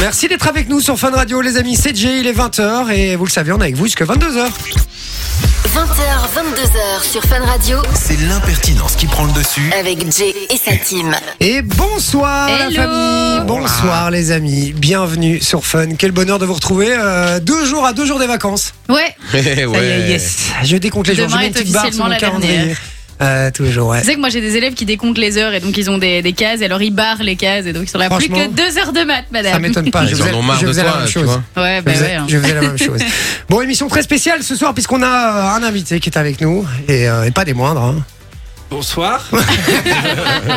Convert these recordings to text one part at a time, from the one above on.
Merci d'être avec nous sur Fun Radio, les amis. C'est Jay, il est 20h et vous le savez, on est avec vous jusqu'à 20h, 22h. 22h sur Fun Radio C'est l'impertinence qui prend le dessus. avec Jay et sa team. Et bonsoir la Hello. famille, bonsoir les amis, bienvenue sur Fun. Quel bonheur de vous retrouver euh, deux jours à deux jours des vacances. Ouais, Eh Ça y est, ouais. yes. Je décompte les jours, je Demain mets une est petite barre sur officiellement mon la calendrier. dernière. Euh, toujours, ouais. tu sais que moi j'ai des élèves qui décomptent les heures et donc ils ont des, des cases et alors ils barrent les cases et donc ils sont là plus Franchement, que deux heures de maths, madame. Ça m'étonne pas, je Ils en faisais, ont marre je de faisais la toi, même tu chose. vois. Ouais, Je bah faisais, ouais. hein. je faisais la même chose. Bon, émission très spéciale ce soir puisqu'on a euh, un invité qui est avec nous et, euh, et pas des moindres. hein. Bonsoir. Ah.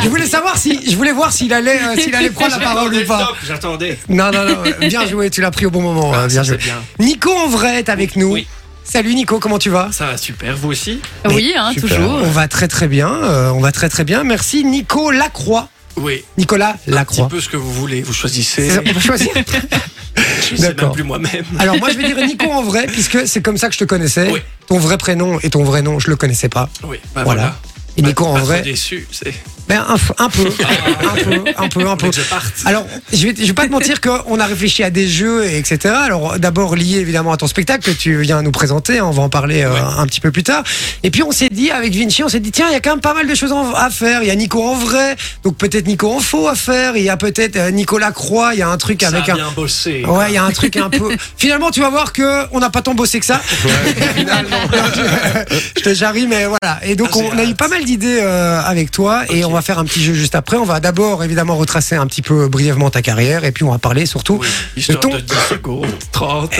Je voulais savoir si, je voulais voir s'il allait, euh, s'il allait prendre la parole J'attendais ou le pas. top, J'attendais. Non, non, non. Bien joué, tu l'as pris au bon moment. hein, bien Ah, ça, joué. c'est bien. Nico en vrai est avec nous. Oui. Salut Nico, comment tu vas Ça va super, vous aussi Oui, hein, toujours. On va très très bien. euh, on va très très bien. Merci Nico Lacroix. Oui. Nicolas Un petit Lacroix. peu ce que vous voulez, vous choisissez. On va choisir. Je sais même D'accord. plus moi-même. Alors moi je vais dire Nico en vrai puisque c'est comme ça que je te connaissais. Oui. Ton vrai prénom et ton vrai nom, je le connaissais pas. Oui, bah Voilà. voilà. Et Nico en Pas trop vrai, déçu, c'est. ben, un, f- un peu, un peu, un peu, un peu. Faut que je parte. Alors, je vais, je vais pas te mentir qu'on a réfléchi à des jeux, et etc. Alors, d'abord lié évidemment à ton spectacle que tu viens nous présenter, hein, on va en parler euh, Ouais. un petit peu plus tard. Et puis on s'est dit avec Vinci, on s'est dit tiens, il y a quand même pas mal de choses en- à faire. Il y a Nico en vrai, donc peut-être Nico en faux à faire. Il y a peut-être euh, Nicolas Croix. Il y a un truc Ça avec a un. bien bossé. Ouais, il y a un truc un peu. Finalement, tu vas voir que on n'a pas tant bossé que ça. Je te jarrie, mais voilà. Et donc, Ah, on j'ai a eu hâte. pas mal d'idées euh, avec toi et on va faire un petit jeu juste après. On va d'abord, évidemment, retracer un petit peu euh, brièvement ta carrière et puis on va parler surtout Oui, de Histoire ton. de 10 secondes, 30.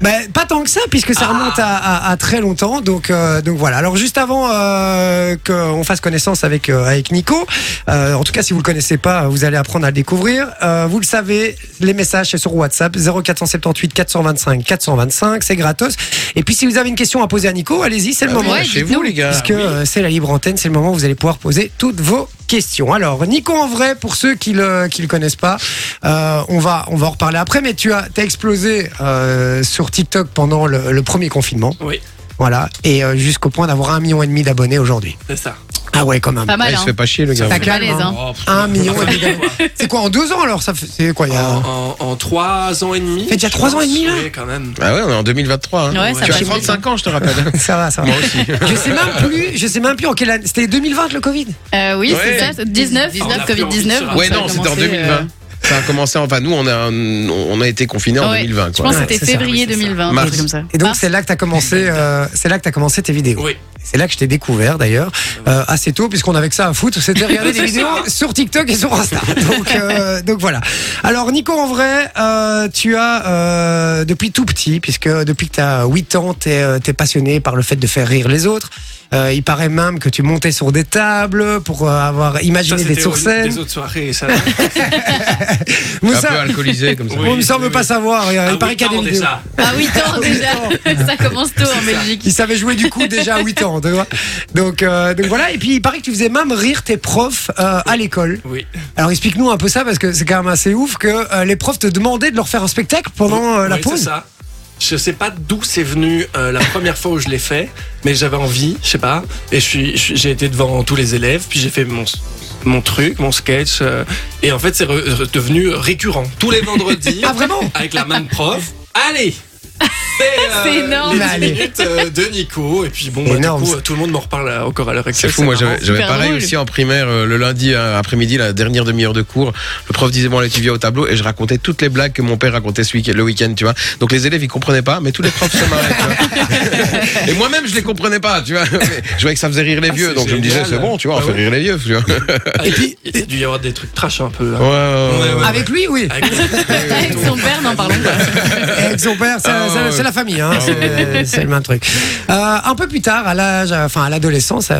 Ben, pas tant que ça, puisque ça remonte à, à- à très longtemps. Donc, euh, donc voilà. Alors, juste avant euh, qu'on fasse connaissance avec, euh, avec Nico, euh, en tout cas, si vous le connaissez pas, vous allez apprendre à le découvrir. Euh, vous le savez, les messages, c'est sur WhatsApp 0478 425 425. C'est gratos. Et puis, si vous avez une question à poser à Nico, allez-y, c'est le moment. Ah ouais, chez dites-nous. vous, les gars. Puisque euh, c'est la libre antenne, c'est le moment où vous allez pouvoir poser toutes vos questions. Alors, Nico, en vrai, pour ceux qui le, qui le connaissent pas, euh, on, va, on va en reparler après, mais tu as, t'as explosé euh, sur TikTok pendant le, le premier confinement, Oui, voilà, et euh, jusqu'au point d'avoir un million et demi d'abonnés aujourd'hui. c'est ça. Ah ouais, quand même. Pas Ah, mal, il hein. se fait pas chier, le gars. T'as c'est calme, balèze, hein. hein. Oh, pff, Un million et ouais, demi d'abonnés. C'est quoi, en deux ans alors ça fait- C'est quoi il y a... Ah. En, en, 3 ans et demi. Fait, il y a je trois ans et pense, demi, là Oui, quand même. Ah ouais, on est en 2023. hein. Ouais, ça tu as passe 35 ans, je te rappelle. Ça va, ça va. Je sais même plus, je sais même plus en quelle année. C'était 2020 le Covid Euh, oui, Ouais. c'est ça, 19, On 19, a plus envie de Covid-19. se ouais, Ah, ça a non, c'était en commencé, 2020. euh, Ça a commencé, enfin, nous, on a, on a été confinés en Ah ouais, 2020. Je Quoi. pense Ouais, que c'était c'est ça, février oui, c'est ça. 2020, un truc comme ça. Et donc Mars. c'est là que t'as commencé, euh, c'est là que t'as commencé tes vidéos. Oui, C'est là que je t'ai découvert d'ailleurs, euh, assez tôt, puisqu'on avait que ça à foutre, c'était regarder des vidéos sur TikTok et sur Insta. Donc, euh, donc voilà. Alors Nico, en vrai, euh, tu as, euh, depuis tout petit, puisque depuis que tu as 8 ans, tu es, passionné par le fait de faire rire les autres. Euh, il paraît même que tu montais sur des tables pour euh, avoir ça imaginé des c'était au- sur-scènes. des autres soirées. Ça. Mais Un ça, peu alcoolisé, comme ça. Oui. on ne semble pas savoir. Il, Ah, il paraît oui, qu'il y a des pardon, vidéos. déjà. Ah, 8 ans déjà, ça commence tôt en Belgique. Il savait jouer du coup déjà à 8 ans, tu vois. Donc, euh, donc voilà, et puis il paraît que tu faisais même rire tes profs euh, à l'école. Oui. Alors explique-nous un peu ça parce que c'est quand même assez ouf que euh, les profs te demandaient de leur faire un spectacle pendant euh, la Oui, pause. C'est ça. Je sais pas d'où c'est venu euh, la première fois où je l'ai fait, mais j'avais envie, je sais pas. Et je suis, je suis- j'ai été devant tous les élèves, puis j'ai fait mon mon truc, mon sketch, euh, et en fait c'est re- re- devenu récurrent tous les vendredis Ah vraiment avec la même prof. Allez. C'est euh, C'est énorme. les Bah, 10 allez. minutes euh, de Nico et puis bon bah, du Énorme, coup ça. euh, tout le monde m'en reparle euh, encore à l'heure C'est actuelle fou, moi j'avais marrant. j'avais Super pareil drôle. aussi en primaire, euh, le lundi euh, après-midi, la dernière demi-heure de cours, le prof disait bon allez tu viens au tableau et je racontais toutes les blagues que mon père racontait ce week le week-end, tu vois. Donc les élèves ils comprenaient pas, mais tous les profs se marraient. tu vois. et moi-même je les comprenais pas, tu vois. Mais Je voyais que ça faisait rire les vieux, Ah, c'est donc je me disais génial. c'est bon, tu vois, on Ah fait ouais. rire les vieux, tu vois. Ouais, Ah, il- il y a dû y avoir des trucs trash un peu. Oh. hein. ouais, ouais. Ouais, Ah, ouais. Avec lui, oui. Avec- Avec son père, n'en parlons pas. Et Avec son père, c'est Ah, c'est- ouais. c'est la famille, hein, c'est c'est le même truc. Euh, un peu plus tard, à l'âge, enfin à l'adolescence, euh,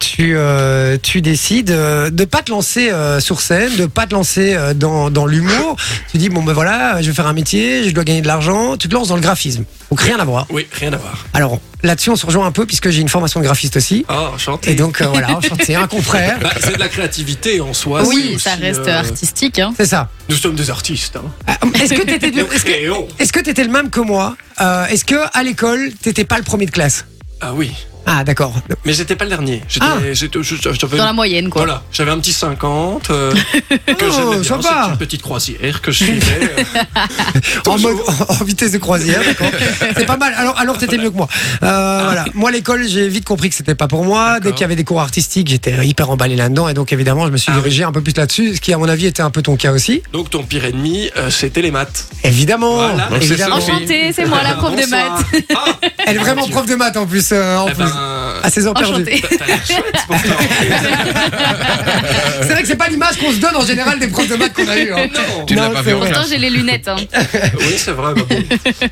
tu, euh, tu décides euh, de pas te lancer euh, sur scène, de pas te lancer euh, dans, dans l'humour. Tu dis bon ben voilà, je vais faire un métier, je dois gagner de l'argent. Tu te lances dans le graphisme, donc rien à voir. Oui, rien à voir. Alors là-dessus, on se rejoint un peu puisque j'ai une formation de graphiste aussi. Oh, enchanté. Et donc euh, voilà, enchanté, c'est un confrère. Bah, c'est de la créativité en soi. Oui, c'est ça aussi, reste euh, artistique. Hein. C'est ça. Nous sommes des artistes. Hein. Euh, Est-ce que t'étais du- Nous est-ce que- créons. est-ce que t'étais le même que moi Euh, Est-ce que à l'école t'étais pas le premier de classe Ah oui. Ah, d'accord. Mais j'étais pas le dernier. J'étais, Ah. j'étais- je- je- j'avais- Dans la moyenne, quoi. Voilà, j'avais un petit 50 euh, que Oh, j'aimais bien, sympa. c'était une petite croisière que je suivais. euh, En, toujours. mode- en vitesse de croisière, d'accord. C'est pas mal. Alors, alors t'étais mieux que moi. Euh, voilà. Moi, l'école, j'ai vite compris que c'était pas pour moi. Dès D'accord. qu'il y avait des cours artistiques, j'étais hyper emballé là-dedans. Et donc, évidemment, je me suis Ah oui. dirigé un peu plus là-dessus, ce qui, à mon avis, était un peu ton cas aussi. Donc ton pire ennemi, euh, c'était les maths. Évidemment. Voilà. Donc, c'est évidemment. ça. Enchantée, c'est moi la prof de Bonsoir. maths. Ah, Ah, Elle est vraiment prof de maths en plus. euh, en eh plus. ben, À 16 ans perdu. Enchantée. t'as l'air chouette, pourtant. C'est vrai que c'est pas l'image qu'on se donne en général des profs de maths qu'on a eu. hein. Non. Tu ne l'as Non, pas c'est fait en vrai. Pourtant, classe. j'ai les lunettes. hein. Oui, c'est vrai. bah bon.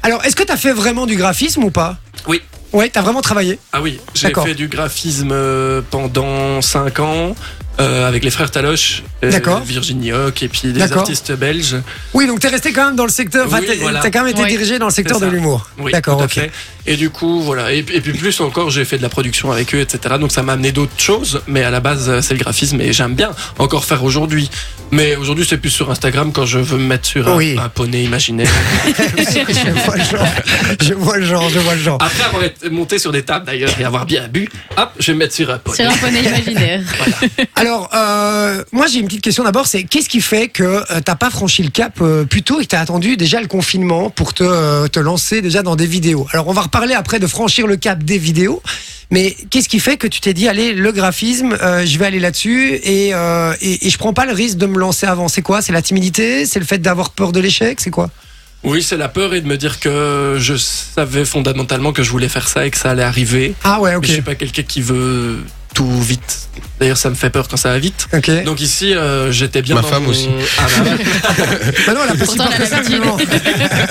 Alors, est-ce que t'as fait vraiment du graphisme ou pas Oui. Ouais, t'as vraiment travaillé. Ah oui, j'ai D'accord. fait du graphisme euh, pendant 5 ans. euh, avec les frères Taloche, euh, D'accord. Virginie Hoc et puis des D'accord. artistes belges. Oui, donc t'es resté quand même dans le secteur. Enfin, Oui, t'es- voilà. t'as quand même été Oui, dirigé dans le secteur c'est de ça. l'humour. Oui, D'accord, tout à ok. fait. Et du coup, voilà. Et, et puis plus encore, j'ai fait de la production avec eux, etc. Donc ça m'a amené d'autres choses, mais à la base, euh, c'est le graphisme et j'aime bien encore faire aujourd'hui. Mais aujourd'hui, c'est plus sur Instagram quand je veux me mettre sur un, Oui. un poney imaginaire. Je vois le genre. Je vois le genre. Je vois le genre. Après avoir été- monté sur des tables d'ailleurs et avoir bien bu, hop, je vais me mettre sur un poney. Sur un poney imaginaire. Alors, euh, moi j'ai une petite question d'abord, c'est qu'est-ce qui fait que euh, t'as pas franchi le cap euh, plus tôt et que t'as attendu déjà le confinement pour te, euh, te lancer déjà dans des vidéos Alors on va reparler après de franchir le cap des vidéos, mais qu'est-ce qui fait que tu t'es dit allez le graphisme, euh, je vais aller là-dessus et, euh, et, et je prends pas le risque de me lancer avant C'est quoi C'est la timidité C'est le fait d'avoir peur de l'échec C'est quoi Oui, c'est la peur et de me dire que je savais fondamentalement que je voulais faire ça et que ça allait arriver. Ah ouais, Mais ok. je suis pas quelqu'un qui veut tout vite. D'ailleurs, ça me fait peur quand ça va vite. Ok. Donc ici, euh, j'étais bien. Ma dans femme mon- aussi. Ah bah ouais. Bah non, elle a pas si Pourtant, peur elle que a ça, l'habitude. finalement.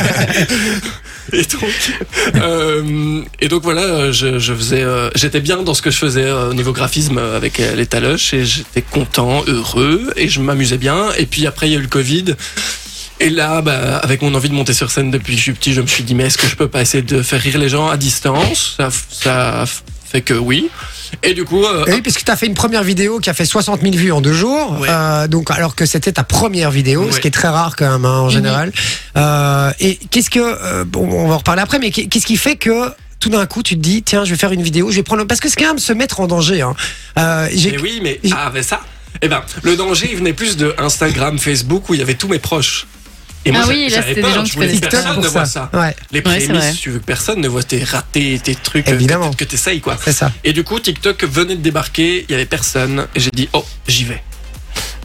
Et donc, euh, et donc voilà, euh, je, je faisais, euh, j'étais bien dans ce que je faisais euh, au niveau graphisme euh, avec euh, les taloches et j'étais content, heureux et je m'amusais bien. Et puis après, il y a eu le Covid. Et là, bah, avec mon envie de monter sur scène depuis que je suis petit, je me suis dit, mais est-ce que je peux pas essayer de faire rire les gens à distance ça, f- ça f- fait que oui. Et du coup, euh, Et Eh oui, puisque tu as fait une première vidéo qui a fait 60 000 vues en deux jours, Ouais. euh, donc alors que c'était ta première vidéo, ce Ouais. Mhm. qui est très rare quand même hein, en général. Euh, et qu'est-ce que, euh, bon, on va en reparler après, mais qu'est- qu'est-ce qui fait que tout d'un coup tu te dis tiens je vais faire une vidéo, je vais prendre le- parce que c'est quand même se mettre en danger. Hein. Euh, j'ai- Mais oui, mais ah, avec ça, eh ben, le danger, il venait plus de Instagram, Facebook, où il y avait tous mes proches. Et Ah j'a- oui, là, j'avais c'était peur, des gens que je tu voulais connaissais que TikTok pour personne ne ça. voit ça. Ouais, Les Ouais, c'est prémices, vrai. tu veux que personne ne voit tes ratés, tes trucs, Évidemment. euh, que t'essayes, quoi. c'est ça. Et du coup, TikTok venait de débarquer, il y avait personne, et j'ai dit, oh, j'y vais.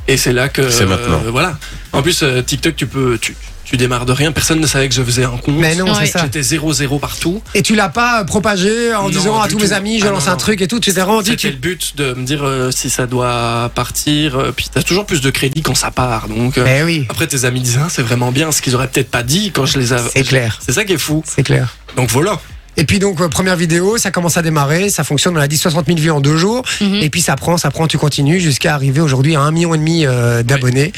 Et c'est là que. C'est maintenant. euh, voilà. En plus, euh, TikTok, tu peux. Tu, tu démarres de rien, personne ne savait que je faisais un compte. Mais non, Ouais. c'est ça. J'étais 0-0 partout. Et tu l'as pas euh, propagé en Non, disant à du tous tout. mes amis je Ah, lance un non, non. truc et tout. Tu t'es rendu. C'était Tu... le but de me dire euh, si ça doit partir. euh, Puis t'as toujours plus de crédit quand ça part. Donc euh, Mais oui, après tes amis disent ah, c'est vraiment bien ce qu'ils auraient peut-être pas dit quand je les avais. c'est clair, C'est ça qui est fou. c'est clair. Donc voilà. Et puis donc euh, première vidéo, ça commence à démarrer, ça fonctionne, on a dit 60 000 vues en deux jours, Mhm. et puis ça prend, ça prend, tu continues jusqu'à arriver aujourd'hui à un million et demi euh, d'abonnés.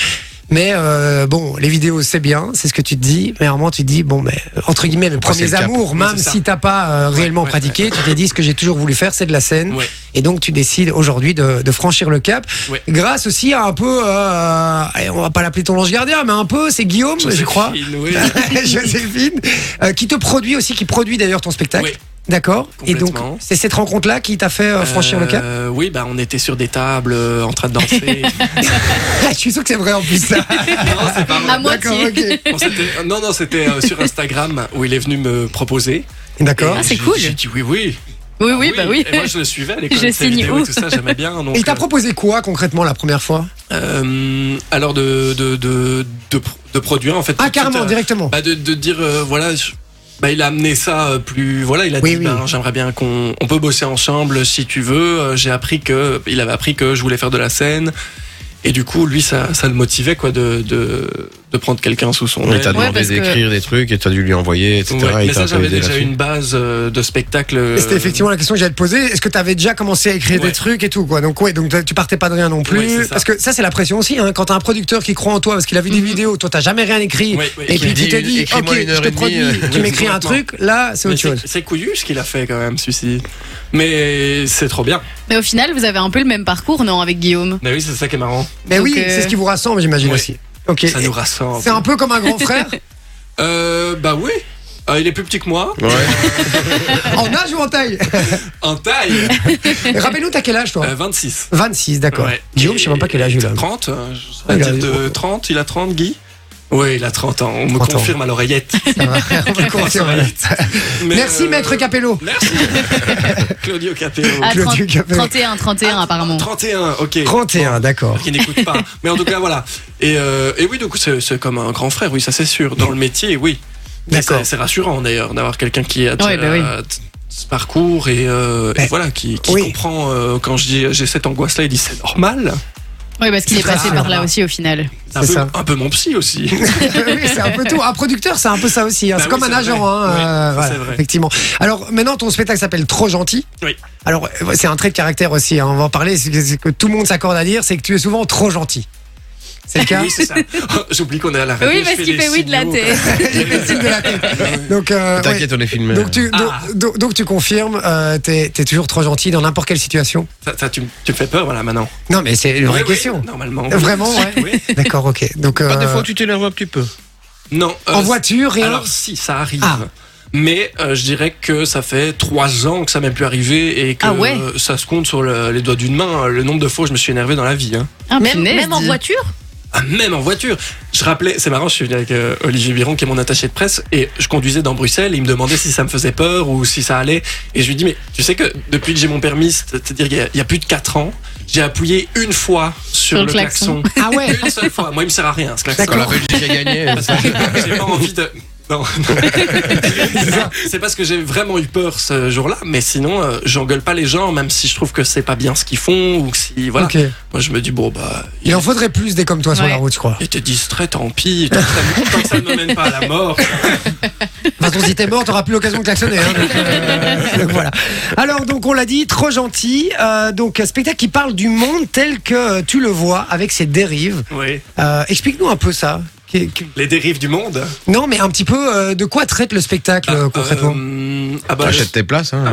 Mais euh, bon, les vidéos c'est bien, c'est ce que tu te dis. Mais vraiment, tu te dis bon, mais entre guillemets, les passer premiers le cap. amours, Oui, même c'est ça. si t'as pas euh, Ouais, réellement ouais, pratiqué, tu t'es dit ce que j'ai toujours voulu faire, c'est de la scène. Ouais. Et donc tu décides aujourd'hui de, de franchir le cap, Ouais. grâce aussi à un peu, euh, et on va pas l'appeler ton ange gardien, mais un peu, c'est Guillaume, je crois. Joséphine, oui. Joséphine, euh, qui te produit aussi, qui produit d'ailleurs ton spectacle. Oui. D'accord. Et donc, Complètement. c'est cette rencontre-là qui t'a fait euh, franchir le cap. Euh, Oui, bah on était sur des tables euh, en train de danser. Ah, Je suis sûr que c'est vrai en plus. ça. non, c'est pas vrai. À moitié. D'accord. ok. On s'était- non, non, c'était euh, sur Instagram où il est venu me proposer. D'accord. Et Ah, c'est j'ai- cool. J'ai dit oui, oui. Oui, oui, Ah bah oui. Et moi, je le suivais à l'école. Je de ses signe vidéos où et tout ça, j'aimais bien. donc, Et il t'a euh, proposé quoi concrètement la première fois Euh, alors de de, de, de pro- de produire en fait. Ah tout de carrément, suite, euh, directement. bah, de, de dire euh, voilà. je- bah, il a amené ça euh, plus voilà il a Oui, dit oui. ben, j'aimerais bien qu'on on peut bosser ensemble si tu veux Euh, j'ai appris que il avait appris que je voulais faire de la scène et du coup lui ça, ça le motivait quoi de de, de prendre quelqu'un sous son Mais aile. t'as Ouais, demandé parce que- d'écrire des trucs et t'as dû lui envoyer, etc. Ouais, et mais t'as ça un peu j'avais aidé déjà là-dessus. une base euh, de spectacle euh, C'était effectivement la question que j'allais te poser. Est-ce que tu avais déjà commencé à écrire Ouais. des trucs et tout quoi Donc ouais, donc tu partais pas de rien non Ouais, plus. c'est ça. Mhm. parce que ça c'est la pression aussi. Hein, quand t'as un producteur qui croit en toi parce qu'il a vu des vidéos, toi t'as jamais rien écrit. Ouais, ouais, et qui puis me tu dit te une- dis, ok, écris-moi une je heure te et demie, euh, produis, tu oui, m'écris un complètement. truc, là c'est mais autre chose. c'est couillu ce qu'il a fait quand même celui-ci mais c'est trop bien Mais au final, vous avez un peu le même parcours, non, avec Guillaume mais oui c'est ça qui est marrant Mais Donc, Ben oui, euh, c'est ce qui vous rassemble, j'imagine Ouais. aussi. Ok. ça nous rassemble C'est un peu comme un grand frère. Euh, bah oui. Euh, il est plus petit que moi. Ouais. En âge ou en taille En taille Rappelle-nous, t'as quel âge toi euh, 26. 26, d'accord. Ouais. Guillaume, je sais même pas quel âge il a. 30 euh, Il Je a- sais pas, de 30, il a 30, Guy Oui, il a 30 ans. On me 30 ans. confirme à l'oreillette. Ça va. On va continuer. Mais, Merci, euh, maître Capello. Merci Claudio Capello. Ah, 30 Claudio Capello. 31, 31 Ah, apparemment. 31, ok. 31, d'accord. qui n'écoute pas. Mais en tout cas, voilà. Et, euh, et oui, du coup, c'est c'est comme un grand frère, oui, ça c'est sûr. Dans le métier, oui. Mais D'accord. C'est c'est rassurant d'ailleurs d'avoir quelqu'un qui a Ouais, bah oui. euh, t- ce parcours et, euh, et Mais- voilà, qui, qui oui. comprend euh, quand je dis j'ai cette angoisse-là, il dit c'est normal. Oui, parce qu'il est C'est passé ça. par là aussi au final. un, C'est peu, ça. un peu mon psy aussi. oui, c'est un peu tout. Un producteur, c'est un peu ça aussi. hein. Bah c'est oui, comme un c'est agent, vrai. hein, Oui, euh, ça, voilà, c'est vrai. effectivement. Alors maintenant, ton spectacle s'appelle Trop gentil. Oui. Alors euh, c'est un trait de caractère aussi. hein, on va en parler. C'est que, c'est que tout le monde s'accorde à dire, c'est que tu es souvent trop gentil. C'est le cas. oui, c'est ça. Oh, J'oublie qu'on est à la radio. Oui, je parce fais qu'il des fait oui de la signaux. tête. Il fait le signe de la tête. Donc, euh, ouais. T'inquiète, on est filmé. donc tu, Ah. donc, donc- donc tu confirmes, euh, t'es t'es toujours trop gentil dans n'importe quelle situation. Ça, ça, tu, me- tu me fais peur, voilà, maintenant. Non, mais c'est une vraie Oui, oui, question. Euh, normalement. Vraiment, ouais. Oui. D'accord, ok. Donc Ah, des euh, fois, tu t'énerves un petit peu. Non. euh, en voiture, rien. Alors si, ça arrive. Ah. Mais euh, je dirais que ça fait trois ans que ça m'a pu arriver et que Ah ouais euh, ça se compte sur le- les doigts d'une main. euh, Le nombre de fois où je me suis énervé dans la vie. hein. Ah, Même, punaise, même en dis. voiture Ah, même en voiture. Je rappelais, c'est marrant, je suis venu avec euh, Olivier Biron qui est mon attaché de presse et je conduisais dans Bruxelles. Et il me demandait si ça me faisait peur ou si ça allait. Et je lui dis mais tu sais que depuis que j'ai mon permis, c'est-à-dire il y a- il y, a plus de quatre ans, j'ai appuyé une fois sur, le, klaxon. Ah ouais. Une seule fois. Moi il me sert à rien ce klaxon. Quand la Belgique a gagné. Parce que j'ai j'ai pas envie de. Non. c'est parce que j'ai vraiment eu peur ce jour-là, mais sinon, euh, j'engueule pas les gens, même si je trouve que c'est pas bien ce qu'ils font, ou que si. Voilà. Ok. Moi, je me dis, bon, bah, Il en faudrait plus des comme toi sur Ouais. la route, je crois. il était distrait, tant pis, tant que ça me- tant que ça ne me mène pas à la mort. Enfin, ton, si t'es mort, t'auras plus l'occasion de klaxonner. hein, donc, euh, donc voilà. Alors, donc on l'a dit, trop gentil. euh, donc un spectacle qui parle du monde tel que euh, tu le vois, avec ses dérives. Oui. Euh, Explique-nous un peu ça. Qu'est- qu'est- Les dérives du monde. Non, mais un petit peu euh, de quoi traite le spectacle Ah, euh, concrètement. Euh, ah bah, Achète tes places. hein.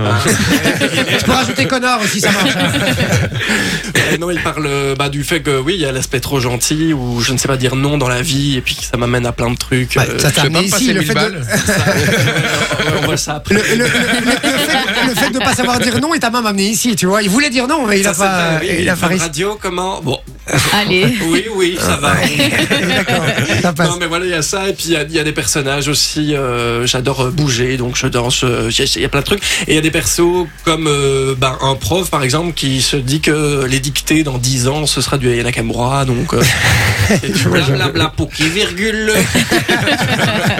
Je peux rajouter connard aussi, ça marche. Euh, non, il parle euh, bah, du fait que oui, il y a l'aspect trop gentil ou je ne sais pas dire non dans la vie et puis que ça m'amène à plein de trucs. Bah, euh, ça Je t'a vais pas amené me ici passer le fait, 1000 de, balles. ouais, euh, on voit ça après. le, le- le- le- le fait, le fait de pas savoir dire non, et ta main m'a amené ici, tu vois. Il voulait dire non, mais il Ça, a c'est pas, vrai, oui, il a pas femme réussi. radio, comment Bon, Allez. oui, oui, ça va. D'accord, ça passe. Non mais voilà il y a ça et puis il y a- il y, a des personnages aussi. euh, J'adore euh, bouger donc je danse. euh, j'ai- Il y a plein de trucs et il y a des persos comme euh, ben, un prof par exemple qui se dit que les dictées dans 10 ans ce sera du Ayana Kamura donc euh, c'est du blablabla pour qui virgule.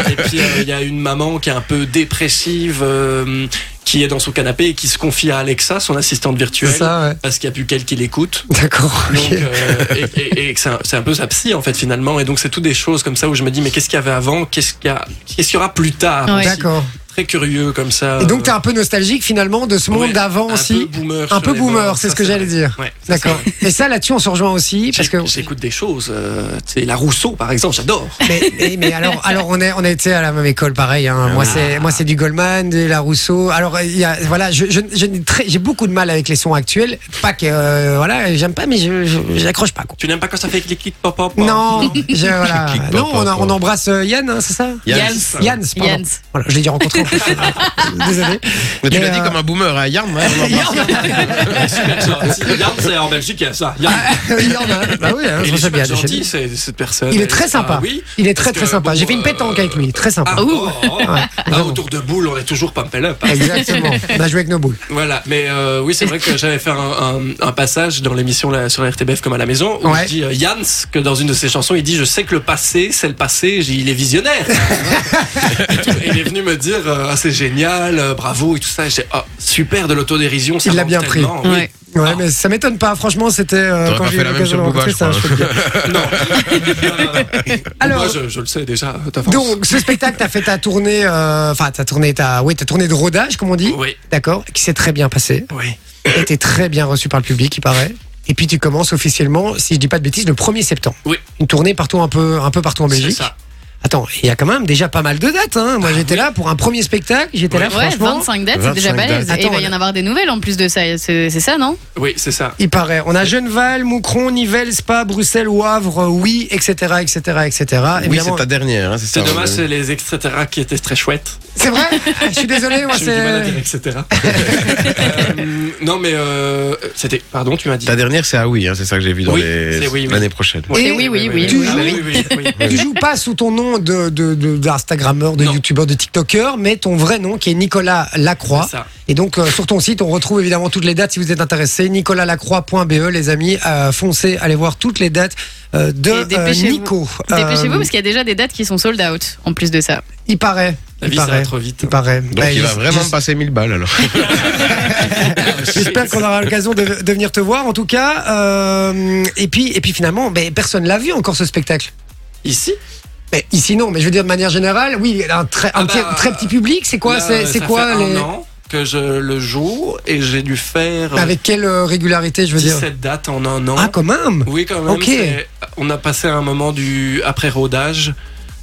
et puis euh, il y a une maman qui est un peu dépressive. euh, qui est dans son canapé et qui se confie à Alexa, son assistante virtuelle, C'est ça, ouais. parce qu'il n'y a plus qu'elle qui l'écoute. D'accord. ok. Donc, euh, et, et- et que c'est un, c'est un peu sa psy en fait finalement. Et donc c'est tout des choses comme ça où je me dis mais qu'est-ce qu'il y avait avant, qu'est-ce qu'il y, a- qu'est-ce qu'il y aura plus tard. Ouais. D'accord. Très curieux comme ça. Et donc, t'es as un peu nostalgique finalement de ce monde d'avant aussi. boomer. Un sur peu les boomer, bords, c'est ça, ce que j'allais dire. Ouais, ça, D'accord. c'est- Et ça, là-dessus, on se rejoint aussi parce que. Euh, J'éc- J'écoute des choses. euh, tu sais, la Rousseau par exemple, j'adore. Mais, mais- mais alors, alors on est, on a été à la même école, pareil. hein. Moi, c'est, moi, c'est du Goldman, de la Rousseau. Alors, il y a, voilà, je, je- je n'ai très- j'ai beaucoup de mal avec les sons actuels. Pas que, euh, voilà, j'aime pas, mais je, je- j'accroche pas. Quoi. Tu n'aimes pas quand ça fait clic clic pop pop pop Non, je- voilà. Clic, clic, non, pop, on, a- pop, on pop. embrasse euh, Yann, hein, c'est ça. Yann. Yann. Yann, pardon. Yann. Voilà, je l'ai dit rencontré. Désolé. Mais tu Mais, l'as dit euh, comme un boomer, hein. Yarn, hein, on en parle. Super gentil. Yann, c'est en Belgique il y a ça. Yann. Yann, hein. bah oui, hein, je Il est trouve ça bien. super je sais gentil bien. c'est- cette personne. Il est Et très ça, sympa. ah Oui. Il est très Parce très que, sympa. J'ai bon, fait une pétanque euh, avec lui, très sympa. Ah, oh, oh, oh. Ah, vraiment. autour de boules, on est toujours pas pelle up. hein. Exactement. On a joué avec nos boules. Voilà, mais euh, oui, c'est vrai que j'avais fait un, un- un passage dans l'émission là, sur la RTBF comme à la maison où Ouais. il dit euh, Jans que dans une de ses chansons, il dit Je sais que le passé, c'est le passé, j'ai- il est visionnaire. Et tout. Et il est venu me dire euh, Ah, C'est génial, euh, bravo et tout ça. Et J'ai Ah, super de l'autodérision, ça Il Ah, l'a manque bien pris. tellement, oui. Ouais. Ouais, Ah. mais ça m'étonne pas. Franchement, c'était euh, T'aurais quand pas j'ai fait eu la même l'occasion de sur Booba, rencontrer je ça. crois. je peux le dire. Non, non, non. Alors- Moi, je, je le sais déjà. euh, d'avance. Donc, ce spectacle, t'as fait ta tournée, euh, enfin, ta tournée, ta, oui, ta tournée de rodage, comme on dit. Oui, D'accord, qui s'est très bien passée. oui. Et t'es très bien reçu par le public, il paraît. Et puis tu commences officiellement, si je dis pas de bêtises, le 1er septembre. Oui. Une tournée partout un peu, un peu partout en C'est Belgique. ça. Bah Attends, il y a quand même déjà pas mal de dates. Hein. Moi, j'étais là pour un premier spectacle. J'étais là, Ouais, franchement. 25 dates, c'est déjà 25 balèze. dates. Et il va Attends, y en avoir des nouvelles en plus de ça. C'est c'est ça, non Oui, c'est ça. Il paraît. On a Genneval, Moucron, Nivelles, Spa, Bruxelles, Wavre, oui, etc., etc., etc. Oui, Évidemment- c'est ta dernière, hein, c'est C'est ça, dommage, ouais. c'est les extraterrestres qui étaient très chouettes. C'est vrai Je suis désolé, moi, J'ai eu du mal à c'est. dire, etc. Euh, non, mais euh, c'était. Pardon, tu m'as dit. Ta dernière, c'est à oui, hein, c'est ça que j'ai vu dans Oui, les- c'est oui, oui. l'année prochaine. Ouais. Et oui, oui, oui, tu oui, joues- oui, oui, oui. Tu joues pas sous ton nom de, de, de- d'Instagrammeur, de Non. youtubeur, de tiktoker, mais ton vrai nom qui est Nicolas Lacroix. C'est ça. Et donc euh, sur ton site, on retrouve évidemment toutes les dates si vous êtes intéressé. NicolasLacroix.be, les amis, euh, foncez, allez voir toutes les dates euh, de Et euh, dépêchez-vous. Nico. Dépêchez-vous Euh, parce qu'il y a déjà des dates qui sont sold out en plus de ça. Il paraît. La il vie, ça va paraît. trop vite. Il paraît. Donc Bah, il va j'es- vraiment j'es- me passer 1000 balles alors. J'espère qu'on aura l'occasion de, de venir te voir en tout cas. Euh, et puis et puis finalement, mais personne l'a vu encore ce spectacle. Ici Mais ici non, mais je veux dire de manière générale, oui, un très, un Ah petit- bah, très petit public. C'est quoi, là, c'est, c'est ça quoi fait les- un an que je le joue et j'ai dû faire euh, Avec quelle euh, régularité, je veux dire 17 dates en un an. Ah, quand même Oui, quand même. Ok. c'est- On a passé un moment du après rodage,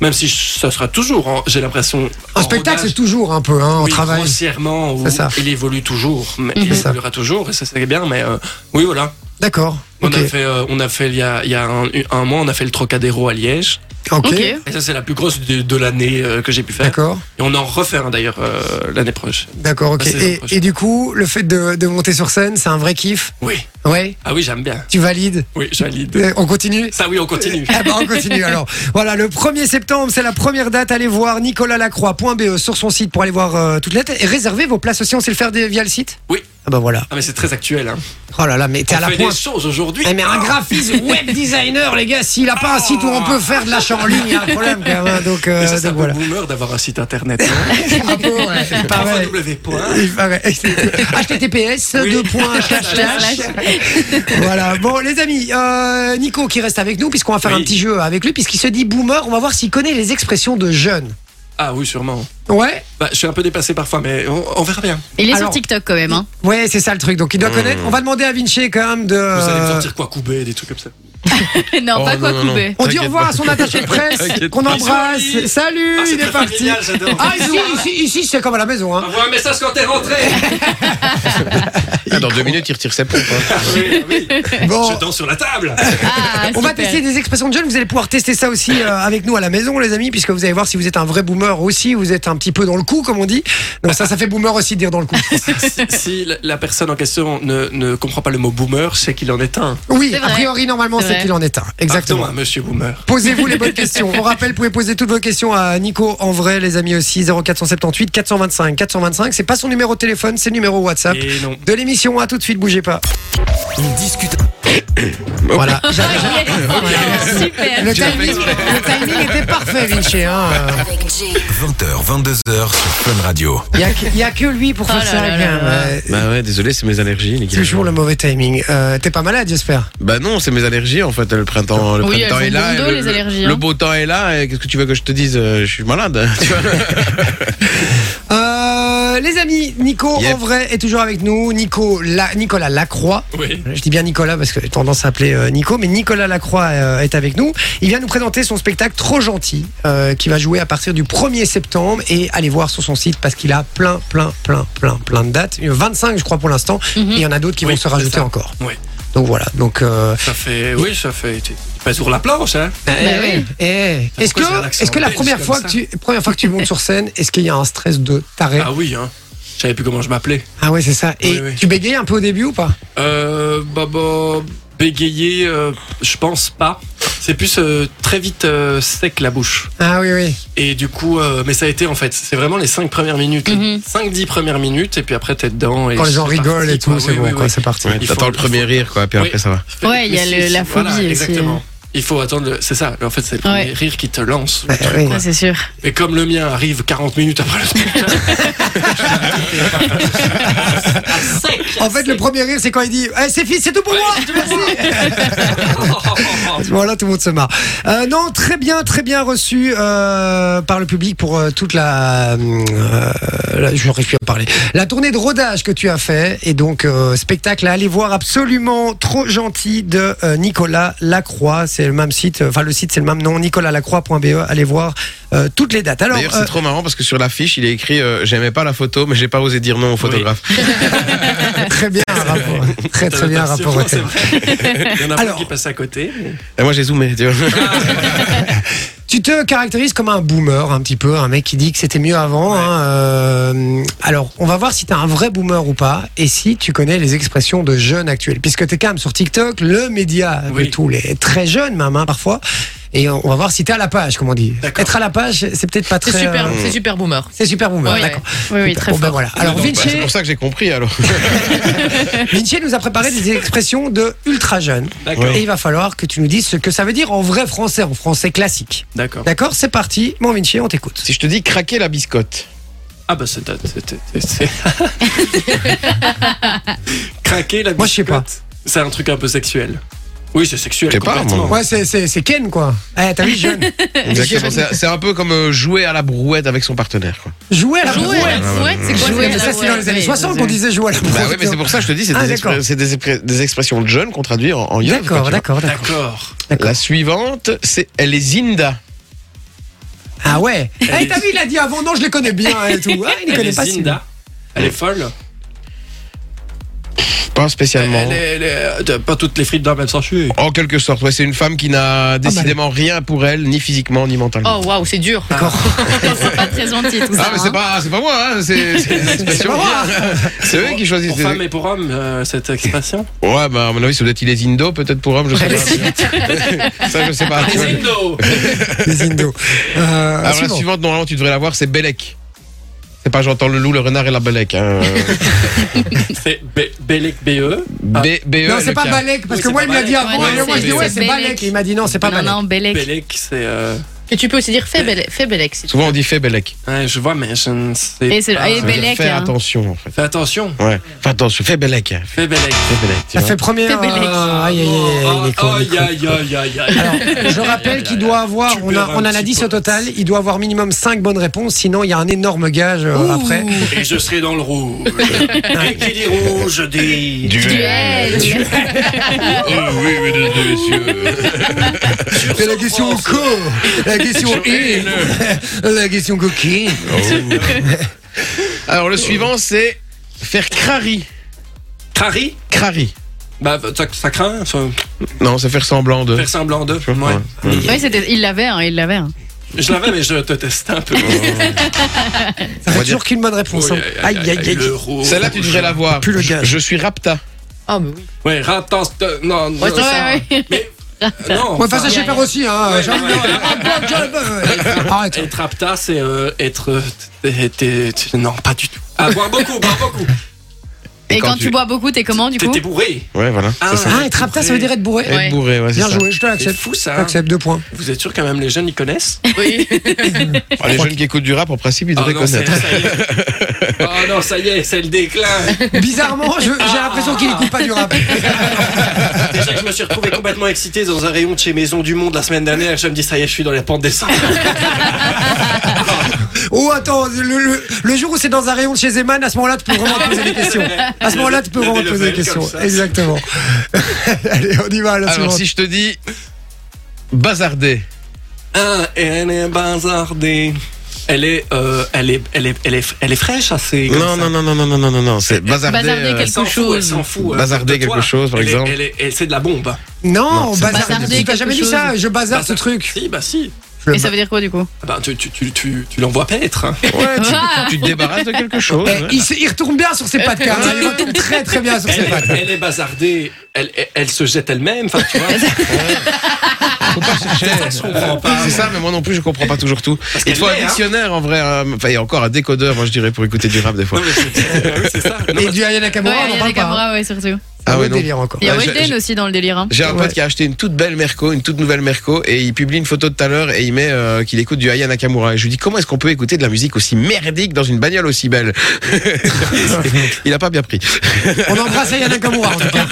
même si je- ça sera toujours. en- J'ai l'impression. Un en spectacle, rodage, c'est toujours un peu, hein, on oui, travaille. Grossièrement, où C'est ça. il évolue toujours. Mais Mhm. il C'est ça. évoluera toujours, et ça c'est bien. Mais euh, oui, voilà. D'accord. On Ok. a fait, euh, on a fait il y a, il y a un, un mois, on a fait le Trocadéro à Liège. Ok. Ok. Et ça c'est la plus grosse de, de l'année euh, que j'ai pu faire. D'accord. Et on en refait un d'ailleurs euh, l'année prochaine. D'accord. Ok. La saison Et, prochaine. et du coup, le fait de, de monter sur scène, c'est un vrai kiff. Oui. Ouais. Ah oui, j'aime bien. Tu valides. Oui, je valide. Euh, On continue. Ça oui, on continue. Ah bah, on continue alors. Voilà, le 1er septembre, c'est la première date. Allez voir nicolalacroix.be E sur son site pour aller voir euh, toutes les dates. Et réservez vos places aussi, on sait le faire des- via le site Oui. Ah bah voilà. Ah mais c'est très actuel. Hein. Oh là là, mais t'es On à la fait pointe. des choses aujourd'hui. Ah. Eh, mais un graphiste web designer, les gars, s'il a pas un site où on peut faire de l'achat en ligne, il y a un problème quand même. hein. Donc, euh, Mais ça, c'est donc un voilà. peu boomer d'avoir un site internet. hein. Bravo, ouais, il paraît. www. Il paraît. https Oui. deux points, slash, slash. voilà bon les amis euh, Nico qui reste avec nous puisqu'on va faire Oui. un petit jeu avec lui puisqu'il se dit boomer on va voir s'il connaît les expressions de jeunes Ah oui, sûrement. ouais Bah, je suis un peu dépassé parfois, mais on, on verra bien. Il est Alors- sur TikTok quand même. Hein. ouais c'est ça le truc donc il doit connaître on va demander à Vinci quand même de Hmm. Vous allez me sortir quoi couper, des trucs comme ça. non, Oh, pas non, quoi non, non. couper. on dit au T'inquiète revoir pas. à son attaché de presse T'inquiète qu'on pas. embrasse salut Ah, c'est il est très parti familial, j'adore. ah ici ici, ici, c'est comme à la maison hein. Envoie un message quand t'es rentré. Ah, dans deux minutes, il retire ses pompes. hein. oui, oui. bon Je danse sur la table. Ah, On va super. tester des expressions de jeunes. Vous allez pouvoir tester ça aussi euh, avec nous à la maison, les amis, puisque vous allez voir si vous êtes un vrai boomer aussi. Vous êtes un petit peu dans le coup, comme on dit. Donc ça, ça fait boomer aussi de dire dans le coup. si, si la- la personne en question ne, ne comprend pas le mot boomer, c'est qu'il en est un. Oui, C'est a vrai. priori, normalement, C'est c'est vrai. qu'il en est un. Exactement. Pardon, hein, monsieur boomer. Posez-vous les bonnes questions. On rappelle, vous pouvez poser toutes vos questions à Nico en vrai, les amis aussi. 0478 425 425. C'est pas son numéro de téléphone, c'est le numéro WhatsApp. Et non. De l'émission, à tout de suite, bougez pas. On discute. Voilà. Ah, yes. Super. Le Tu l'as timing, fait exprès. le timing était parfait, Vinci. hein. Avec Jay. 20h, 22h sur Fun Radio. Il y a, que- il y a que lui pour faire Oh là ça. là là quand même. là. Euh, Bah ouais, désolé, c'est mes allergies, les gars. Toujours le mauvais timing. Euh, T'es pas malade, j'espère. Bah non, c'est mes allergies en fait. Le printemps, le Oui, printemps elles est ont bon là. et dos, le, les le- allergies, le hein. beau temps est là. et Qu'est-ce que tu veux que je te dise Euh, Je suis malade. tu vois. Euh, les amis, Nico Yep. en vrai est toujours avec nous. Nico, La- Nicolas Lacroix. Oui. Je dis bien Nicolas parce que j'ai tendance à appeler euh, Nico, mais Nicolas Lacroix euh, est avec nous. Il vient nous présenter son spectacle Trop Gentil, euh, qui va jouer à partir du 1er septembre. Et allez voir sur son site parce qu'il a plein, plein, plein, plein, plein de dates. Il y en a 25, je crois, pour l'instant. Mhm. Et il y en a d'autres qui Oui, vont se c'est rajouter ça. encore. Oui. Donc voilà. Donc, euh, Ça fait. Oui, ça fait. t'es Pas sur la planche, hein. eh, oui. eh. Est-ce que, Pourquoi j'ai un accent est-ce que la belge première comme fois ça que, tu, première fois que tu montes sur scène, est-ce qu'il y a un stress de taré Ah oui, hein. Je savais plus comment je m'appelais. Ah ouais, c'est ça. Et Oui, oui. tu bégayes un peu au début ou pas Euh, bah, bah, bégayer, euh, je pense pas. C'est plus euh, très vite euh, sec la bouche. Ah oui, oui. Et du coup, euh, mais ça a été en fait, c'est vraiment les 5 premières minutes, Mhm. 5-10 premières minutes, et puis après t'es dedans. Et Mm-hmm. Quand les gens c'est rigolent parti, et tout, quoi. c'est Oui, bon, oui, quoi, oui. c'est parti. Il T'attends faut- le premier rire, quoi. Puis Oui. après, ça va. Ouais, il y a Mais le- c'est- la c'est- voilà, phobie aussi. Exactement. Il faut attendre, le- c'est ça, en fait, c'est le premier Ouais. rire qui te lance. euh. Ouais, Bah, oui. Ça, c'est sûr. Et comme le mien arrive 40 minutes après le spectacle, En fait, le premier rire, c'est quand il dit Eh, C'est fini, c'est tout pour moi Voilà, tout le monde se marre. Euh, non, très bien, très bien reçu euh, par le public pour euh, toute la, euh, la- Je n'aurais plus à parler. La tournée de rodage que tu as fait. Et donc, euh, spectacle à aller voir absolument trop gentil de euh, Nicolas Lacroix. C'est c'est le même site, enfin le site c'est le même nom, nicolaslacroix.be, E. allez voir euh, toutes les dates. Alors, D'ailleurs, c'est euh, trop marrant parce que sur l'affiche, il est écrit euh, J'aimais pas la photo, mais j'ai pas osé dire non au photographe. euh, très bien, un rapport, très très bien, un rapport au C'est thème. vrai. Il y en a Alors. plein qui passent à côté. mais- Et moi, j'ai zoomé, tu vois. Tu te caractérises comme un boomer, un petit peu, un mec qui dit que c'était mieux avant. hein, euh, alors, on va voir si t'es un vrai boomer ou pas, et si tu connais les expressions de jeunes actuels, puisque t'es quand même sur TikTok, le média de Oui. tous les très jeunes même hein, parfois. Et on on va voir si t'es à la page, comme on dit. D'accord. Être à la page, c'est peut-être pas très. C'est super, euh, c'est super boomer. c'est super boomer, Ouais, d'accord. Oui, oui, très Bon, ben fort. voilà. Alors, Donc, bah, Vinci, c'est pour ça que j'ai compris alors. hein. Vinci nous a préparé des expressions de ultra jeunes. D'accord. Et il va falloir que tu nous dises ce que ça veut dire en vrai français, en français classique. D'accord. D'accord C'est parti. Mon Vinci, on t'écoute. si je te dis craquer la biscotte, Ah bah c'est... c'est- c'est- c'est- Craquer la Moi, je sais pas. biscotte. C'est un truc un peu sexuel. Oui, c'est sexuel. Je sais pas, complètement. moi. Ouais, c'est- c'est c'est Ken, quoi. Eh, t'as vu, jeune. Exactement, c'est c'est un peu comme euh, jouer à la brouette avec son partenaire. quoi. Jouer à la Jouer à Ah, bah, brouette. la brouette, c'est quoi Jouer jouer à Mais la ça, c'est dans brouette, les années oui, 60 oui. qu'on disait jouer à la brouette. Bah oui, mais c'est pour ça que je te dis, c'est Ah, des, d'accord. expré- c'est des expré- des expressions de jeunes qu'on traduit en, en yeuve, quoi, D'accord, tu vois. d'accord, d'accord. D'accord. La suivante, c'est elle est Zinda. Ah ouais. Eh, t'as vu, il a dit avant, non, je les connais bien et tout. Ah, il ne Elle connaît est pas Zinda. Elle est folle. Pas spécialement. Elle est- elle est- t'as pas toutes les frites dans le même sachet. En quelque sorte, ouais, c'est une femme qui n'a décidément rien pour elle, ni physiquement, ni mentalement. Oh waouh, c'est dur. C'est pas très gentil tout ça. ah, mais hein. c'est pas, c'est pas moi, hein, c'est c'est des expressions. pas C'est eux qui choisissent. Pour des- femme et pour homme, euh, cette expression. Ouais, bah, à mon avis, ça doit être il est Indo, peut-être pour homme, je sais pas. ça, je sais pas. tu vois. Zindo. Les Indo. Euh, Alors, la suivant. suivante, normalement, tu devrais la voir, c'est Belek. C'est pas j'entends le loup, le renard et la Belek. hein. C'est Be- Belek BE. Ah. B- E, B-E-L-E-K. Non, c'est pas Balek, parce Oui, que c'est moi, pas il me l'a dit Balek. avant. Ouais, et non, moi, je c'est- dis, ouais, c'est c'est Balek. Balek. Il m'a dit, non, c'est pas Non, Balek. non, Bellec. Belek, c'est. euh, Et tu peux aussi dire fais Bellec. Fais Bellec si tu Souvent, on dit fait Belek. ouais, je vois, mais je ne sais Et c'est- pas. et Ça veut dire Belek, Fais hein. attention, en fait. Fais attention. Ouais. Fais attention, fais Belek. hein. Fais Belek. Oh, Fais Belek, tu Ça vois. fait premier. C'est euh, Balek. Aïe, aïe, aïe, aïe, il est con, il est Aïe, con. aïe, aïe, aïe, aïe. Alors, je rappelle qu'il doit avoir, Oh, Tu on, a, perds un on en a petit 10 peu. au total, il doit avoir minimum 5 bonnes réponses, sinon il y a un énorme gage euh, après. Et je serai dans le rouge. Et qui dit rouge dit. Duel. oui, mesdames et messieurs. C'est la question co, la question in, la question coquille. Alors, le suivant, c'est faire crari. Crari Crari. Bah, ça, ça craint, ça, Non, c'est faire semblant de. faire semblant d'eux. Ouais. Ouais. Oui, c'était, il l'avait, hein, il l'avait. hein. Je l'avais, mais je te testais un peu. Ça va fait dire- toujours qu'une bonne réponse. hein. Aïe, aïe, aïe. Le rouge. Celle-là, tu devrais la voir. Plus le Je, gage. je suis Rapta. Ah, mais oui. Ouais, rattans. Non, non, Ouais, ça- ouais, Mais. euh, Non. Moi, face enfin, à Shepard aussi, hein. Ouais, j'ai envie de- ouais, ouais. Ah, bon, j'ai- euh, Arrête. Être apta, c'est euh, être. euh, t'es- t'es- t'es- non, pas du tout. Ah, boire beaucoup, boire beaucoup. Et, quand, tu bois beaucoup, t'es comment du coup T'étais bourré. Ouais, voilà. Ah, c'est ça. Ah, être après, ça veut dire être bourré. Être ouais. bourré, ouais, c'est Bien ça. joué, je te C'est l'accepte. fou ça. hein. J'accepte deux points. Vous êtes sûr quand même les jeunes ils connaissent oui. Ah, les jeunes qui écoutent du rap, en principe, ils Ah devraient non, c'est- connaître. ça y est. Oh non, ça y est, c'est le déclin. Bizarrement, je- j'ai l'impression qu'il écoute pas du rap. Déjà que je me suis retrouvé complètement excité dans un rayon de chez Maison du Monde la semaine dernière, je me dis ça y est, je suis dans les pentes des saints. Oh, attends, le, le- le jour où c'est dans un rayon de chez Zeman, à ce moment-là, tu peux vraiment te poser des questions. À ce moment-là, tu peux Le- vraiment le te poser des level questions. comme ça. Exactement. Allez, on y va à la Alors, suivante. si je te dis bazarder, Ah, et elle est bazardée. Elle est, euh, elle est, elle est, elle est, elle est fraîche assez. comme Non, ça. non, non, non, non, non, non, non, non, c'est bazarder. Bazarder euh, Elle s'en quelque fout, elle chose. s'en fout. euh, Bazarder de toi. quelque chose, par Elle est- exemple. Elle est, elle- c'est de la bombe. Non, c'est bazarder. bazarder Tu t'as jamais quelque dit ça, je bazarde ce Bazar- truc. Si, bah si. Et ça veut dire quoi du coup Ah Bah, tu, tu, tu, tu, tu l'envoies paître. hein. Ouais, tu, Ah tu te débarrasses de quelque chose. Eh, ouais. il, se- il retourne bien sur ses pas de cartes. hein. Il retourne très très bien sur ses Elle, Eh, pattes. est- elle est bazardée. Elle, elle, elle se jette elle-même. Enfin, tu vois. Faut pas chercher. je comprends pas, C'est ça, mais moi non plus, je comprends pas toujours tout. Il qu'elle faut un l'est, hein. dictionnaire en vrai. hein. Enfin, il y a encore un décodeur, moi je dirais, pour écouter du rap des fois. Non, mais c'est- oui, c'est ça. Non, Et du Ayana Nakamura, Ouais, il on en y a parle des pas. hein. caméras, ouais, surtout. C'est un Ah ouais, autre non. délire encore. Il y a Ouais, j'ai- Weshden j'ai- aussi dans le délire. hein. J'ai un pote Ouais. qui a acheté une toute belle Merco, une toute nouvelle Merco, et il publie une photo de tout à l'heure et il met euh, qu'il écoute du Aya Nakamura. Et je lui dis comment est-ce qu'on peut écouter de la musique aussi merdique dans une bagnole aussi belle Il a pas bien pris. On embrasse Ayana Nakamura en tout cas.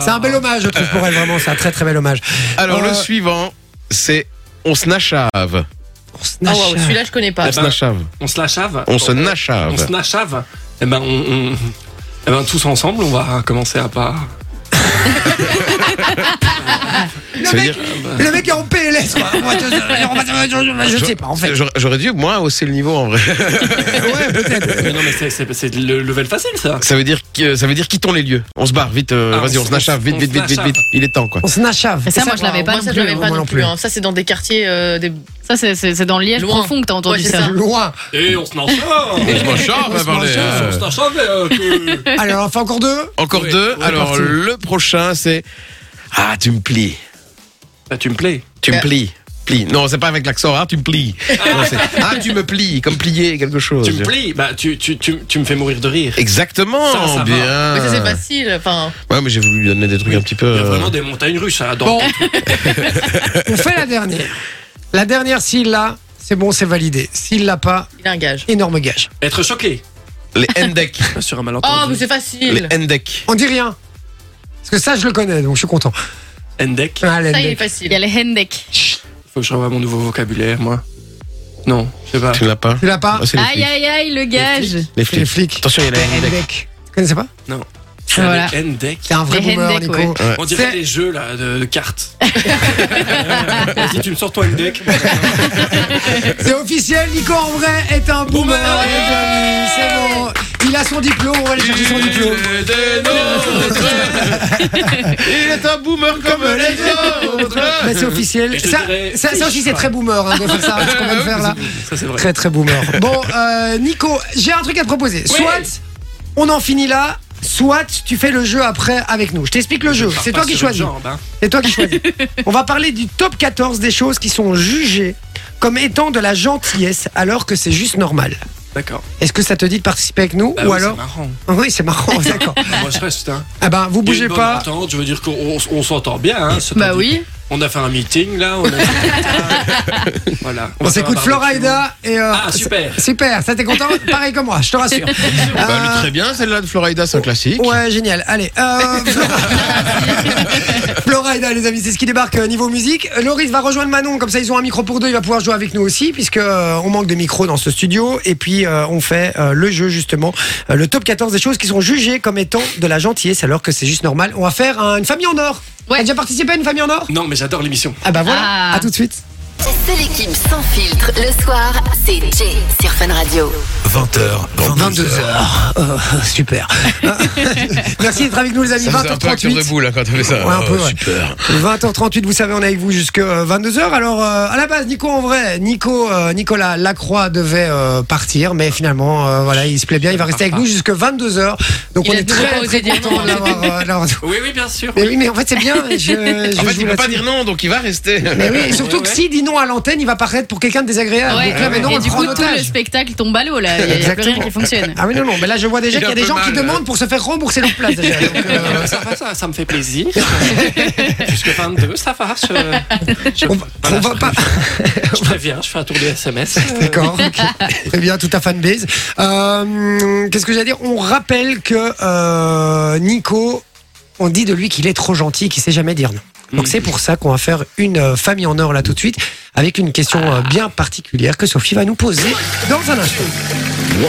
C'est un bel hommage, je trouve, pour elle, vraiment. C'est un très très bel hommage. Alors Euh, le suivant, c'est on se nachave. on se Oh, Ah, nage. waouh, celui-là, je connais pas. Eh On se bah. ben, nachave. On se lâchave. On se On se nachave. nachave. Eh ben, on, on- eh ben, tous ensemble, on va commencer à pas. Le Ça veut mec, dire- le mec est en PLS, quoi. On va te- on va te- Je sais pas, en fait. J'aurais- J'aurais dû, moi, hausser le niveau en vrai. Ouais, peut-être. Mais non, mais c'est- c'est c'est le level facile, ça. Ça veut dire que ça veut dire quittons les lieux. On se barre vite. euh, Ah, Vas-y, on on se- se nachave vite, on vite, se vite, vite, vite. nachave. Il est temps quoi. On se nachave. Et ça, moi, je l'avais pas Moi, non ça, plus. je l'avais hein. pas moi non non plus. plus. hein. Ça, c'est dans des quartiers euh, des. Ça, c'est- c'est c'est dans le Liège Loin. profond que t'as hein. entendu Ouais, c'est ça. ça. Loin. Et Eh, on se lance On se mange On se mange On se lance euh, que- Allez, on en fait encore deux. Encore Ouais, deux. ouais, Alors parti. le prochain c'est ah tu me plies, Bah, tu me plais. tu me Euh. plies. Plie. Non, c'est pas avec l'accent, ah, tu me plies. Non, c'est, ah, tu me plies, comme plier quelque chose. Tu me plais. Bah, tu, tu, tu, tu me fais mourir de rire. Exactement, Ça, ça va. bien. Mais ça, c'est facile. Enfin, Ouais, mais j'ai voulu lui donner des trucs un petit peu. Il y a euh, vraiment des montagnes russes hein, dans Bon. on fait la dernière. La dernière, s'il l'a, c'est bon, c'est validé. S'il l'a pas, il a un gage. énorme gage. Être choqué Les Endek. sur un Oh, mais malentendu. c'est les E facile. Endek. On dit rien. Parce que ça, je le connais, donc je suis content. Endek. Ah, la- Ça, il est Il y facile. a les Hendek. Faut que je revoie mon nouveau vocabulaire, moi. Non, je sais pas. Tu ne l'as pas Tu l'as pas Ah, c'est les Aïe, flics. aïe, aïe, le Les gage. Les C'est les flics. flics. Attention, il y a les E Endek. Hendek. Tu connaissais pas Voilà. Endek. C'est un vrai Les boomer, Hendek, Nico. ouais. On dirait C'est- des jeux là, de, de cartes. si tu me sors toi Endek. C'est officiel, Nico en vrai est un boomer, Boomer. les amis. C'est bon. Il a son diplôme, on va aller chercher son diplôme. Il est un boomer comme les autres. Mais c'est officiel. Et je Ça, dirais- ça, ça aussi, c'est très boomer hein, de faire ça, ce qu'on vient de faire là. Ça c'est vrai. Très, très boomer. Bon, euh, Nico, j'ai un truc à te proposer. Soit on en finit là. Soit tu fais le jeu après avec nous. Je t'explique le jeu. C'est toi qui choisis. hein. C'est toi qui choisis. On va parler du top 14 des choses qui sont jugées comme étant de la gentillesse alors que c'est juste normal. D'accord. Est-ce que ça te dit de participer avec nous Bah ou oui, alors C'est marrant. Oui, c'est marrant, d'accord. Bah, Moi je reste. Hein. Ah ben, vous bougez Une bonne pas. entente, je veux dire qu'on on s- on s'entend bien. Hein, c'est Bah pas- oui. On a fait un meeting là. On a- voilà. On va faire un s'écoute barbecue. Florida et. euh, Ah super. Super, ça t'es content Pareil que moi, je te rassure. Bah, elle est Euh, très bien, celle-là de Florida, c'est un classique. Ouais, génial. Allez, euh, Florida, les amis, c'est ce qui débarque euh, niveau musique. Euh, Loris va rejoindre Manon, comme ça ils ont un micro pour deux, il va pouvoir jouer avec nous aussi, puisque euh, on manque de micros dans ce studio. Et puis euh, on fait euh, le jeu justement, euh, le top 14 des choses qui sont jugées comme étant de la gentillesse, alors que c'est juste normal. On va faire un- une famille en or. Ouais. T'as déjà participé à une famille en or Non mais j'adore l'émission. Ah bah voilà, Ah. à tout de suite. C'est l'équipe sans filtre. Le soir, c'est Jay sur Fun Radio. 20h, 22h. 22h. Oh, super. Merci d'être avec nous les amis. Ça faisait un peu un cure de 20h38. boule hein, quand t'avais ça. Ouais, un peu, Oh, ouais. Super. 20h38, vous savez, on est avec vous jusqu'à 22h. Alors, euh, à la base, Nico, en vrai, Nico, euh, Nicolas Lacroix devait euh, partir, mais finalement, euh, voilà, il se plaît bien, il va rester avec nous jusqu'à 22h. Donc, Il on a est toujours très, pas très osé dire content non. de l'avoir. euh, de l'avoir- Oui oui bien sûr. mais oui, mais en fait, c'est bien. Je, je En fait, joue il peut pas là-dessus. dire non, donc il va rester. Mais oui, et surtout Ouais, que ouais. s'il dit non à l'antenne, il va paraître pour quelqu'un de désagréable. Ouais. Ah, Donc là, maintenant, on Et le du prend coup, en tout le otage. spectacle tombe à l'eau là. Il n'y a plus rien Exactement. qui fonctionne. Ah oui, non, non, mais là, je vois déjà Il qu'il y a a des un peu gens qui mal, là. demandent pour se faire rembourser leur place. déjà. Donc, euh, Euh, ça va, ça, ça me fait plaisir. Jusque 22, ça va. Je, je- on, voilà, euh, on va je- pas. Je préviens, je fais un tour de SMS. euh, D'accord. ok. Très bien, tout à fanbase. Euh, Qu'est-ce que j'allais dire On rappelle que euh, Nico, on dit de lui qu'il est trop gentil, qu'il sait jamais dire non. Donc Mm. c'est pour ça qu'on va faire une euh, famille en or là tout de suite, avec une question euh, bien particulière que Sophie va nous poser dans un instant. Oh,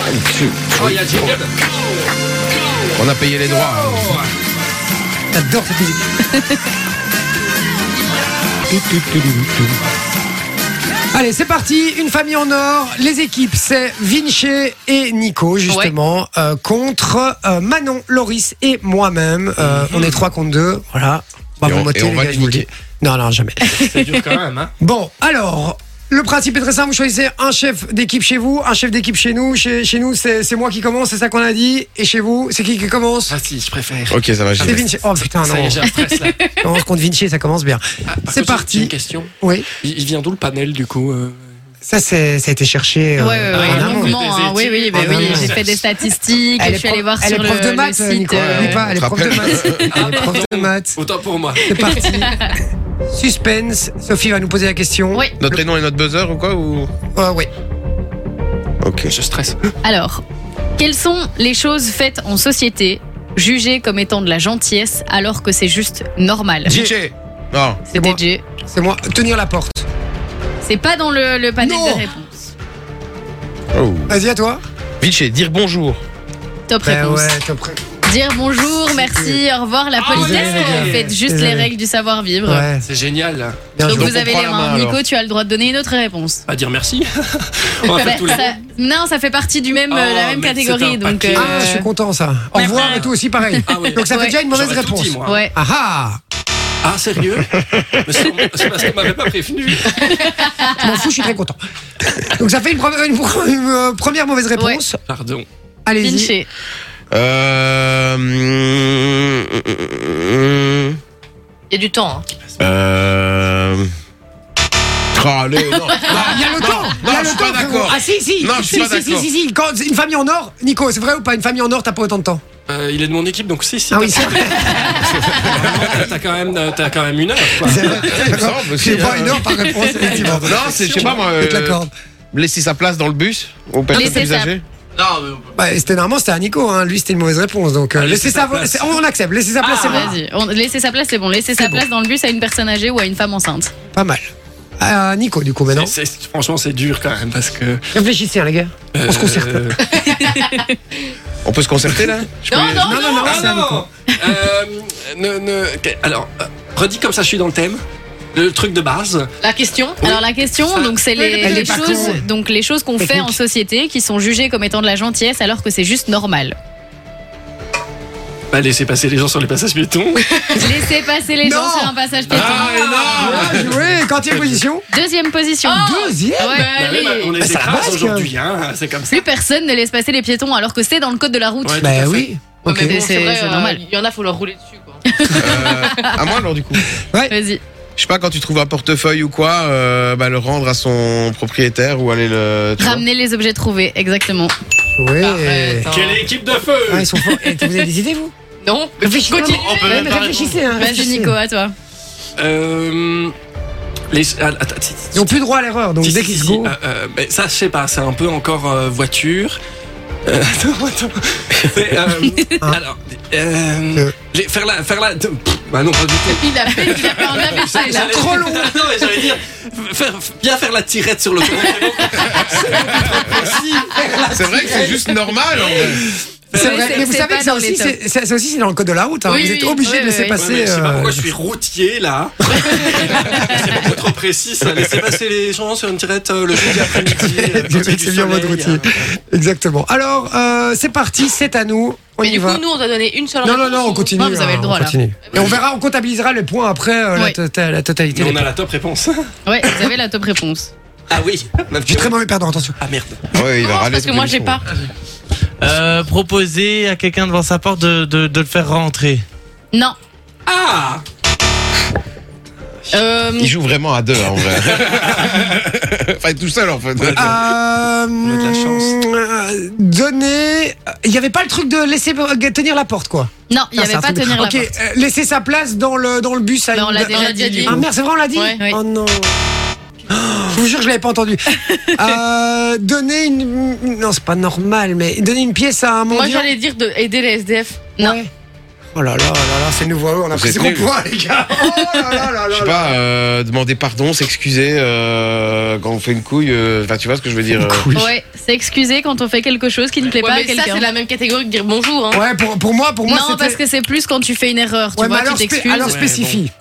il y a Jingle. On a payé les droits. hein. J'adore cette musique. Allez, c'est parti, une famille en or. Les équipes, c'est Vinci et Nico, justement, euh, contre euh, Manon, Loris et moi-même. Euh, On est trois contre deux, voilà. On Et va on- voter, et on les va gars, les je vous le dis. niquer. Non, non, jamais. C'est dur quand même. Hein. Bon, alors, le principe est très simple. Vous choisissez un chef d'équipe chez vous, un chef d'équipe chez nous. Chez, chez nous, c'est c'est moi qui commence, c'est ça qu'on a dit. Et chez vous, c'est qui qui commence Ah si, je préfère. Ok, ça va. j'y C'est vais. Vinci. Oh putain, Ça y non. est, j'ai un stress là. Non, contre Vinci, ça commence bien. Ah, par C'est contre, parti. j'ai Une question. Oui, Il il vient d'où le panel du coup euh ça, c'est, ça a été cherché. Ouais, euh, ouais, ouais, en Ah, amont. non, longuement, mais hein. des Oui, oui, bah études. oui, Ah, non, j'ai non. fait des statistiques, Elle je est suis prof- allée voir elle sur est le, prof de le maths, site. Nico. euh, Oublie pas, elle est prof de maths. Elle est prof de maths. Autant pour moi. C'est parti. Suspense. Sophie va nous poser la question. Oui. Notre prénom et notre buzzer ou quoi ou... Euh, oui. Ok. Je stresse. Alors, quelles sont les choses faites en société jugées comme étant de la gentillesse alors que c'est juste normal DJ. Non. C'est C'est moi. DJ. C'est moi. Tenir la porte. C'est pas dans le, le panel Non. de réponse. Oh. Vas-y, à toi. Vinci, dire bonjour. Top Ben réponse. ouais, t'as pris- dire bonjour, merci, au revoir. La Ah, politesse, désolé, vous les gars. faites juste Désolé. les règles du savoir-vivre. Ouais. C'est génial. là. Bien Donc joué. vous avez prend les la mains. main, Nico, alors. tu as le droit de donner une autre réponse. Pas dire merci. On va Bah, faire tous les. ça- non, ça fait partie du même, Oh, euh, la même mais c'est catégorie. un Donc, paquet. euh, Ah, je suis content ça. Au Mais revoir frère. et tout aussi pareil. Ah oui. Donc ça fait Ouais. déjà une mauvaise J'aurais tout réponse. dit, moi. ouais. Ah ah Ah sérieux Mais C'est c'est parce qu'on m'avait pas prévenu. Je m'en fous, je suis très content. Donc ça fait une, première- une pro- une, euh, première mauvaise réponse. Pardon. Allez-y. Pinché. Euh, hum, hum, hum, Il y a du temps. hein. euh, oh, allez, non. Ah, Il y a le temps Il y a non, le je suis temps, pas frérot. d'accord. Ah si, si Non, je suis si, pas si, si, d'accord. si, si. Quand c'est une famille en or, Nico, c'est vrai ou pas Une famille en or, t'as pas autant de temps Euh, il est de mon équipe donc si si. Ah t'as- oui, c'est vrai. T'as quand même euh, t'as quand même une heure. Quoi. C'est vrai. Il me semble aussi, C'est pas hein. une heure par réponse, effectivement. Non, c'est, je sais pas moi. Je te Euh, l'accorde. laisser sa place dans le bus aux personnes Laisser plus sa- âgées. Non. mais- Bah, c'était normalement c'était à Nico, hein. lui c'était une mauvaise réponse. Donc euh, Ah, laissez laissez sa sa place. c'est- on accepte, laissez sa place, c'est bon. Vas-y. On- Laissez sa place, c'est bon. Laissez sa place dans le bus à une personne âgée ou à une femme enceinte. hein. Pas mal. Ah, Nico du coup maintenant. C'est- c'est- franchement, c'est dur quand même parce que. Réfléchissez hein, les gars. On se concerte. Euh, On peut se concerter là Non, non, non, non. non, non, c'est ah à Nico. non Euh, ne, ne- ok, Alors, euh, redis comme ça, je suis dans le thème. Le truc de base. La question Alors la question, Ça- donc c'est Elle les, est les pas choses, con. donc les choses qu'on fait en Technique. société qui sont jugées comme étant de la gentillesse alors que c'est juste normal. Bah, laisser passer les gens sur les passages piétons. Bah, Laissez passer les Non. gens sur un passage piéton. Ah, Bien joué, quantième position. Deuxième position. Deuxième Ouais. Bah oui, bah, on les Bah, ça écrase reste, aujourd'hui, hein, c'est comme ça. Plus personne ne laisse passer les piétons alors que c'est dans le code de la route. Ouais. Bah tout à oui. Ouais, Ok. mais bon, C'est- c'est vrai, c'est euh, normal. Il y en a, faut leur rouler dessus. Quoi. Euh, À moi alors du coup. Vas-y. Je sais pas quand tu trouves un portefeuille ou quoi, euh, bah, le rendre à son propriétaire ou aller le. tu vois. Ramener les objets trouvés, exactement. Ouais. Arrête, hein. Quelle équipe de feu Ah, ils sont forts. Eh, vous avez des idées vous Non, Réfléchissez. Continue. On peut Ouais, même mais pas réfléchissez. Hein, Vas-y réfléchissez. Nico, à toi. Euh, les- ah, attends, si, si, Ils n'ont plus droit à l'erreur, donc si, dès si, qu'ils si, se go. euh, euh, mais ça, je sais pas, c'est un peu encore euh, voiture. Euh, attends, attends. C'est, euh, alors, euh, Euh. les- faire la, faire la. pff, Bah non, pas du tout. Il a fait, il a fait un ABC là. J'allais- Non, mais j'allais dire, faire, bien faire la tirette sur le front. C'est vrai que c'est juste normal. en vrai. C'est Ouais, vrai. c'est- Mais vous c'est savez pas que ça dans les aussi, tops. c'est ça- ça aussi, c'est dans le code de la route. hein. Oui, Vous êtes oui. obligé Ouais, de laisser ouais. Ouais, mais passer. je sais pas euh, pourquoi je suis routier là. c'est beaucoup trop précis ça. Laissez passer les gens sur une tirette euh, le jeudi après-midi. euh, Le mec, quand il y a du c'est bien en mode soleil, routier. hein. Exactement. Alors, euh, c'est parti, c'est à nous. On Mais y du va. coup, nous, on doit donner une seule Non, non, réponse non, on ou- continue. Non, vous avez hein, le droit, on là. continue. Et on verra, on comptabilisera les points après euh, la, Oui. tota- la totalité. Mais des on a points. la top réponse. Ouais, vous avez la top réponse. Ah oui. Je suis très mauvais perdant, attention. Ah merde. Ouais, il va Non, râler parce que toute moi, j'ai l'émission. pas. Euh, proposer à quelqu'un devant sa porte de, de, de le faire rentrer. Non. Ah. Euh, Il joue vraiment à deux hein, en vrai. enfin, tout seul en fait. Euh, a de la chance. euh, Donner. Il n'y avait pas le truc de laisser euh, tenir la porte, quoi. Non, il n'y Ah, avait c'est un pas truc de- tenir la Ok, porte. euh, laisser sa place dans le, dans le bus à Bah, on une- l'a on déjà l'a dit. dit. du Ah coup. merde, c'est vrai, on l'a dit Ouais. Oh non. Je vous jure, je l'avais pas entendu. Euh, donner une. Non, c'est pas normal, mais donner une pièce à un moi, mendiant. j'allais dire de aider les SDF. Non. Oh là là, oh là là, c'est nouveau, on a Vous pris êtes ce qu'on nuls. pourra, les gars. Oh là là là Je là sais là. pas, euh, demander pardon, s'excuser euh, quand on fait une couille. euh, Enfin, tu vois ce que je veux dire. euh. Ouais, c'est excuser quand on fait quelque chose qui ne plaît Ouais, pas à mais ça, quelqu'un. c'est la même catégorie que dire bonjour. Hein. Ouais, pour, pour moi, pour moi, non, parce c'était. que c'est plus quand tu fais une erreur, tu Ouais, mais vois, tu alors, spé- t'excuses. alors Ouais, spécifie.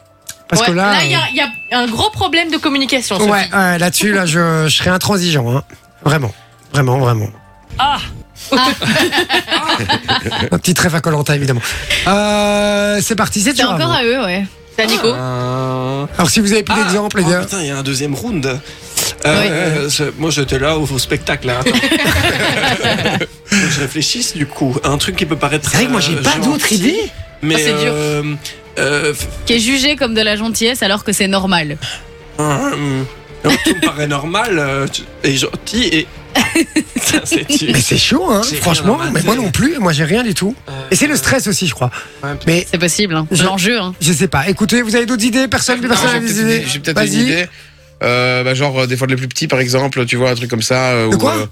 Parce Ouais, que là. il y a- il y, a un gros problème de communication. euh, Sophie. ouais, ouais, là-dessus, là, je, je serais intransigeant. Hein. Vraiment. Vraiment, vraiment. Ah. Un petit trèfle à Colanta, évidemment. Euh, c'est parti, c'est C'est dur. à encore vous. à eux, ouais. C'est à Nico. Euh, Alors, si vous avez plus d'exemples, les oh, gars. putain, il y a un deuxième round. Euh, euh, je- moi, j'étais là au, au spectacle. Là. Attends. Faut que je réfléchisse du coup. Un truc qui peut paraître. C'est vrai que moi, j'ai euh, pas gentil, d'autres idées. Mais Ah, c'est dur. euh, euh, f- Qui est jugé comme de la gentillesse alors que c'est normal. euh, euh, tout me paraît normal euh, tu- et gentil et. Putain, c'est dur. Mais c'est chaud, hein, J'ai franchement. rien à Mais moi mater. non plus, moi j'ai rien du tout. Et c'est le stress aussi, je crois. Ouais, Mais C'est possible, hein. Je- l'enjeu. Hein. je sais pas. Écoutez, vous avez d'autres idées Personne, Non, personne n'a j'ai des peut-être idées une- j'ai peut-être une Vas-y. idée. Euh, bah, genre, euh, des fois, les plus petits, par exemple, tu vois, un truc comme ça. euh, De ou, quoi euh,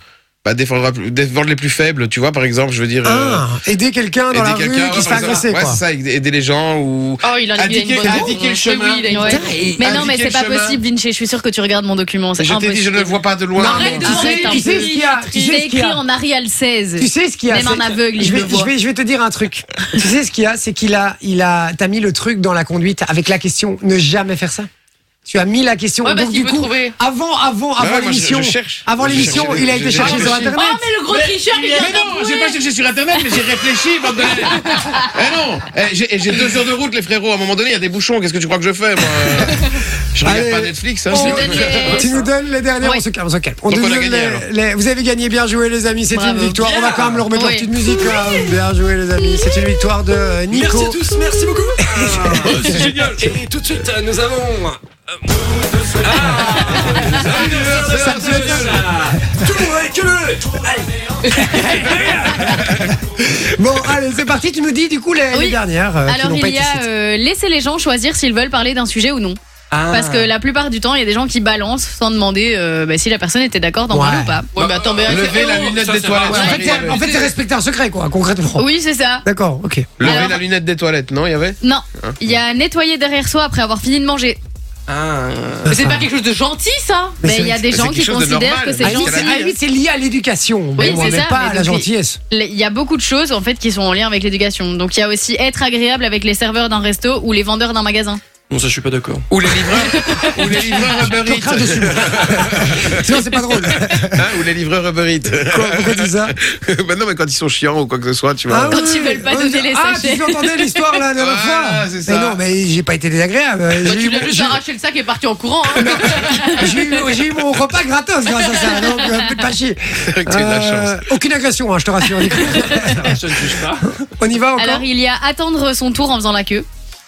bah, défendre, défendre les plus faibles, tu vois, par exemple, je veux dire. euh, Ah, aider quelqu'un dans la rue quelqu'un, qui se fait par exemple. agresser, Ouais, quoi. c'est ça, aider aider les gens ou. Oh, il en a bien une Indiquer- bonne. indiquer le chemin. Oui, il a une Ouais. bonne. Mais non, mais indiquer c'est pas le chemin. possible, Vinci. Je suis sûr que tu regardes mon document. C'est Je t'ai impossible. dit, je ne le vois pas de loin. Arrête mon de petit. demander. Tu sais ce qu'il y a, tu Je sais l'ai ce qu'il y écrit a. en Arial 16. Tu sais ce qu'il y a Même c'est- en aveugle, je il vais, le voit. je vais- je vais te dire un truc. tu sais ce qu'il y a, c'est qu'il a, il a, t'as mis le truc dans la conduite avec la question ne jamais faire ça. Tu as mis la question. Ouais, parce donc qu'il du veut coup, trouver. avant, avant, ouais, avant moi, je- l'émission, je cherche. avant Je l'émission, cherche, Ah, il a je- été je cherché cherche. Ah, sur Oh, mais internet. le gros tricheur, il Mais non, j'ai pas cherché sur internet, mais j'ai réfléchi, bande de- Eh non Eh, j'ai- et J'ai deux heures de route, les frérots. À un moment donné, il y a des bouchons. Qu'est-ce que tu crois que je fais, moi Je regarde Allez. pas Netflix, hein. On- je- donne les- Tu nous donnes les dernières, Oui. on se calme, on se calme. On Donc te on a donne gagné, les- alors. les- vous avez gagné, bien joué les amis, c'est une Bravo. victoire. On va quand même leur remettre Oui. une petite musique. là. Bien joué les amis, c'est une victoire de euh, Nico. Merci à tous, merci beaucoup. Ah, c'est génial. Et tout de suite, euh, nous avons. euh, Ah, Ça me fait bien. Tout le monde avec eux. Allez. Bon, allez, c'est parti. Tu nous dis du coup les, Oui. les dernières. euh, qui Alors n'ont il pas y été a citées. euh, laissez les gens choisir s'ils veulent parler d'un sujet ou non. Ah. Parce que la plupart du temps, il y a des gens qui balancent sans demander euh, bah, si la personne était d'accord d'en Ouais. Bah, parler ou pas. Ouais, mais attends, mais. Levez la oh, lunette ça, des c'est toilettes. Ouais, vrai. Ah, en fait, Marie, c'est- en fait, c'est respecter un secret, quoi, concrètement. Oui, c'est ça. D'accord, ok. Levez Alors- la lunette des toilettes, non, il y avait Non, il y a nettoyer derrière soi après avoir fini de manger. Ah, Mais c'est pas quelque chose de gentil, ça Mais Mais c'est il y a vrai des que- mais gens c'est qui quelque chose de considèrent normal, que à c'est la limite, gentil. c'est la vie. Ah, c'est lié à l'éducation. Oui, mais on c'est n'est ça, pas mais à la donc, gentillesse. Il y a beaucoup de choses en fait qui sont en lien avec l'éducation. Donc il y a aussi être agréable avec les serveurs d'un resto ou les vendeurs d'un magasin. bon, ça, je suis pas d'accord. Ou les livreurs Ou les livreurs Uber T'en crains Eats dessus. Sinon, c'est pas drôle. Hein, Ou les livreurs Uber Eats Quoi, pourquoi tu dis ça Bah non, mais quand ils sont chiants ou quoi que ce soit, tu vois. Quand ils veulent pas Ah, donner les Ah, sachets. Ah, tu entendais l'histoire là, la dernière Voilà, fois c'est Mais ça. non, mais j'ai pas été désagréable. Toi, J'ai tu eu, lui as juste j'ai- arraché le sac et est parti en courant. hein. j'ai eu- j'ai eu mon repas gratos grâce à ça. Donc, euh, faites pas chier. C'est vrai que t'as eu de la Euh, chance. aucune agression, hein, je te rassure. Je ne juge pas. On y va encore Alors il y a attendre son tour en faisant la queue.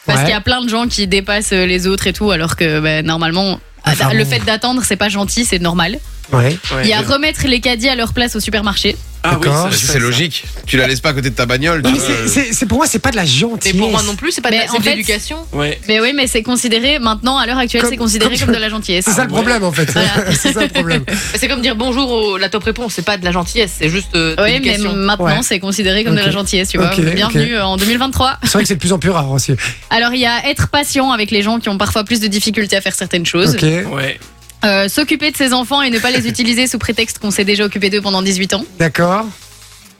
Parce Ouais. qu'il y a plein de gens qui dépassent euh, les autres et tout, alors que bah, normalement, Enfin, le bon. fait d'attendre, c'est pas gentil, c'est normal. Ah, Ouais. Ah, Il y a remettre les caddies à leur place au supermarché. Ah oui, D'accord. Ah ça, je fais C'est ça. logique. Tu la laisses pas à côté de ta bagnole. tu Mais vois. c'est- c'est- c'est- pour moi, c'est pas de la Et gentillesse. pour moi non plus, c'est pas de Mais la- c'est en de fait- l'éducation. Ouais. Mais oui, mais c'est considéré maintenant, à l'heure actuelle, Comme- c'est considéré comme- comme, de la gentillesse. C'est Ah ça le problème en fait. Voilà. c'est ça le problème. Mais C'est comme dire bonjour au la top réponse, c'est pas de la gentillesse, c'est juste euh, de Oui, mais l'éducation. maintenant, Ouais. c'est considéré comme de Ok. la gentillesse, tu vois. Ok, Bienvenue ok. euh, en 2023. C'est vrai que c'est de plus en plus rare aussi. Alors, il y a être patient avec les gens qui ont parfois plus de difficultés à faire certaines choses. Ok, Ouais. Euh, S'occuper de ses enfants et ne pas les utiliser sous prétexte qu'on s'est déjà occupé d'eux pendant 18 ans. d'accord.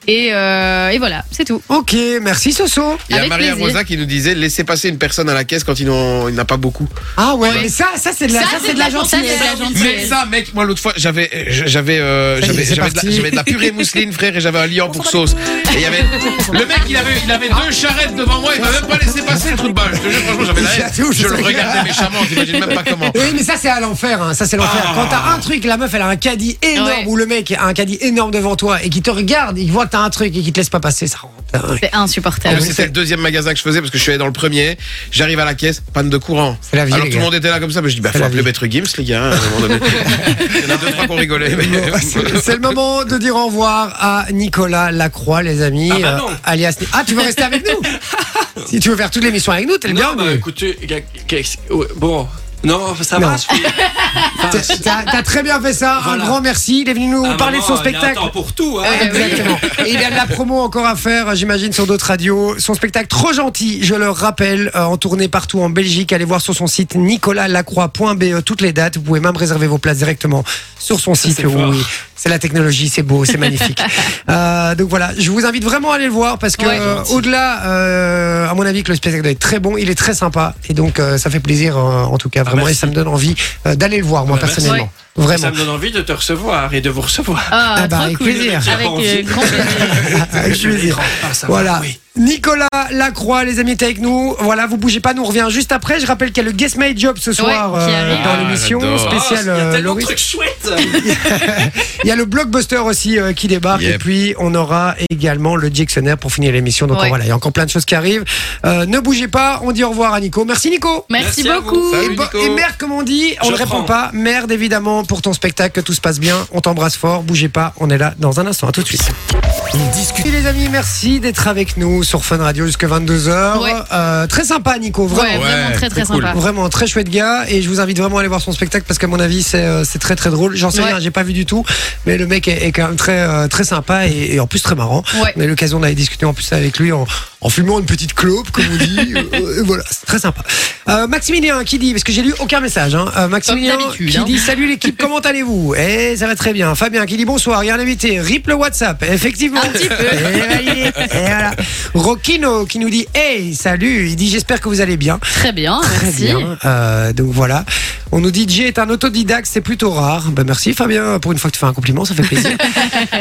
Et, euh, et voilà, c'est tout. Ok, merci Soso. Il y a Avec Maria plaisir. Rosa qui nous disait laissez passer une personne à la caisse quand il n'en- il n'a pas beaucoup. Ah ouais, mais ça, ça c'est de la, Ça, ça, c'est de Ça, la c'est gentillesse. de la Mais gentillesse. ça, mec, moi l'autre fois, j'avais, euh, j'avais, euh, Ça y est, j'avais, c'est j'avais de la- parti. j'avais de la purée mousseline, frère, et j'avais un liant pour sauce. Et il y avait le mec, il avait, il avait deux charrettes devant moi, il m'a même pas laissé passer le trou de balle. Je te jure, franchement, j'avais la Il a haine. tout, je Je le sais. regardais méchamment, t'imagines même pas comment. Oui, mais ça c'est à l'enfer, hein. ça c'est l'enfer. Ah. Quand t'as un truc, la meuf elle a un caddie énorme Ouais. ou le mec a un caddie énorme devant toi et qui te regarde, il voit que t'as un truc et qui te laisse pas passer, ça rend dingue. C'est En Ah insupportable. plus, C'était le deuxième magasin que je faisais parce que je suis allé dans le premier. J'arrive à la caisse, panne de courant. C'est la vie, Alors les tout le gars. monde était là comme ça, mais je dis bah C'est faut la appeler vie. Maître Gims les gars. hein, à un moment donné. Il y en a deux trois qui ont rigolé. mais- Bon, c'est- C'est le moment de dire au revoir à Nicolas Lacroix, les amis. Ah, bah non. alias. Ni- Ah, tu veux rester avec nous Si tu veux faire toute l'émission avec nous, t'es le Non, bah, bienvenu. écoutez, gars, qu'est-ce- ouais, bon, non, ça Non. va. je suis- Enfin, T'as- T'as t'as très bien fait ça. Voilà. Un grand merci. Il est venu nous à un parler de son moment, il y a un spectacle. temps pour tout. hein. Ah, Exactement. Et il a de la promo encore à faire, j'imagine, sur d'autres radios. Son spectacle trop gentil, je le rappelle, euh, en tournée partout en Belgique. Allez voir sur son site nicolaslacroix.be E toutes les dates. Vous pouvez même réserver vos places directement sur son site. c'est fort. Oui, c'est la technologie, c'est beau, c'est magnifique. Euh, donc voilà, je vous invite vraiment à aller le voir parce que Ouais. euh, au-delà, euh, à mon avis, que le spectacle doit être très bon, il est très sympa et donc euh, ça fait plaisir euh, en tout cas vraiment et Ah, merci. ça me donne envie euh, d'aller le voir moi Bah, merci. personnellement. Vraiment. Ça me donne envie de te recevoir et de vous recevoir. Ah, Ah bah, trop avec cool. plaisir. Avec euh, grand plaisir. Avec plaisir. Ah, ça va, Voilà. oui. Nicolas Lacroix, les amis, était avec nous. Voilà, vous bougez pas, nous on revient juste après. Je rappelle qu'il y a le Guess My Job ce soir euh, qui arrive. dans Ah, l'émission j'adore. Oh, spéciale. il y a euh, tellement de Laurie. trucs chouettes. Il y a le blockbuster aussi euh, qui débarque. Yep. Et puis, on aura également le dictionnaire pour finir l'émission. Donc Ouais. voilà, il y a encore plein de choses qui arrivent. Euh, ne bougez pas, on dit au revoir à Nico. Merci Nico. Merci, Merci à vous. beaucoup. Salut, et, bo- Nico. et merde, comme on dit, on Je ne répond prends. pas. Merde, évidemment, pour ton spectacle, que tout se passe bien. On t'embrasse fort, bougez pas, on est là dans un instant. À tout de suite. On discute. Et les amis, merci d'être avec nous sur Fun Radio jusqu'à 22h. Ouais. Euh, très sympa, Nico, vraiment. Ouais, vraiment Ouais, très très c'est cool. sympa. Vraiment très chouette gars et je vous invite vraiment à aller voir son spectacle parce qu'à mon avis c'est euh, c'est très très drôle. J'en sais Ouais. rien, j'ai pas vu du tout, mais le mec est, est quand même très euh, très sympa et, et en plus très marrant. Ouais. On a eu l'occasion d'aller discuter en plus avec lui en, en fumant une petite clope comme on dit. Euh, et voilà, c'est très sympa. Euh, Maximilien qui dit parce que j'ai lu aucun message. Hein. Euh, Maximilien d'habitude, qui hein. dit salut l'équipe, comment allez-vous Eh ça va très bien. Fabien qui dit bonsoir, rien invité. Rip le WhatsApp, effectivement. Un petit peu. Et voilà. Rocchino qui nous dit hey salut, il dit j'espère que vous allez bien. Très bien, Très Ah, merci. bien. Euh, donc voilà. On nous dit Jay est un autodidacte, c'est plutôt rare. Ben merci Fabien, pour une fois que tu fais un compliment, ça fait plaisir.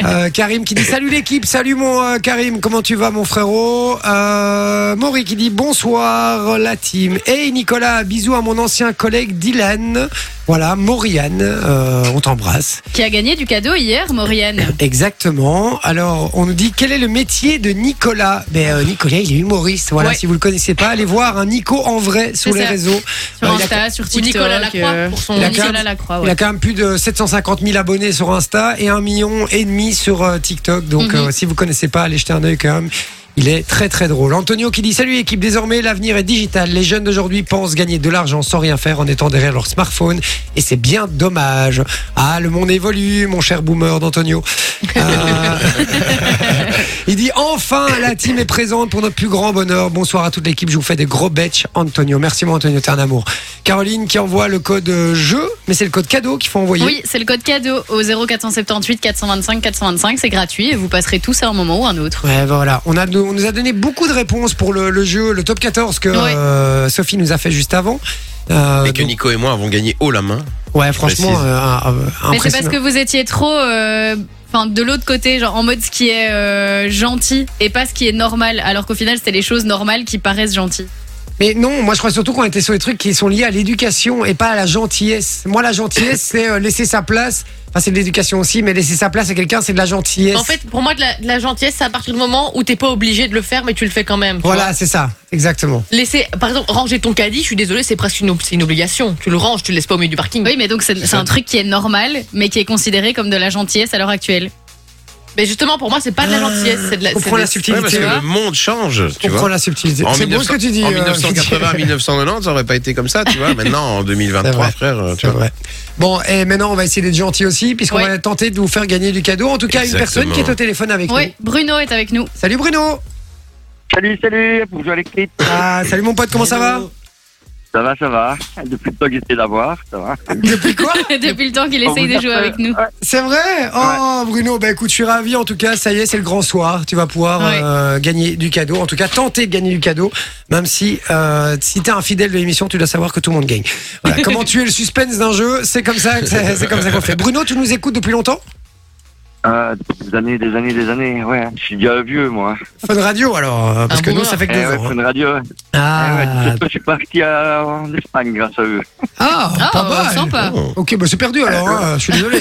Euh, Karim qui dit salut l'équipe, salut mon euh, Karim, comment tu vas mon frérot euh, Maury qui dit bonsoir la team. Et Nicolas, bisous à mon ancien collègue Dylan. Voilà, Mauriane, euh, on t'embrasse. Qui a gagné du cadeau hier, Mauriane Exactement. Alors, on nous dit quel est le métier de Nicolas Ben euh, Nicolas, il est humoriste. Voilà, Ouais. si vous le connaissez pas, allez voir un Nico en vrai sur C'est les ça. réseaux. Sur Euh, il a Insta, sur Ou TikTok. Nicolas Lacroix euh, pour son la Nicolas carte. Ah Lacroix. Il ouais. a quand même plus de 750 000 abonnés sur Insta et un million et demi sur euh, TikTok. Donc, Mhm. euh, si vous connaissez pas, allez jeter un œil quand même. Il est très très drôle. Antonio qui dit Salut équipe, désormais l'avenir est digital. Les jeunes d'aujourd'hui pensent gagner de l'argent sans rien faire en étant derrière leur smartphone et c'est bien dommage. Ah, le monde évolue, mon cher boomer d'Antonio. Euh, il dit Enfin, la team est présente pour notre plus grand bonheur. Bonsoir à toute l'équipe, je vous fais des gros bêches, Antonio. Merci, mon Antonio, t'es un amour. Caroline qui envoie le code euh, jeu, mais c'est le code cadeau qu'il faut envoyer. Oui, c'est le code cadeau au 0478 425 425, c'est gratuit et vous passerez tous à un moment ou un autre. Ouais, ben voilà. On, a, on nous a donné beaucoup de réponses pour le, le jeu, le top 14 que Ouais. euh, Sophie nous a fait juste avant. Euh, Et que donc- Nico et moi avons gagné haut la main. ouais, franchement, Précise. euh, un- un- Mais c'est impressionnant. parce que vous étiez trop. euh, Enfin, de l'autre côté, genre en mode ce qui est euh, gentil et pas ce qui est normal, alors qu'au final, c'était les choses normales qui paraissent gentilles. Mais non, moi je crois surtout qu'on était sur les trucs qui sont liés à l'éducation et pas à la gentillesse. Moi, la gentillesse, c'est euh, laisser sa place. Enfin, c'est de l'éducation aussi, mais laisser sa place à quelqu'un, c'est de la gentillesse. En fait, pour moi, de la, de la gentillesse, c'est à partir du moment où t'es pas obligé de le faire, mais tu le fais quand même. tu vois. voilà, c'est ça, exactement. Laisser, par exemple, ranger ton caddie, je suis désolée, c'est presque une, ob- c'est une obligation. Tu le ranges, tu le laisses pas au milieu du parking. Oui, mais donc c'est c'est un truc qui est normal, mais qui est considéré comme de la gentillesse à l'heure actuelle. Mais justement, pour moi, c'est pas de la gentillesse, c'est de la. On c'est de- prend la Ouais, parce subtilité. que On le monde change, tu prend vois. la subtilité. En C'est beau ce que tu dis. En euh, 1980, en 1990, ça aurait pas été comme ça, tu vois. Maintenant, en 2023, vrai. frère, euh, tu C'est vois. vrai. Bon, et maintenant, on va essayer d'être gentil aussi, puisqu'on Ouais. va tenter de vous faire gagner du cadeau. En tout cas, une Exactement. personne qui est au téléphone avec nous. Oui, Bruno est avec nous. Salut Bruno Salut, salut, bonjour l'équipe. ah, Salut mon pote, comment ça va Ça va, ça va. Depuis le temps que j'étais d'avoir, ça va. Depuis quoi Depuis le temps qu'il essaye de jouer avec nous. C'est vrai Oh Bruno, bah écoute, je suis ravi en tout cas, ça y est, c'est le grand soir, tu vas pouvoir Ouais. euh, gagner du cadeau, en tout cas tenter de gagner du cadeau, même si euh, si t'es un fidèle de l'émission, tu dois savoir que tout le monde gagne. Voilà, comment tuer le suspense d'un jeu, c'est comme ça que c'est c'est comme ça qu'on fait. Bruno, tu nous écoutes depuis longtemps Ah, depuis des années, des années, des années, ouais. Je suis déjà vieux, moi. Fun Radio alors, euh, parce Un que nous boomer. ça fait que Eh deux ouais, ans. hein. Fun Radio. ouais. Eh ouais, tu Ah, sais pas, je suis parti euh, en Espagne grâce à eux. ah, Ah, pas mal. sympa. Ok, bah c'est perdu alors, hein, je suis désolé.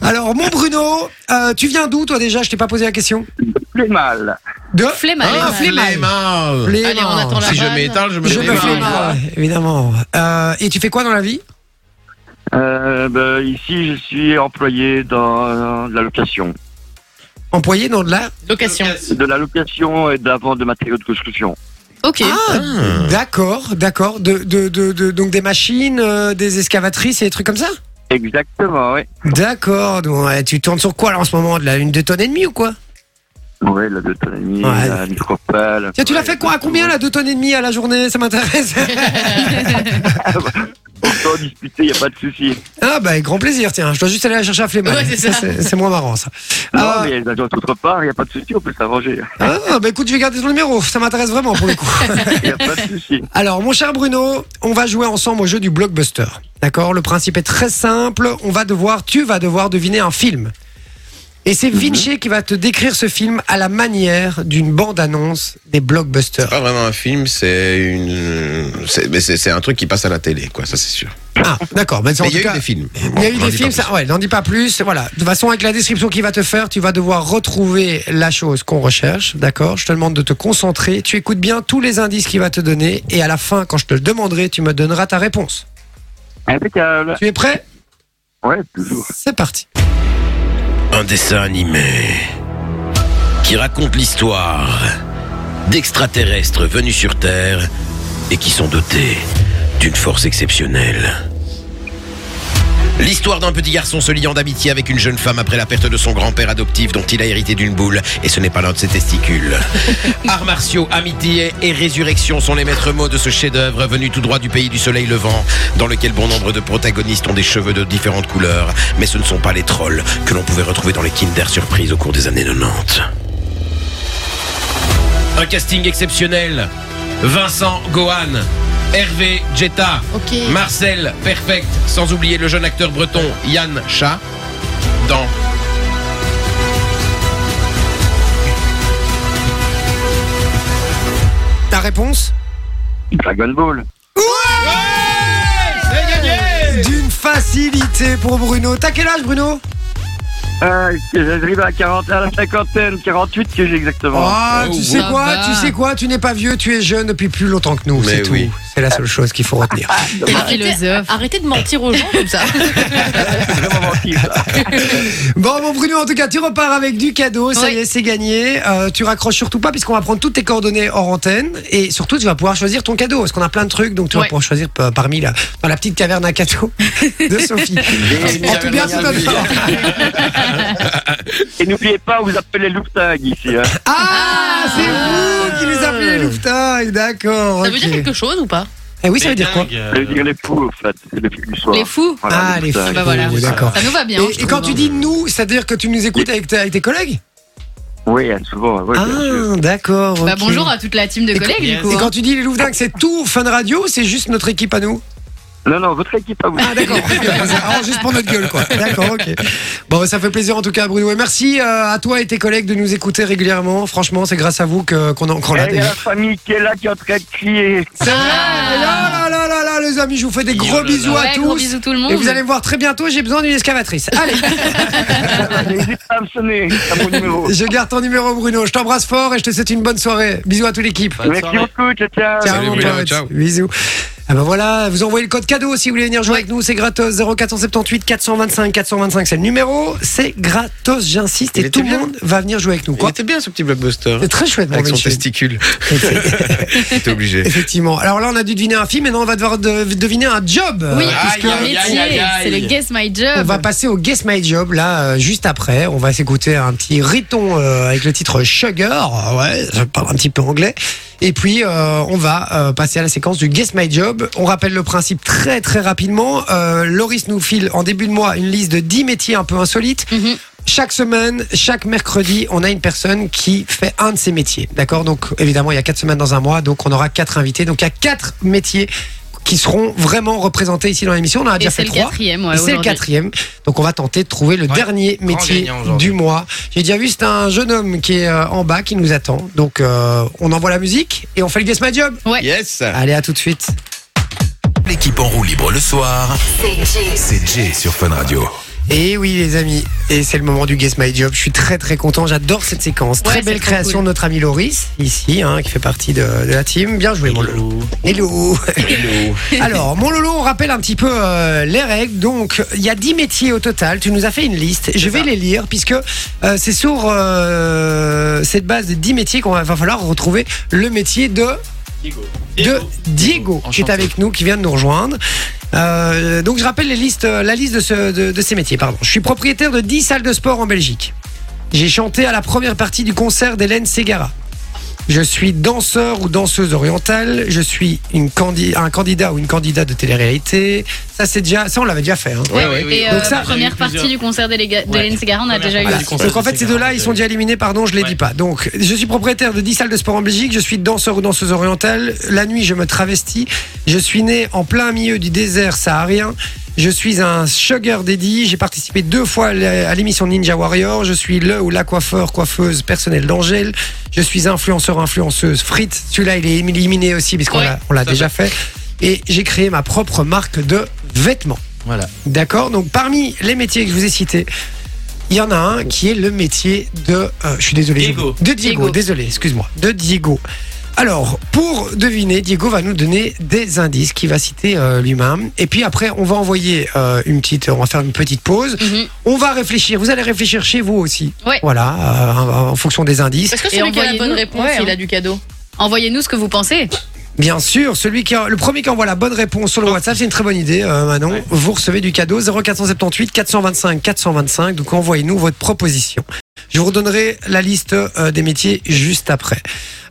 alors, mon Bruno, euh, tu viens d'où toi déjà Je t'ai pas posé la question. Plus mal. De Flemmal. Ah, Flemmal. Flemmal. Flemmal. Allez, on attend la Si je vanne. m'éteins, je me Je me fais mal. fais Flemmal. mal, évidemment. Euh, et tu fais quoi dans la vie Euh, ben, ici, je suis employé dans euh, de la location. Employé dans de la. Location. De la location et de la vente de matériaux de construction. Ok. Ah, Ah. d'accord, d'accord. De, de, de, de- donc des machines, euh, des excavatrices et des trucs comme ça Exactement, oui. D'accord. Donc, ouais, tu tournes sur quoi là en ce moment de la, Une deux tonnes et demie ou quoi Ouais, la d'autonomie, Ouais. la micropale. Tiens, tu l'as Ouais, fait quoi À combien là Deux tonnes et demie à la journée Ça m'intéresse. On peut en discuter, il n'y a pas de souci. ah, bah, avec grand plaisir, tiens. Je dois juste aller la chercher à Flemmal. Ouais, c'est ça. c'est c'est moins marrant ça. Non, Ah. mais il y a les agences autre part, il n'y a pas de souci, on peut s'arranger. Ah, bah écoute, je vais garder ton numéro, ça m'intéresse vraiment pour le coup. Il n'y a pas de souci. Alors, mon cher Bruno, on va jouer ensemble au jeu du blockbuster. D'accord Le principe est très simple, on va devoir, tu vas devoir deviner un film. Et c'est Mhm. Vinci qui va te décrire ce film à la manière d'une bande-annonce des blockbusters. Pas Ah, vraiment un film, c'est une, c'est mais c'est- c'est un truc qui passe à la télé, quoi, ça c'est sûr. Ah, d'accord. Mais en Mais tout il y a eu cas, des films. Il y a eu Bon, on en des dit films, pas ça, ouais, n'en dis pas plus. Voilà. De toute façon, avec la description qu'il va te faire, tu vas devoir retrouver la chose qu'on recherche. D'accord Je te demande de te concentrer. Tu écoutes bien tous les indices qu'il va te donner. Et à la fin, quand je te le demanderai, tu me donneras ta réponse. Impeccable. Tu es prêt Ouais, toujours. C'est parti. plus. un dessin animé qui raconte l'histoire d'extraterrestres venus sur Terre et qui sont dotés d'une force exceptionnelle. L'histoire d'un petit garçon se liant d'amitié avec une jeune femme après la perte de son grand-père adoptif dont il a hérité d'une boule et ce n'est pas l'un de ses testicules. Arts martiaux, amitié et résurrection sont les maîtres mots de ce chef-d'œuvre venu tout droit du pays du soleil levant, dans lequel bon nombre de protagonistes ont des cheveux de différentes couleurs, mais ce ne sont pas les trolls que l'on pouvait retrouver dans les Kinder Surprise au cours des années 90. Un casting exceptionnel. Vincent Gohan, Hervé Jetta, Ok. Marcel Perfect, sans oublier le jeune acteur breton Yann Chat dans Ta réponse Dragon Ball. D'une facilité pour Bruno. T'as quel âge, Bruno Euh, J'arrive à, 40 à la cinquantaine, 48 que j'ai exactement. Ah, tu sais ça quoi va. Tu sais quoi Tu n'es pas vieux, tu es jeune depuis plus longtemps que nous. Mais C'est tout. oui. C'est la seule chose qu'il faut retenir. philosophe. Arrêtez de mentir aux gens comme ça. C'est vraiment mentir, ça. Bon, mon Bruno, en tout cas, tu repars avec du cadeau. Ça Oui. y est, c'est gagné. Euh, tu raccroches surtout pas, puisqu'on va prendre toutes tes coordonnées hors antenne. Et surtout, tu vas pouvoir choisir ton cadeau. Parce qu'on a plein de trucs, donc tu vas Ouais. pouvoir choisir par- parmi la, dans la petite caverne à cadeaux de Sophie. en tout bien, tout honneur. Et n'oubliez pas, vous appelez Louptag ici. hein. Ah, c'est vous qui nous appelez les Louvetins. D'accord. Ça veut dire ok. quelque chose ou pas Eh oui, ça veut dire quoi Ça veut dire les fous, en fait. Les fous du soir. Les fous Voilà, Ah, les fous. Louptag. Bah voilà. Oui, d'accord. Ça nous va bien. Et, et quand tu dis nous, c'est-à-dire que tu nous écoutes avec, ta- avec tes collègues Oui, hein, souvent, oui, bien sûr. Ah, d'accord. Bah ok. bonjour à toute la team de Et collègues du yes. coup. Et hein. quand tu dis les Louvetins, que c'est tout Fun Radio, ou c'est juste notre équipe à nous Non, non, votre équipe à vous. Ah d'accord, Alors, juste pour notre gueule quoi. D'accord, ok. Bon, bah, ça fait plaisir en tout cas Bruno. Et merci euh, à toi et tes collègues de nous écouter régulièrement. Franchement, c'est grâce à vous que- qu'on en qu'on Eh, l'a Il y a déjà. la famille qui est là, qui est en train de crier. eh, C'est vrai là, là, là, là, là, les amis, je vous fais des Yo, gros là, là. bisous à Ouais, tous. gros bisous tout le monde. Et vous allez me voir très bientôt, j'ai besoin d'une excavatrice. Allez, N'hésite pas à me sonner à mon numéro. je garde ton numéro Bruno. Je t'embrasse fort et je te souhaite une bonne soirée. Bisous à toute l'équipe. Merci beaucoup, ciao, ciao. Ciao, Salut, mon Bruno, pote. ciao. Bisous. Ah ben voilà, vous envoyez le code cadeau si vous voulez venir jouer avec nous, c'est gratos 0478 425 425, c'est le numéro, c'est gratos, j'insiste, Il et tout le était monde va venir jouer avec nous. Il Quoi était bien ce petit blockbuster. C'est très chouette, mon Avec son Oh, monsieur. testicule. T'es obligé. Effectivement. Alors là, on a dû deviner un film, maintenant on va devoir de- deviner un job. Oui, Euh, Aïe, puisque- aïe, aïe, aïe, aïe. métier, c'est le Guess My Job. On va passer au Guess My Job là euh, juste après. On va s'écouter un petit riton euh, avec le titre Sugar. Ouais, je parle un petit peu anglais. Et puis euh, on va euh, passer à la séquence du Guess My Job. On rappelle le principe très très rapidement. Euh, Loris nous file en début de mois une liste de 10 métiers un peu insolites. Mhm. Chaque semaine, chaque mercredi, on a une personne qui fait un de ces métiers. D'accord Donc, évidemment, il y a quatre semaines dans un mois, donc on aura quatre invités. Donc, il y a quatre métiers qui seront vraiment représentés ici dans l'émission. On en a Et déjà c'est fait le trois. quatrième. ouais, Et c'est le aujourd'hui. quatrième. Donc on va tenter de trouver le dernier métier gagnant aujourd'hui. du mois. J'ai déjà vu, c'est un jeune homme qui est euh, en bas, qui nous attend. Donc euh, on envoie la musique et on fait le Guess My Job. Yes. Allez, à tout de suite. L'équipe en roue libre le soir, C'est Jay. c'est Jay sur Fun Radio. Et oui les amis, et c'est le moment du Guess My Job. Je suis très très content, j'adore cette séquence. très Ouais, belle c'est trop création cool. de notre ami Loris, ici, hein, qui fait partie de, de la team. Bien joué mon Lolo. Hello. Alors, mon Lolo, on rappelle un petit peu euh, les règles. Donc, il y a 10 métiers au total. Tu nous as fait une liste. Je vais les lire puisque euh, c'est sur euh, cette base de 10 métiers qu'on va, va falloir retrouver le métier de de Diego, qui est Enchanté. avec nous, qui vient de nous rejoindre. Euh, donc je rappelle les listes, la liste de, ce- de- de ces métiers. Pardon. Je suis propriétaire de 10 salles de sport en Belgique. J'ai chanté à la première partie du concert d'Hélène Ségara. Je suis danseur ou danseuse orientale. Je suis une candi- un candidat ou une candidate de télé-réalité. Ça, c'est déjà, ça on l'avait déjà fait. hein. Ouais, Ouais, ouais, oui. Et Donc euh, ça- première partie du concert d'Hélène Ouais. de Segara, on Première a déjà partie eu Voilà. du ça. concert. Donc Ah, en fait, ces deux-là, ils sont déjà éliminés, pardon, je les Ouais. dis pas. Donc, je suis propriétaire de 10 salles de sport en Belgique, je suis danseur ou danseuse orientale, la nuit, je me travestis, je suis né en plein milieu du désert saharien, je suis un sugar daddy, j'ai participé deux fois à l'é- à l'émission Ninja Warrior, je suis le ou la coiffeur, coiffeuse personnelle d'Angèle, je suis influenceur, influenceuse frite, celui-là, il est éliminé aussi, puisqu'on Ouais, l'a- on l'a ça déjà fait, et j'ai créé ma propre marque de vêtements. Voilà. D'accord Donc parmi les métiers que je vous ai cités, il y en a un qui est le métier de... euh, je suis désolé. Diego. je- De Diego, Diego. désolé, excuse-moi. De Diego. Alors, pour deviner, Diego va nous donner des indices qu'il va citer euh, lui-même. Et puis après, on va envoyer euh, une petite, on va faire une petite pause. Mhm. On va réfléchir. Vous allez réfléchir chez vous aussi. Ouais. Voilà, euh, en fonction des indices. Parce que Et celui qui a la bonne envoyez-nous- réponse, Ouais, il hein. a du cadeau. Envoyez-nous ce que vous pensez. Bien sûr, celui qui a- le premier qui envoie la bonne réponse sur le WhatsApp, c'est une très bonne idée, euh, Manon. Vous recevez du cadeau 0478 425 425. Donc envoyez-nous votre proposition. Je vous redonnerai la liste euh, des métiers juste après.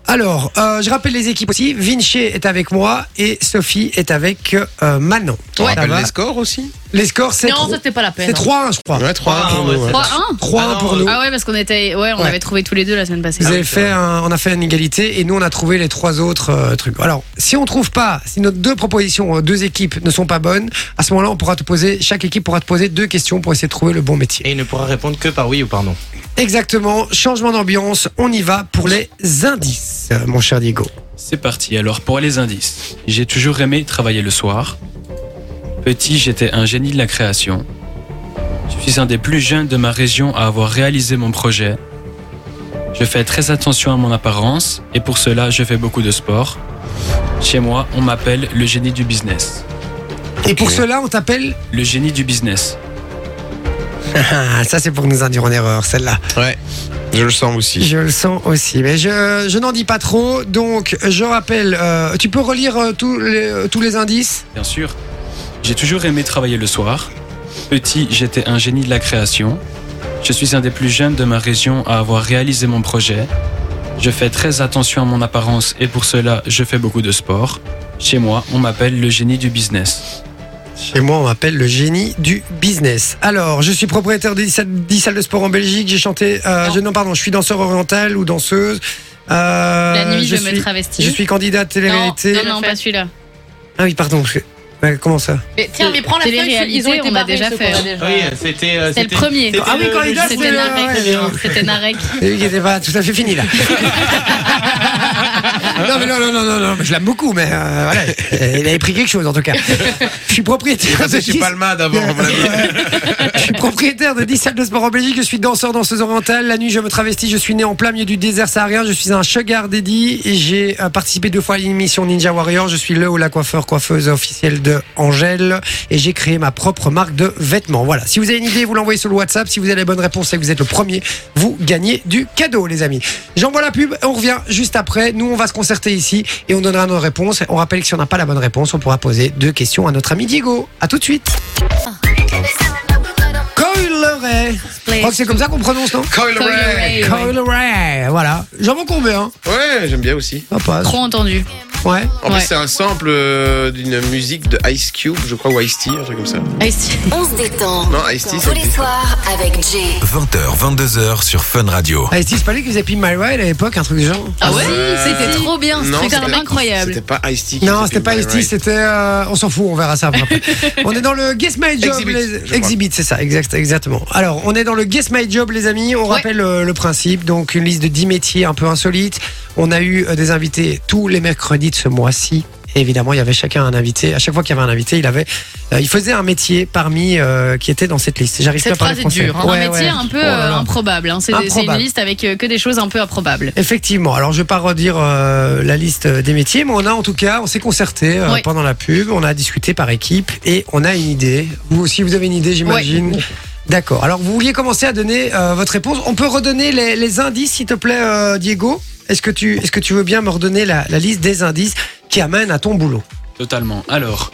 Alors, euh, je rappelle les équipes aussi. Vinci est avec moi et Sophie est avec euh, Manon. On Ça rappelle va les scores aussi Les scores, c'est Non, tro- ça, c'était pas la c'est peine. 3 je crois. Ouais, 3 Ah, pour ouais, nous. ouais. 3-1 3 Ah, pour non, nous. Ah ouais, parce qu'on était. Ouais, on Ouais. avait trouvé tous les deux la semaine passée. Vous Ah avez oui, fait un- on a fait une égalité et nous on a trouvé les trois autres euh, trucs. Alors, si on trouve pas, si nos deux propositions, euh, deux équipes ne sont pas bonnes, à ce moment-là, on pourra te poser, chaque équipe pourra te poser deux questions pour essayer de trouver le bon métier. Et il ne pourra répondre que par oui ou par non. Exactement. Changement d'ambiance. On y va pour les indices, euh, mon cher Diego. C'est parti, alors pour les indices. J'ai toujours aimé travailler le soir. Petit, j'étais un génie de la création. Je suis un des plus jeunes de ma région à avoir réalisé mon projet. Je fais très attention à mon apparence et pour cela, je fais beaucoup de sport. Chez moi, on m'appelle le génie du business. Et pour cela, on t'appelle. Le génie du business. Ah, ça c'est pour nous induire en erreur, celle-là. Ouais, je le sens aussi. Je le sens aussi, mais je, je n'en dis pas trop. Donc, je rappelle. euh, tu peux relire euh, tous les tous les indices. Bien sûr. J'ai toujours aimé travailler le soir. Petit, j'étais un génie de la création. Je suis un des plus jeunes de ma région à avoir réalisé mon projet. Je fais très attention à mon apparence et pour cela, je fais beaucoup de sport. Chez moi, on m'appelle le génie du business. Et moi, on m'appelle le génie du business. Alors, je suis propriétaire de 17 10 salles de sport en Belgique. J'ai chanté. euh, je, non, pardon, je suis danseur oriental ou danseuse. Euh, La nuit, je, suis, me travestis. Je suis candidate Non, télé-réalité. non, non, pas celui-là. Ah oui, pardon. parce que- ouais, comment ça Mais tiens, mais prends la feuille, Télé-réalité, ils ont été on a barrés, déjà ceux fait. qu'on a déjà. Oui, c'était. euh, C'est le c'était- premier. c'était Ah oui, le- quand il a c'était fait, C'était euh, ouais, Narek. ouais. C'était Narek. C'est lui qui n'était pas tout à fait fini là. non, mais non, non, non, non, non, mais je l'aime beaucoup, mais euh, voilà. Euh, Il avait pris quelque chose en tout cas. Je suis propriétaire. de Passé chez 10 Palma d'abord, à mon avis. Je suis propriétaire de 10 salles de sport en Belgique, je suis danseur, danseuse orientale. La nuit, je me travestis, je suis né en plein milieu du désert saharien, je suis un sugar daddy et j'ai euh, participé deux fois à l'émission Ninja Warrior. Je suis le ou la coiffeur, coiffeuse officielle de Angèle et j'ai créé ma propre marque de vêtements. Voilà. Si vous avez une idée, vous l'envoyez sur le WhatsApp. Si vous avez les bonnes réponses et que vous êtes le premier, vous gagnez du cadeau, les amis. J'envoie la pub, on revient juste après. Nous, on va se concerter ici et on donnera nos réponses. On rappelle que si on n'a pas la bonne réponse, on pourra poser deux questions à notre ami Diego. À tout de suite. Coil Ray. Je crois que c'est comme ça qu'on prononce, non Coil Coil Ray. Ray. Coil Ray. Voilà. J'en vends combien Ouais, j'aime bien aussi. Ah, hein. pas. Trop entendu. Ouais. En Ouais. plus, c'est un sample euh, d'une musique de Ice Cube, je crois, ou Ice-T, un truc comme ça. Ah, si. On se détend. Non, Ice-T, Tous c'est les soirs avec Jay. 20h, 22h sur Fun Radio. Ah, c'est pas lui qui faisait Pimp My Ride à l'époque, un truc du genre Ah ouais Euh, C'était trop bien. Non, C'était c'était- incroyable. C'était pas Ice-T. qui Non, faisait c'était pas Pimp My Ice-T, Ride. c'était. euh, on s'en fout, on verra ça après. on est dans le Guess My Job. Exhibit, les- je crois. Exhibit, c'est ça, exact, exactement. Alors, on est dans le Guess My Job, les amis. On rappelle euh, le principe. Donc, une liste de 10 métiers un peu insolites. On a eu euh, des invités tous les mercredis de ce mois-ci. Évidemment, il y avait chacun un invité. À chaque fois qu'il y avait un invité, il avait, euh, il faisait un métier parmi euh, qui était dans cette liste. J'arrive Cette plus à parler phrase est français. dure, hein. Un Ouais, métier ouais. un peu Oh là euh, là. improbable. hein. C'est c'est une Improbable. liste avec euh, que des choses un peu improbables. Effectivement. Alors, je vais pas redire euh, la liste des métiers, mais on a en tout cas, on s'est concerté euh, Oui. pendant la pub, on a discuté par équipe et on a une idée. Vous aussi, vous avez une idée, j'imagine. D'accord. Alors, vous vouliez commencer à donner euh, votre réponse. On peut redonner les, les indices, s'il te plaît, euh, Diego. Est-ce que tu, est-ce que tu veux bien me redonner la, la liste des indices qui amènent à ton boulot Totalement. Alors,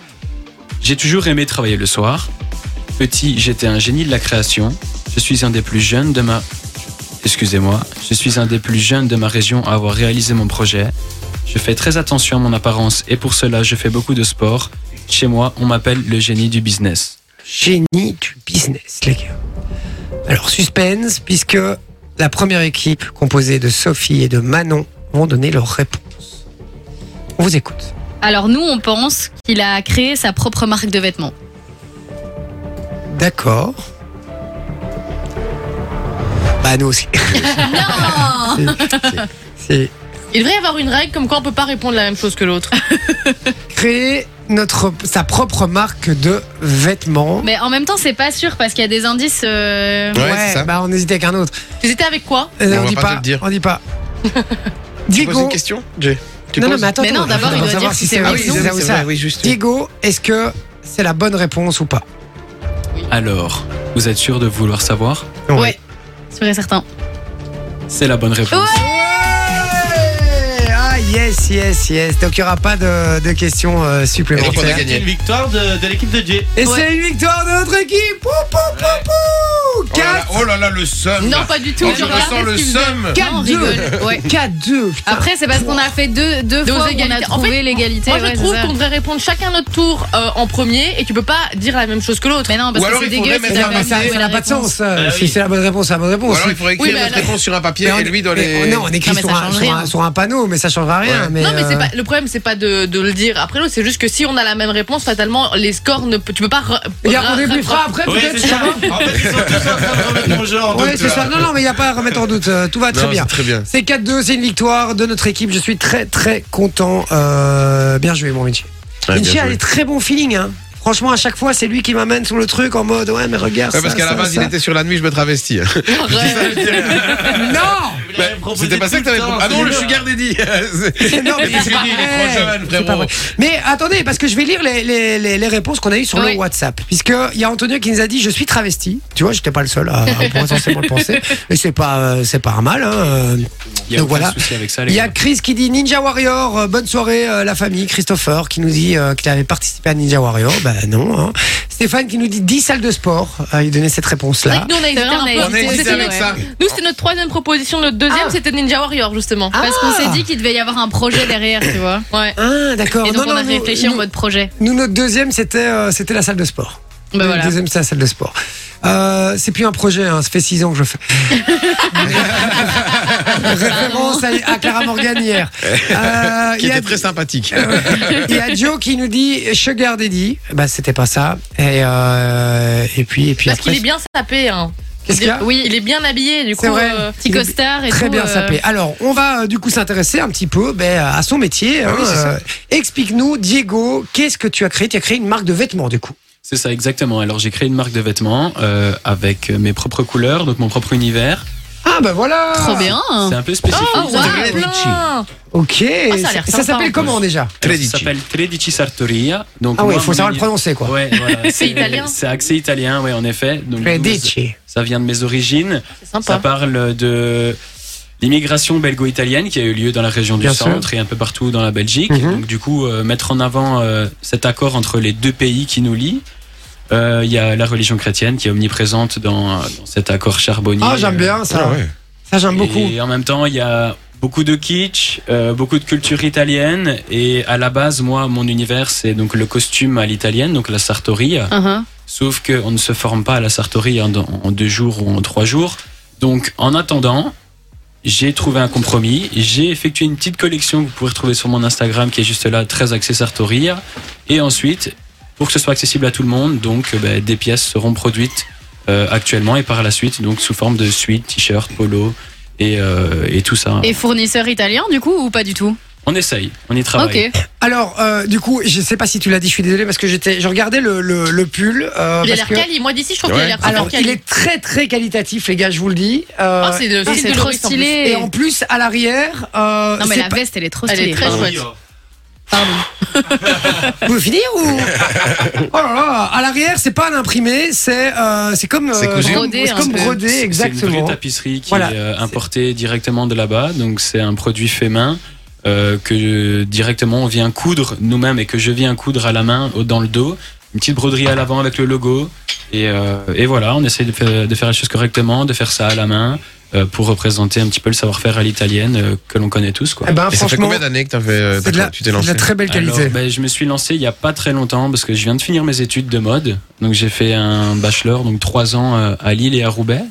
j'ai toujours aimé travailler le soir. Petit, j'étais un génie de la création. Je suis un des plus jeunes de ma... Excusez-moi. Je suis un des plus jeunes de ma région à avoir réalisé mon projet. Je fais très attention à mon apparence et pour cela, je fais beaucoup de sport. Chez moi, on m'appelle le génie du business. Génie du business, les gars. Alors, suspense, puisque la première équipe composée de Sophie et de Manon vont donner leur réponse. On vous écoute. Alors nous, on pense qu'il a créé sa propre marque de vêtements. D'accord. Bah nous aussi. non C'est Il devrait y avoir une règle comme quoi on peut pas répondre la même chose que l'autre. créer notre, sa propre marque de vêtements. Mais en même temps, c'est pas sûr parce qu'il y a des indices. euh, Ouais, c'est ça. bah on hésitait avec un autre. Tu étais avec quoi Euh, on, On va dit pas pas, te le dire. on dit pas. Tu poses Diego, une question Jay Tu non, non, penses mais attends, Mais non, attends, d'abord, attends, il on doit va savoir dire si si c'est c'est vrai oui, ou si c'est vrai ou c'est ça. vrai, oui, juste. Diego, est-ce que c'est la bonne réponse ou pas Alors, vous êtes sûr de vouloir savoir Non, Ouais. Sûr et certain. C'est la bonne réponse. Ouais Ah yes, yes, yes. Donc il n'y aura pas de, de questions euh, Et donc, on a supplémentaires. gagné. Une victoire de, de l'équipe de Jay. Et c'est une victoire de notre équipe. Pou, pou, pou, pou. Oh là là, Quatre- Oh là là, le seum. Non, pas du tout. Oh, je ressens le seum. Non, on rigole. Ouais. Ah, 4-2. Après, c'est parce qu'on a fait deux, deux, Deux fois qu'on a égalités. En trouvé fait, l'égalité. Moi, ouais, je c'est trouve ça. qu'on devrait répondre chacun notre tour euh, en premier et tu peux pas dire la même chose que l'autre. Mais non, parce Ou alors, que c'est il faudrait dégueu. si mettre t'as Non, pas mais ça trouvé la ça n'a pas de réponse. sens. euh, Ah si oui. c'est la bonne réponse, c'est la bonne Bah Ou réponse. alors il faudrait Oui, écrire mais notre alors- réponse sur un papier Mais on- et lui dans les. mais on- Non, on écrit Non, mais sur, ça un, change sur un- rien. sur un panneau, mais ça ne changera rien. Ouais. Mais, non, mais c'est euh, pas, le problème, c'est pas de, de le dire après l'autre, c'est juste que si on a la même réponse, fatalement, les scores ne peut- tu peux pas. re- Regarde, on ra- débriefera après, Oui, peut-être. c'est ça. En fait, ils sont tous en train de remettre mon jeu en Ouais, doute, c'est là. ça. Non, non, mais il n'y a pas à remettre en doute. euh, Tout va très euh. Non, bien. c'est Très bien. C'est 4-2, c'est une victoire de notre équipe. Je suis très, très content. Euh, bien joué, mon Vinci. Ouais, bien Vinci a joué. des très bons feelings. hein. Franchement, à chaque fois, c'est lui qui m'amène sur le truc en mode Ouais, mais regarde. Ouais, ça, parce qu'à la ça, base, ça. il était sur la nuit, je me travestis. Non Vous l'avez Bah, proposé C'était pas ça que tout le t'avais temps, proposé. Ah non, c'est le dur. sugar daddy. Non, mais c'est pas Il est vrai. trop jeune, C'est pas frérot. vrai. Mais attendez, parce que je vais lire les, les- les- les réponses qu'on a eues sur Oui. le WhatsApp. Puisqu'il y a Antonio qui nous a dit Je suis travesti. Tu vois, j'étais pas le seul à, à potentiellement le penser. Et c'est pas, euh, c'est pas un mal. hein, euh, Il y a Donc aucun voilà. souci avec ça, les Il y a gars. Chris qui dit Ninja Warrior, euh, bonne soirée euh, la famille. Christopher qui nous dit euh, qu'il avait participé à Ninja Warrior, ben non. hein. Stéphane qui nous dit 10 salles de sport, Euh, il donnait cette C'est vrai que réponse-là. nous, on a hésité vrai, on a un peu. hésité, On est c'est hésité C'était avec ouais. ça. notre- Nous, c'était notre troisième proposition. Notre deuxième, Ah. c'était Ninja Warrior, justement. Parce qu'on Ah. s'est dit qu'il devait y avoir un projet derrière, tu vois. Ouais. Ah d'accord. Et donc Non, on a non, réfléchi nous, en mode projet. nous, notre deuxième c'était euh, c'était la salle de sport. Bah Notre voilà. Deuxième c'était la salle de sport. Euh, c'est plus un projet, hein, ça fait 6 ans que je le fais. Référence à, à Clara Morgan hier. Euh, Qui il y a- était très sympathique. Il y a Joe qui nous dit Sugar Daddy. Bah, c'était pas ça. Et, euh, et puis, et puis Parce après. qu'il est bien sapé. Hein. Qu'est-ce qu'il y a Oui, il est bien habillé, du C'est coup. vrai. euh, Petit Il est costard et Très tout, bien euh, sapé. Alors, on va euh, du coup s'intéresser un petit peu ben, à son métier. Ah hein. Euh, Explique-nous, Diego, qu'est-ce que tu as créé Tu as créé une marque de vêtements, du coup. C'est ça, exactement. Alors, j'ai créé une marque de vêtements euh, avec mes propres couleurs, donc mon propre univers. Ah, ben voilà Trop bien. C'est un peu spécifique. Oh, ça. wow. plein. Ok. Ah, ça a ça l'air ça sympa, s'appelle en comment déjà Alors, Tredici. Ça s'appelle Tredici Sartoria. Donc, Ah, moi, oui, il faut mon savoir le univers- prononcer, quoi. Ouais, voilà. C'est italien. C'est accès italien, ouais, en effet. Donc, Credici. Ça vient de mes origines. C'est Ça sympa. parle de l'immigration belgo-italienne qui a eu lieu dans la région du Bien sûr. centre et un peu partout dans la Belgique. Mhm. Donc du coup, euh, mettre en avant euh, cet accord entre les deux pays qui nous lient. Euh, Il y a la religion chrétienne qui est omniprésente dans, dans cet accord charbonnier. Ah, j'aime bien ça. Ça, j'aime beaucoup. Et en même temps, il y a beaucoup de kitsch, euh, beaucoup de culture italienne. Et à la base, moi, mon univers, c'est donc le costume à l'italienne, donc la sartoria. Uh-huh. Sauf qu'on ne se forme pas à la sartorie en, en deux jours ou en trois jours. Donc, en attendant, j'ai trouvé un compromis. J'ai effectué une petite collection que vous pourrez retrouver sur mon Instagram qui est juste là, très axée sartorie. Et ensuite, pour que ce soit accessible à tout le monde, donc euh, bah, des pièces seront produites euh, actuellement et par la suite, donc sous forme de suite, t-shirt, polo et, euh, et tout ça. Et fournisseur italien du coup ou pas du tout On essaye, on y travaille. Ok. Alors, euh, du coup, je sais pas si tu l'as dit, je suis désolé parce que j'étais, je regardais le, le, le pull. euh, Il a parce l'air que- quali. Moi, d'ici, je trouve qu'il a Ouais. l'air super Alors, il quali. est très très qualitatif, les gars, je vous le dis. Euh, Ah, c'est de- Ah, c'est c'est de trop Loris, en plus. et stylé. en plus, à l'arrière, euh, Non mais c'est la pas- veste elle est trop Elle stylée. est très chouette. Pardon. Euh, vous pouvez finir ou Oh là là, à l'arrière, c'est pas un imprimé, c'est euh, c'est comme C'est cousu. Brodé, c'est un comme peu. brodé, C'est- C'est une exactement. vraie tapisserie qui Voilà. est euh, importée directement de là-bas. Donc c'est un produit fait main euh, que directement on vient coudre nous-mêmes et que je viens coudre à la main au- dans le dos. Une petite broderie à l'avant avec le logo. Et, euh, et voilà, on essaye de faire, de faire les choses correctement, de faire ça à la main euh, pour représenter un petit peu le savoir-faire à l'italienne euh, que l'on connaît tous. Quoi. Eh ben Et ça fait franchement, combien d'années que t'as fait, euh, c'est de la- t'as- tu t'es c'est de lancé la très belle Alors, qualité. ben, je me suis lancé il n'y a pas très longtemps parce que je viens de finir mes études de mode. Donc j'ai fait un bachelor, donc trois ans euh, à Lille et à Roubaix.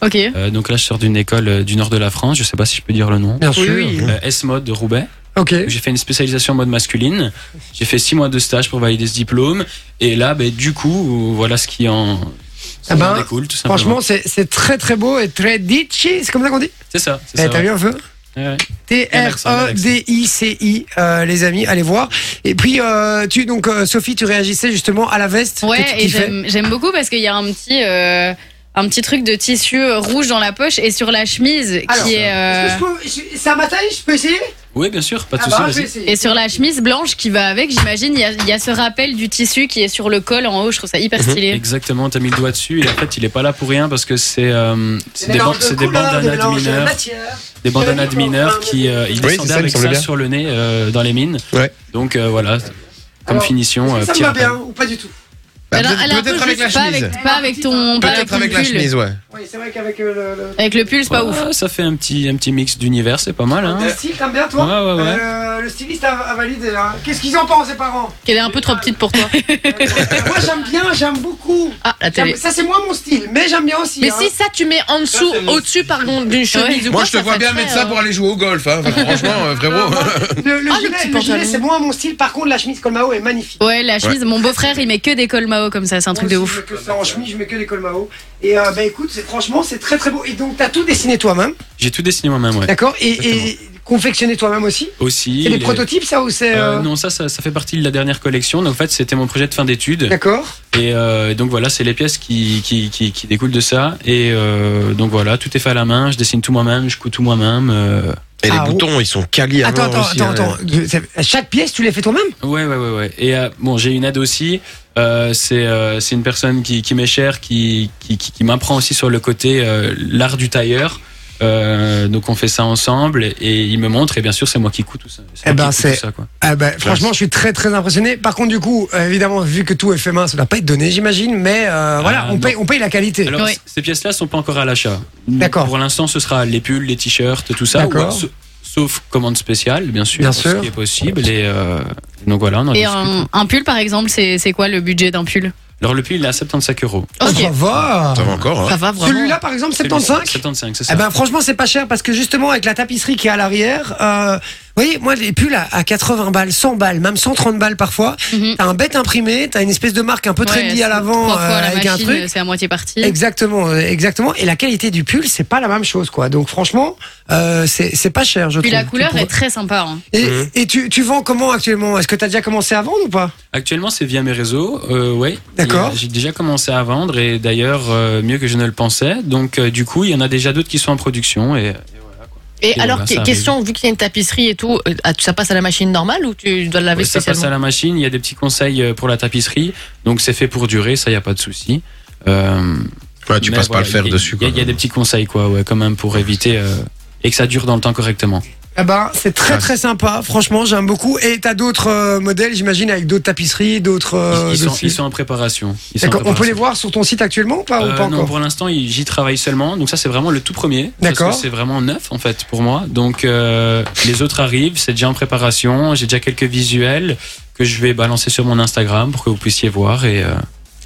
Ok. Euh, donc là, je sors d'une école euh, du nord de la France, je sais pas si je peux dire le nom. Bien sûr. Euh, S-Mode de Roubaix. Ok. J'ai fait une spécialisation en mode masculine. J'ai fait six mois de stage pour valider ce diplôme. Et là, ben, du coup, voilà ce qui en, ce Eh Ah qui en ben, découle, tout simplement. Franchement, c'est c'est très très beau et très ditchy. C'est comme ça qu'on dit. c'est ça. C'est Eh, ça T'as vu un peu ouais. E Ouais. T-R-E-D-I-C-I, euh, les amis, allez voir. Et puis, euh, tu, donc, euh, Sophie, tu réagissais justement à la veste que tu Ouais, et kiffais. j'aime j'aime beaucoup parce qu'il y a un petit, euh, un petit truc de tissu euh, rouge dans la poche et sur la chemise Alors, qui est. euh, Est-ce que je peux- je- C'est un bataille, je peux essayer Oui, bien sûr, pas de Ah souci. bah, je vas-y. vais essayer. euh, Et sur la chemise blanche qui va avec, j'imagine, il y, a- il y a ce rappel du tissu qui est sur le col en haut. Je trouve ça Mhm. hyper stylé. Exactement, t'as mis le doigt dessus et en fait il est pas là pour rien parce que c'est euh, c'est des, ban- mélanges de c'est des couleurs, des bandanas de mélanges de mineurs, matières. des bandanas de mineurs qui euh, ils Oui, c'est descendaient ça, il me avec ça semblait bien. sur le nez euh, dans les mines. Ouais. Donc euh, voilà, comme Alors, finition. euh, Ça petit me va rappel. bien ou pas du tout Bah, Elle a- peut- elle a un peu Peut-être avec la juste pas chemise. avec, pas avec ton. pas Peut-être ton avec la pull. chemise, ouais. Oui, c'est vrai qu'avec euh, le. le- Avec le pull, c'est pas ouf. Ouais, Ça fait un petit un petit mix d'univers, c'est pas mal. Hein. Le style, t'aimes bien toi Ouais, ouais, ouais. Euh, Le styliste a, a validé. hein. Qu'est-ce qu'ils en pensent, les parents Qu'elle est un peu trop petite pour toi. Moi, j'aime bien, j'aime beaucoup. Ah, la télé. J'aime- Ça, c'est moi mon style, mais j'aime bien aussi. Mais hein. si ça, tu mets en dessous, c'est mon- au-dessus, pardon, d'une chemise ou Moi, quoi, je te ça vois fait bien très, mettre ça euh, pour aller jouer au golf. hein. Enfin, Franchement, euh, frérot. Le, le Ah, le gilet, petit le gilet, pantalon. c'est moins mon style. Par contre, la chemise Colmao est magnifique. euh, Ouais, la chemise. Mon beau-frère, il met que des cols Mao comme ça. C'est un truc de Moi ouf. aussi, Je mets que ça en chemise, je mets que des Colmao. Et euh, bah écoute, c'est- franchement, c'est très très beau. Et donc, t'as tout dessiné toi-même, J'ai tout dessiné moi-même, ouais. d'accord et, et confectionné toi-même aussi Aussi. C'est des les- prototypes, ça ou c'est. Euh, euh, non, ça, ça, ça fait partie de la dernière collection. Donc, en fait, c'était mon projet de fin d'études. D'accord. Et euh, donc voilà, c'est les pièces qui, qui, qui, qui découlent de ça. Et euh, donc voilà, tout est fait à la main. Je dessine tout moi-même, je couds tout moi-même. euh. Et les Ah, boutons, ils sont calés à Attends, attends, mort aussi, attends, hein. attends. C'est- Chaque pièce, tu l'as fait toi-même Ouais, ouais, ouais, ouais. Et euh, bon, j'ai une aide aussi. Euh, c'est euh, c'est une personne qui, qui m'est chère, qui, qui, qui, qui m'apprend aussi sur le côté euh, l'art du tailleur. Euh, donc on fait ça ensemble et il me montre et bien sûr c'est moi qui couds tout ça. Eh moi ben, qui couds tout c'est- ça, quoi. Ah ben, franchement, je suis très très impressionné. Par contre, du coup, euh, évidemment, vu que tout est fait main, ça doit pas être donné, j'imagine. Mais euh, voilà, Ah, on non. paye, on paye la qualité. Alors, Oui. c- ces pièces-là sont pas encore à l'achat. D'accord. Pour l'instant, ce sera les pulls, les t-shirts, tout ça. D'accord. Ouais, sa- Sauf commande spéciale, bien sûr. Bien ce sûr. euh, qui est possible. Et euh, donc voilà, on en Et discute. un, un pull, par exemple, c'est c'est quoi le budget d'un pull Alors, le pull, il est à 75 euros. Oh, Ça Ah, Ok, va. Ça va encore. hein. ça va vraiment. Celui-là, par exemple, Celui-ci, 75 75, c'est ça. eh ben franchement c'est pas cher parce que justement avec la tapisserie qui est à l'arrière, euh, vous voyez moi les pulls à, à 80 balles, 100 balles, même 130 balles parfois, Mhm. t'as un bête imprimé, t'as une espèce de marque un peu Ouais, trendy c'est à l'avant trois fois euh, la avec un machine, truc. C'est à moitié parti. Exactement, euh, exactement. Et la qualité du pull c'est pas la même chose quoi. Donc franchement euh, c'est c'est pas cher je Puis trouve. la couleur Tu est pourrais- très sympa. hein. Et, et tu, tu vends comment actuellement Est-ce que t'as déjà commencé à vendre ou pas Actuellement, c'est via mes réseaux. Euh, ouais. D'accord. Il y a- J'ai déjà commencé à vendre et d'ailleurs, euh, mieux que je ne le pensais. Donc, euh, du coup, il y en a déjà d'autres qui sont en production. Et Et Et alors, voilà, que- ça question, vu qu'il y a une tapisserie et tout, euh, ah, tu- ça passe à la machine normale ou tu dois le Ouais, laver euh, ça passe à spécialement la machine. Il y a des petits conseils euh, pour la tapisserie. Donc, c'est fait pour durer. Ça, il n'y a pas de souci. Euh, Ouais, Ah, tu Mais passes pas voilà, le fer il y a- Il dessus. y quoi. a- il y, a des petits conseils, quoi, ouais, quand même, pour éviter euh, et que ça dure dans le temps correctement. Eh ben, c'est très Ouais. très sympa. Franchement, j'aime beaucoup. Et t'as d'autres euh, modèles, j'imagine, avec d'autres tapisseries, d'autres. euh, ils, sont, d'autres- ils sont en préparation. Ils sont en D'accord. On peut les préparation. voir sur ton site actuellement ou pas, ou Euh, pas non, encore pour l'instant, il- j'y travaille seulement. Donc ça, c'est vraiment le tout premier. parce D'accord. que C'est vraiment neuf en fait pour moi. Donc euh, les autres arrivent, c'est déjà en préparation. J'ai déjà quelques visuels que je vais balancer sur mon Instagram pour que vous puissiez voir. Et euh,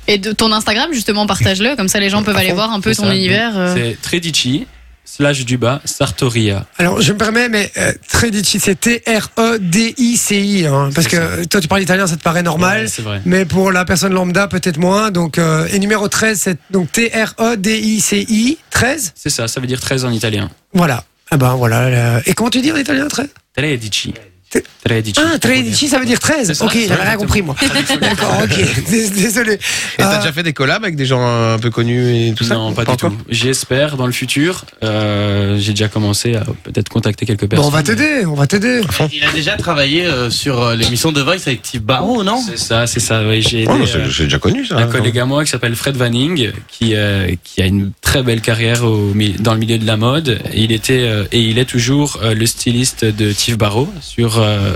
Et de, ton Instagram, justement, partage-le. Comme ça, les gens peuvent À aller fond, voir un peu c'est ton ça. univers. euh. c'est Tredici slash du bas Sartoria. Alors, je me permets, mais euh, Tredici, c'est E T-R-E-D-I-C-I. hein, parce C'est ça. que toi, tu parles italien, ça te paraît normal. Ouais, c'est vrai. Mais pour la personne lambda, peut-être moins. Donc, euh, et numéro 13, c'est donc E T-R-E-D-I-C-I 13. C'est ça. Ça veut dire 13 en italien. Voilà. Ah ben voilà. euh, Et comment tu dis en italien 13 Tredici. T- Tredici. Ah, Tredici, ça veut dire C'est 13. ça, Ok, c'est j'avais rien exactement. compris, moi. D'accord, ok. Dés- Désolé. Et t'as Euh, déjà fait des collabs avec des gens un peu connus et tout ça non, pas, du encore tout. J'espère dans le futur. Euh, J'ai déjà commencé à peut-être contacter quelques Bon, personnes. on va t'aider, on va t'aider. Il a déjà travaillé euh, sur euh, l'émission de Vice avec Steve Barrow, non C'est ça, c'est ça. Oui, J'ai hein. Oh, aidé, non, c'est euh, c'est déjà connu ça. un collègue à moi qui s'appelle Fred Vanning, qui, euh, qui a une très belle carrière au, mi- dans le milieu de la mode. Et il était euh, et il est toujours euh, le styliste de Tiff Barrow sur euh,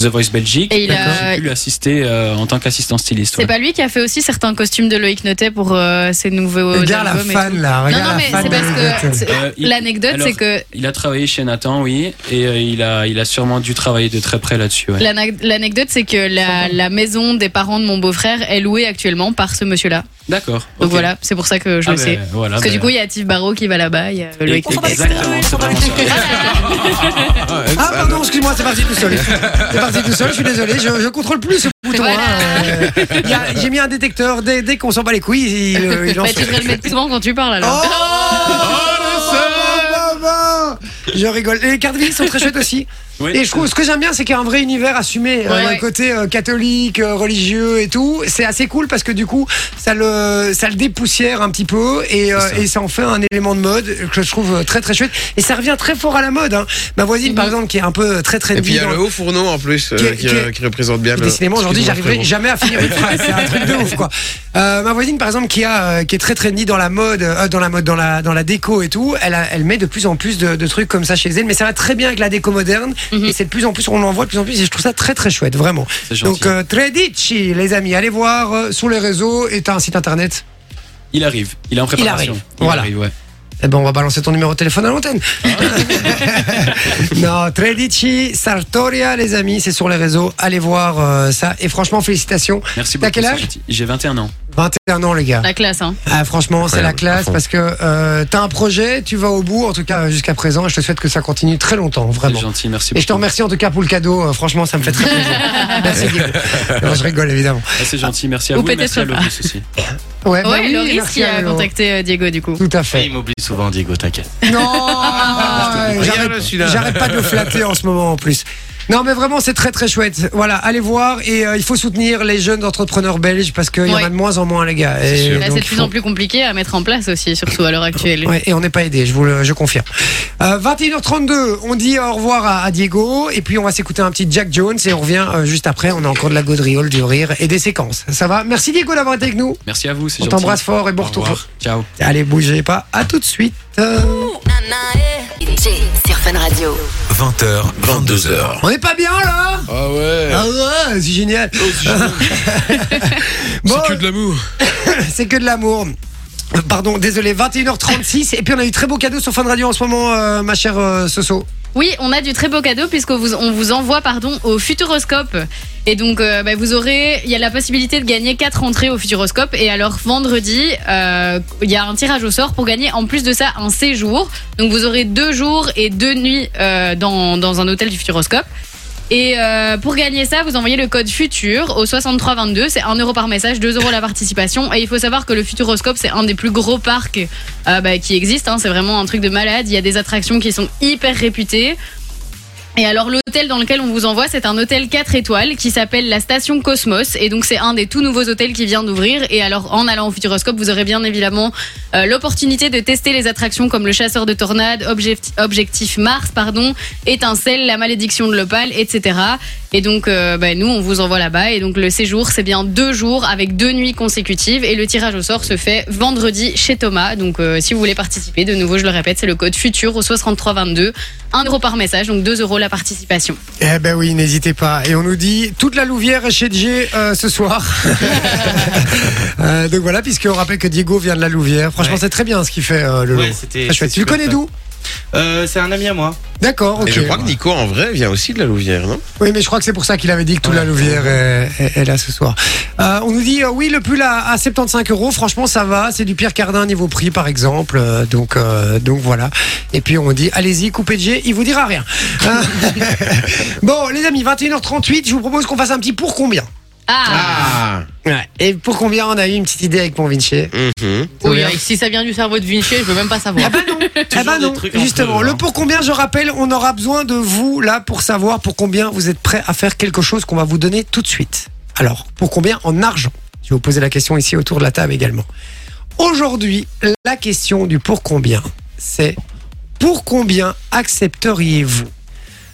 The Voice Belgique. Et il a- J'ai pu assister euh, en tant qu'assistant styliste. C'est ouais. pas lui qui a fait aussi certains costumes de Loïc Notet pour euh, ses nouveaux Regarde Eh la albums et fan tout. là, Non, regarde non, la mais fan c'est de parce que Lisette. c'est- Euh, il- l'anecdote, alors- c'est que Il a travaillé chez Nathan, oui, et euh, il a il a sûrement dû travailler de très près là-dessus. ouais. l'ana- l'anecdote, c'est que la, la maison des parents de mon beau-frère est louée actuellement par ce monsieur-là. D'accord. Donc ok. voilà, c'est pour ça que je Ah le sais. ben, voilà, Parce que ben, du coup, il y a Tiff Barreau qui va là-bas, il y a Loïc Notet. Exactement, c'est vraiment ça. Ah pardon, excuse-moi, c'est parti tout seul. C'est parti tout seul, je suis désolé, je, je contrôle plus ce bouton. Voilà. hein, euh, il y a- J'ai mis un détecteur, dès, dès qu'on s'en bat les couilles, il, euh, il Bah, lance. tu devrais le mettre souvent quand tu parles Oh, alors. le savon, maman bien. Je rigole. Et les cartes villes sont très chouettes aussi. Oui. et je trouve, ce que j'aime bien, c'est qu'il y a un vrai univers assumé. Ouais. euh, Ouais. un côté euh, catholique, euh, religieux et tout. C'est assez cool parce que du coup, ça le, ça le dépoussière un petit peu et, euh, et ça en fait un élément de mode que je trouve euh, très très chouette. Et ça revient très fort à la mode. hein. Ma voisine, par exemple, qui est un peu euh, très très Mhm. Et puis il y a dans- le haut fourneau en plus euh, Qui est- qui, qui euh, est- qui représente bien et le. Décidément, aujourd'hui, Excuse-moi, j'arriverai frérot. jamais à finir une phrase. C'est un truc de ouf, quoi. Euh, ma voisine, par exemple, qui, a, euh, qui est très très née dans la mode, euh, dans la mode, dans la, dans la déco et tout, elle, a- elle met de plus en plus de, de trucs comme ça chez elle. Mais ça va très bien avec la déco moderne. Et c'est de plus en plus, on en voit de plus en plus. Et je trouve ça très très chouette, vraiment. gentil. Donc, euh, Tredici, les amis, allez voir euh, sur les réseaux. Et t'as un site internet. Il arrive, il est en Il préparation. arrive, voilà. arrive, ouais. Eh ben, on va balancer ton numéro de téléphone à l'antenne. non, Tredici Sartoria, les amis, c'est sur les réseaux. Allez voir euh, ça. Et franchement, félicitations. Merci T'as beaucoup. quel c'est âge gentil. J'ai 21 ans. 21 ans, les gars. La classe, hein. Ah, franchement, c'est la Incroyable, à classe fond. parce que euh, t'as un projet, tu vas au bout, en tout cas euh, jusqu'à présent. et Je te souhaite que ça continue très longtemps, vraiment. C'est gentil, merci Et je te beaucoup. remercie en tout cas pour le cadeau. euh, franchement, ça me fait très plaisir. merci Guillaume. Non, je rigole évidemment. Ah, C'est gentil, merci à Ou vous. et peut-être Merci à pas. Loris aussi. Ouais, bah oui, Loris merci qui à a Laurent. contacté euh, Diego du coup. Tout à fait. Il m'oublie souvent, Diego, t'inquiète. Non, euh, j'arrête- Regarde celui-là. j'arrête pas de le flatter en ce moment en plus. Non mais vraiment c'est très très chouette. Voilà, allez voir et euh, il faut soutenir les jeunes entrepreneurs belges parce qu'il y en Ouais. a de moins en moins les gars. Et Là, donc, c'est de il plus faut- en plus compliqué à mettre en place aussi, surtout à l'heure actuelle. Ouais, et on n'est pas aidé, je vous le je confirme. Euh, 21h32, on dit au revoir à, à Diego et puis on va s'écouter un petit Jack Jones et on revient euh, juste après. On a encore de la gaudriole, du rire et des séquences. Ça va Merci Diego d'avoir été avec nous. Merci à vous, c'est On gentil. t'embrasse fort et bon Au retour. revoir. Ciao. Allez, bougez pas. À tout de suite. Euh, Jay sur Fun Radio. 20h, 22h. On n'est pas bien là Ah ouais. Ah ouais, c'est génial. C'est que de l'amour. c'est que de l'amour. Euh, Pardon, désolé, 21h36 et puis on a eu très beau cadeau sur Fun Radio en ce moment, euh, ma chère euh, Soso. Oui, on a du très beau cadeau puisqu'on vous, on vous envoie pardon, au Futuroscope. Et donc, euh, bah, vous aurez, il y a la possibilité de gagner 4 entrées au Futuroscope. Et alors, vendredi, euh, il y a un tirage au sort pour gagner en plus de ça un séjour. Donc, vous aurez deux jours et deux nuits euh, dans, dans un hôtel du Futuroscope. Et euh, pour gagner ça, vous envoyez le code FUTUR au 6322. C'est 1 euro par message, 2 euros la participation. Et il faut savoir que le Futuroscope, c'est un des plus gros parcs euh, bah, qui existe. hein. C'est vraiment un truc de malade. Il y a des attractions qui sont hyper réputées. Et alors l'hôtel dans lequel on vous envoie, c'est un hôtel 4 étoiles qui s'appelle la Station Cosmos. Et donc c'est un des tout nouveaux hôtels qui vient d'ouvrir. Et alors en allant au Futuroscope, vous aurez bien évidemment euh, l'opportunité de tester les attractions comme le chasseur de tornades, Objectif, Objectif Mars, pardon, Étincelle, la malédiction de l'opale, etc. Et donc euh, bah, nous, on vous envoie là-bas. Et donc le séjour, c'est bien deux jours avec deux nuits consécutives. Et le tirage au sort se fait vendredi chez Thomas. Donc euh, si vous voulez participer, de nouveau, je le répète, c'est le code FUTUR au 6322. 1 euro par message, donc 2 euros la participation. Eh ben oui, n'hésitez pas. Et on nous dit toute la Louvière est chez Dj euh, ce soir. Euh, donc voilà, puisqu'on rappelle que Diego vient de la Louvière. Franchement, c'est très bien ce qu'il fait, euh, le Ouais, loup. c'était- Très chouette. c'est Tu le chouette, connais ça. d'où Euh, c'est un ami à moi. D'accord, ok. Et je crois que Nico en vrai vient aussi de la Louvière, non Oui, mais je crois que c'est pour ça qu'il avait dit que toute la Louvière est, est- est là ce soir. Euh, on nous dit, euh, oui, le pull à, à 75 euros, franchement, ça va. C'est du Pierre Cardin niveau prix, par exemple. Euh, donc, euh, donc voilà. Et puis, on dit, allez-y, coupez de G, il vous dira rien. Hein bon, les amis, 21h38, je vous propose qu'on fasse un petit pour combien. Ah, Ah. Ouais. Et pour combien on a eu une petite idée avec mon Vinci Mhm. Oui, avec- si ça vient du cerveau de Vinci, je veux même pas Ah savoir. Eh ben non, justement, le pour combien, je rappelle, on aura besoin de vous là pour savoir pour combien vous êtes prêt à faire quelque chose qu'on va vous donner tout de suite. Alors, pour combien en argent Je vais vous poser la question ici autour de la table également. Aujourd'hui, la question du pour combien, c'est pour combien accepteriez-vous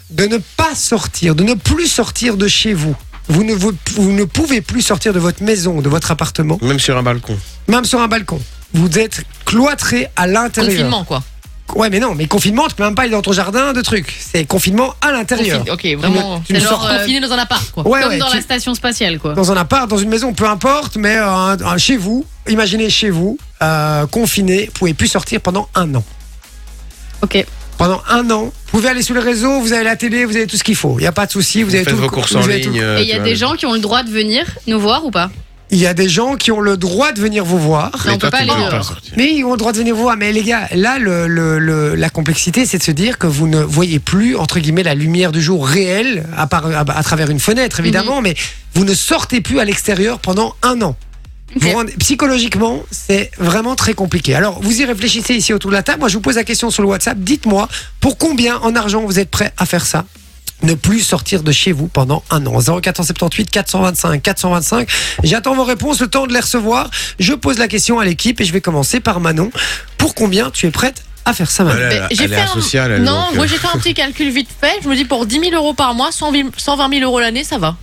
de ne pas sortir, de ne plus sortir de chez vous vous ne, vous- vous ne pouvez plus sortir de votre maison, de votre appartement, Même sur un balcon. même sur un balcon. Vous êtes cloîtré à l'intérieur. Confinement, quoi. Ouais, mais non, mais confinement, tu peux même pas aller dans ton jardin de trucs. C'est confinement à l'intérieur. Confine- ok, vraiment. Tu ne c'est genre sors- euh, confiné dans un appart, quoi. Ouais, comme ouais, dans tu- la station spatiale, quoi. dans un appart, dans une maison, peu importe, mais euh, un- un- chez vous, imaginez chez vous, euh, confiné, vous pouvez plus sortir pendant un an. Ok. Pendant un an, vous pouvez aller sur les réseaux, vous avez la télé, vous avez tout ce qu'il faut. Il n'y a pas de souci, vous, Vous avez faites tout. le vos co- courses vous en avez tout le- ligne. euh, Et il y a tu des vois. gens qui ont le droit de venir nous voir ou pas Il y a des gens qui ont le droit de venir vous voir. Non, on Et peut toi, pas tu aller peux dehors. sortir. Mais ils ont le droit de venir vous voir. Mais les gars, là, le, le- le- la complexité, c'est de se dire que vous ne voyez plus, entre guillemets, la lumière du jour réelle, à, part, à, à travers une fenêtre, évidemment, mais vous ne sortez plus à l'extérieur pendant un an. Vous rendez- psychologiquement, c'est vraiment très compliqué. Alors, vous y réfléchissez ici autour de la table. Moi, je vous pose la question sur le WhatsApp. Dites-moi, pour combien en argent vous êtes prêt à faire ça ne plus sortir de chez vous pendant un an. 0478 425 425. J'attends vos réponses, le temps de les recevoir. Je pose la question à l'équipe et je vais commencer par Manon. Pour combien tu es prête à faire ça, Manon Elle est- Ben, j'ai elle est fait un- Ah asociale, elle, Non, donc, euh. moi j'ai fait un petit calcul vite fait. Je me dis pour 10 000 euros par mois, 120 000 euros l'année, ça va.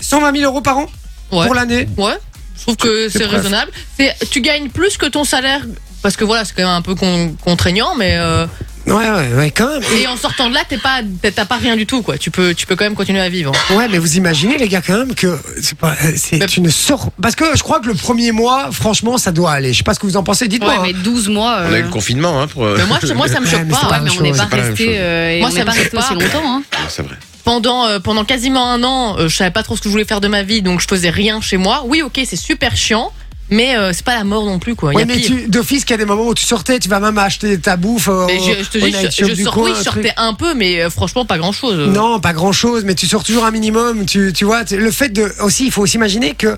120 000 euros par an Pour l'année Ouais. Je trouve que c'est c'est presque. raisonnable. C'est- Tu gagnes plus que ton salaire. Parce que voilà, c'est quand même un peu con- contraignant, mais. euh, Ouais, ouais, ouais, quand même. Et en sortant de là, t'es pas, t'es- t'as pas rien du tout, quoi. Tu peux, tu peux quand même continuer à vivre. Ouais, mais vous imaginez, les gars, quand même, que c'est pas, c'est, tu ne sors. Parce que je crois que le premier mois, franchement, ça doit aller. Je sais pas ce que vous en pensez, dites-moi. Ouais, mais 12 mois. Oh. On a eu le euh, ah confinement, hein, pour. Mais moi, je- moi, ça me choque Ouais, mais pas. c'est pas ouais, la mais même on n'est chose. pas C'est pas la même resté, chose. euh, et Moi, on ça n'est me pas choque resté pas. aussi longtemps. hein. C'est vrai. pendant, euh, pendant quasiment un an, euh, je savais pas trop ce que je voulais faire de ma vie, donc je faisais rien chez moi. Oui, ok, c'est super chiant, mais euh, c'est pas la mort non plus, quoi. Il y Ouais, a mais pire. tu- d'office, qu'il y a des moments où tu sortais, tu vas même acheter ta bouffe. euh, Mais je, je te au dis, night je, shop je du sors- coin, oui, un je truc. sortais un peu, mais euh, franchement, pas grand chose. Non, pas grand chose, mais tu sors toujours un minimum. Tu, tu vois, tu- le fait de. Aussi, il faut s'imaginer que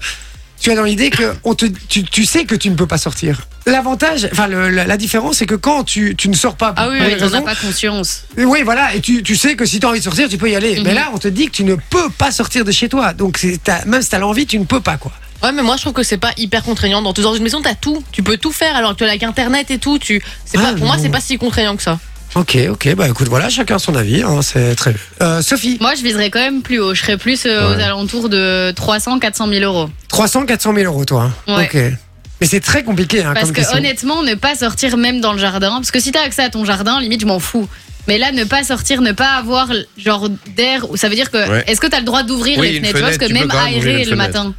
tu as dans l'idée que on te, tu, tu sais que tu ne peux pas sortir. L'avantage, enfin, le- la, la différence, c'est que quand tu, tu ne sors pas. Ah oui, pour oui, des t'en as raisons- pas conscience. Et Oui, voilà, et tu, tu sais que si tu as envie de sortir, tu peux y aller. Mhm. Mais là, on te dit que tu ne peux pas sortir de chez toi. Donc, c'est- t'as- même si tu as l'envie, tu ne peux pas, quoi. Ouais, mais moi je trouve que c'est pas hyper contraignant. Dans, dans une maison, t'as tout. Tu peux tout faire alors que avec internet et tout. Tu, c'est pas, pour moi, c'est pas si contraignant que ça. Ok, ok, bah écoute, voilà, chacun son avis, hein, c'est très bien. Euh, Sophie, Moi, je viserais quand même plus haut. Je serais plus euh, aux alentours de 300, 400 000 euros. Ah, 300, 400 000 euros, toi. hein. Ouais. Ok. Mais c'est très compliqué, hein, Parce comme que question. honnêtement, ne pas sortir même dans le jardin, parce que si t'as accès à ton jardin, limite je m'en fous. Mais là, ne pas sortir, ne pas avoir l- genre d'air, ça veut dire que Ouais. est-ce que t'as le droit d'ouvrir Oui, les une fenêtres Tu vois, Parce fenêtre, que tu peux même quand même ouvrir aérer une le fenêtre. matin,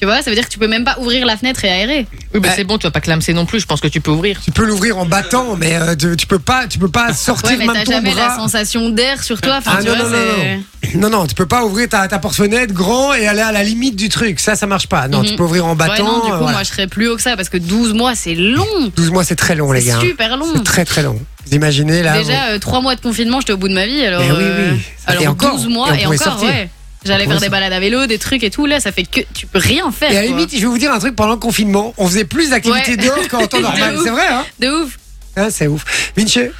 tu vois, ça veut dire que tu peux même pas ouvrir la fenêtre et aérer. Oui, mais c'est bon, tu vas pas clamser non plus. Je pense que tu peux ouvrir. Tu peux l'ouvrir en battant, mais euh, tu, tu peux pas, tu peux pas Ouais, sortir mais même t'as ton jamais la bras. sensation d'air sur toi. Enfin, Ah tu non, vois, non, non, c'est- non. Non, non, tu peux pas ouvrir ta, ta porte-fenêtre grand et aller à la limite du truc. Ça, ça marche pas. Non, tu Mhm. peux ouvrir en Ouais, battant. non, du coup, euh, voilà. moi, je serais plus haut que ça parce que 12 mois, c'est long. 12 mois, c'est très long, les C'est gars. hein. super long. C'est très, très long. Vous imaginez, là. Déjà, 3 mois de confinement, j'étais au bout de ma vie. Alors, Ah Eh oui, oui. euh, Et alors encore, 12 et mois on et, pouvait encore, sortir. ouais. J'allais On faire pouvait des balades à vélo, des trucs et tout. Là, ça fait que tu peux rien faire. Et à la quoi. limite, je vais vous dire un truc, pendant le confinement, on faisait plus d'activités Ouais. dehors qu'en temps De normal. ouf. C'est vrai, hein De ouf. Ah, C'est ouf. Vinci euh,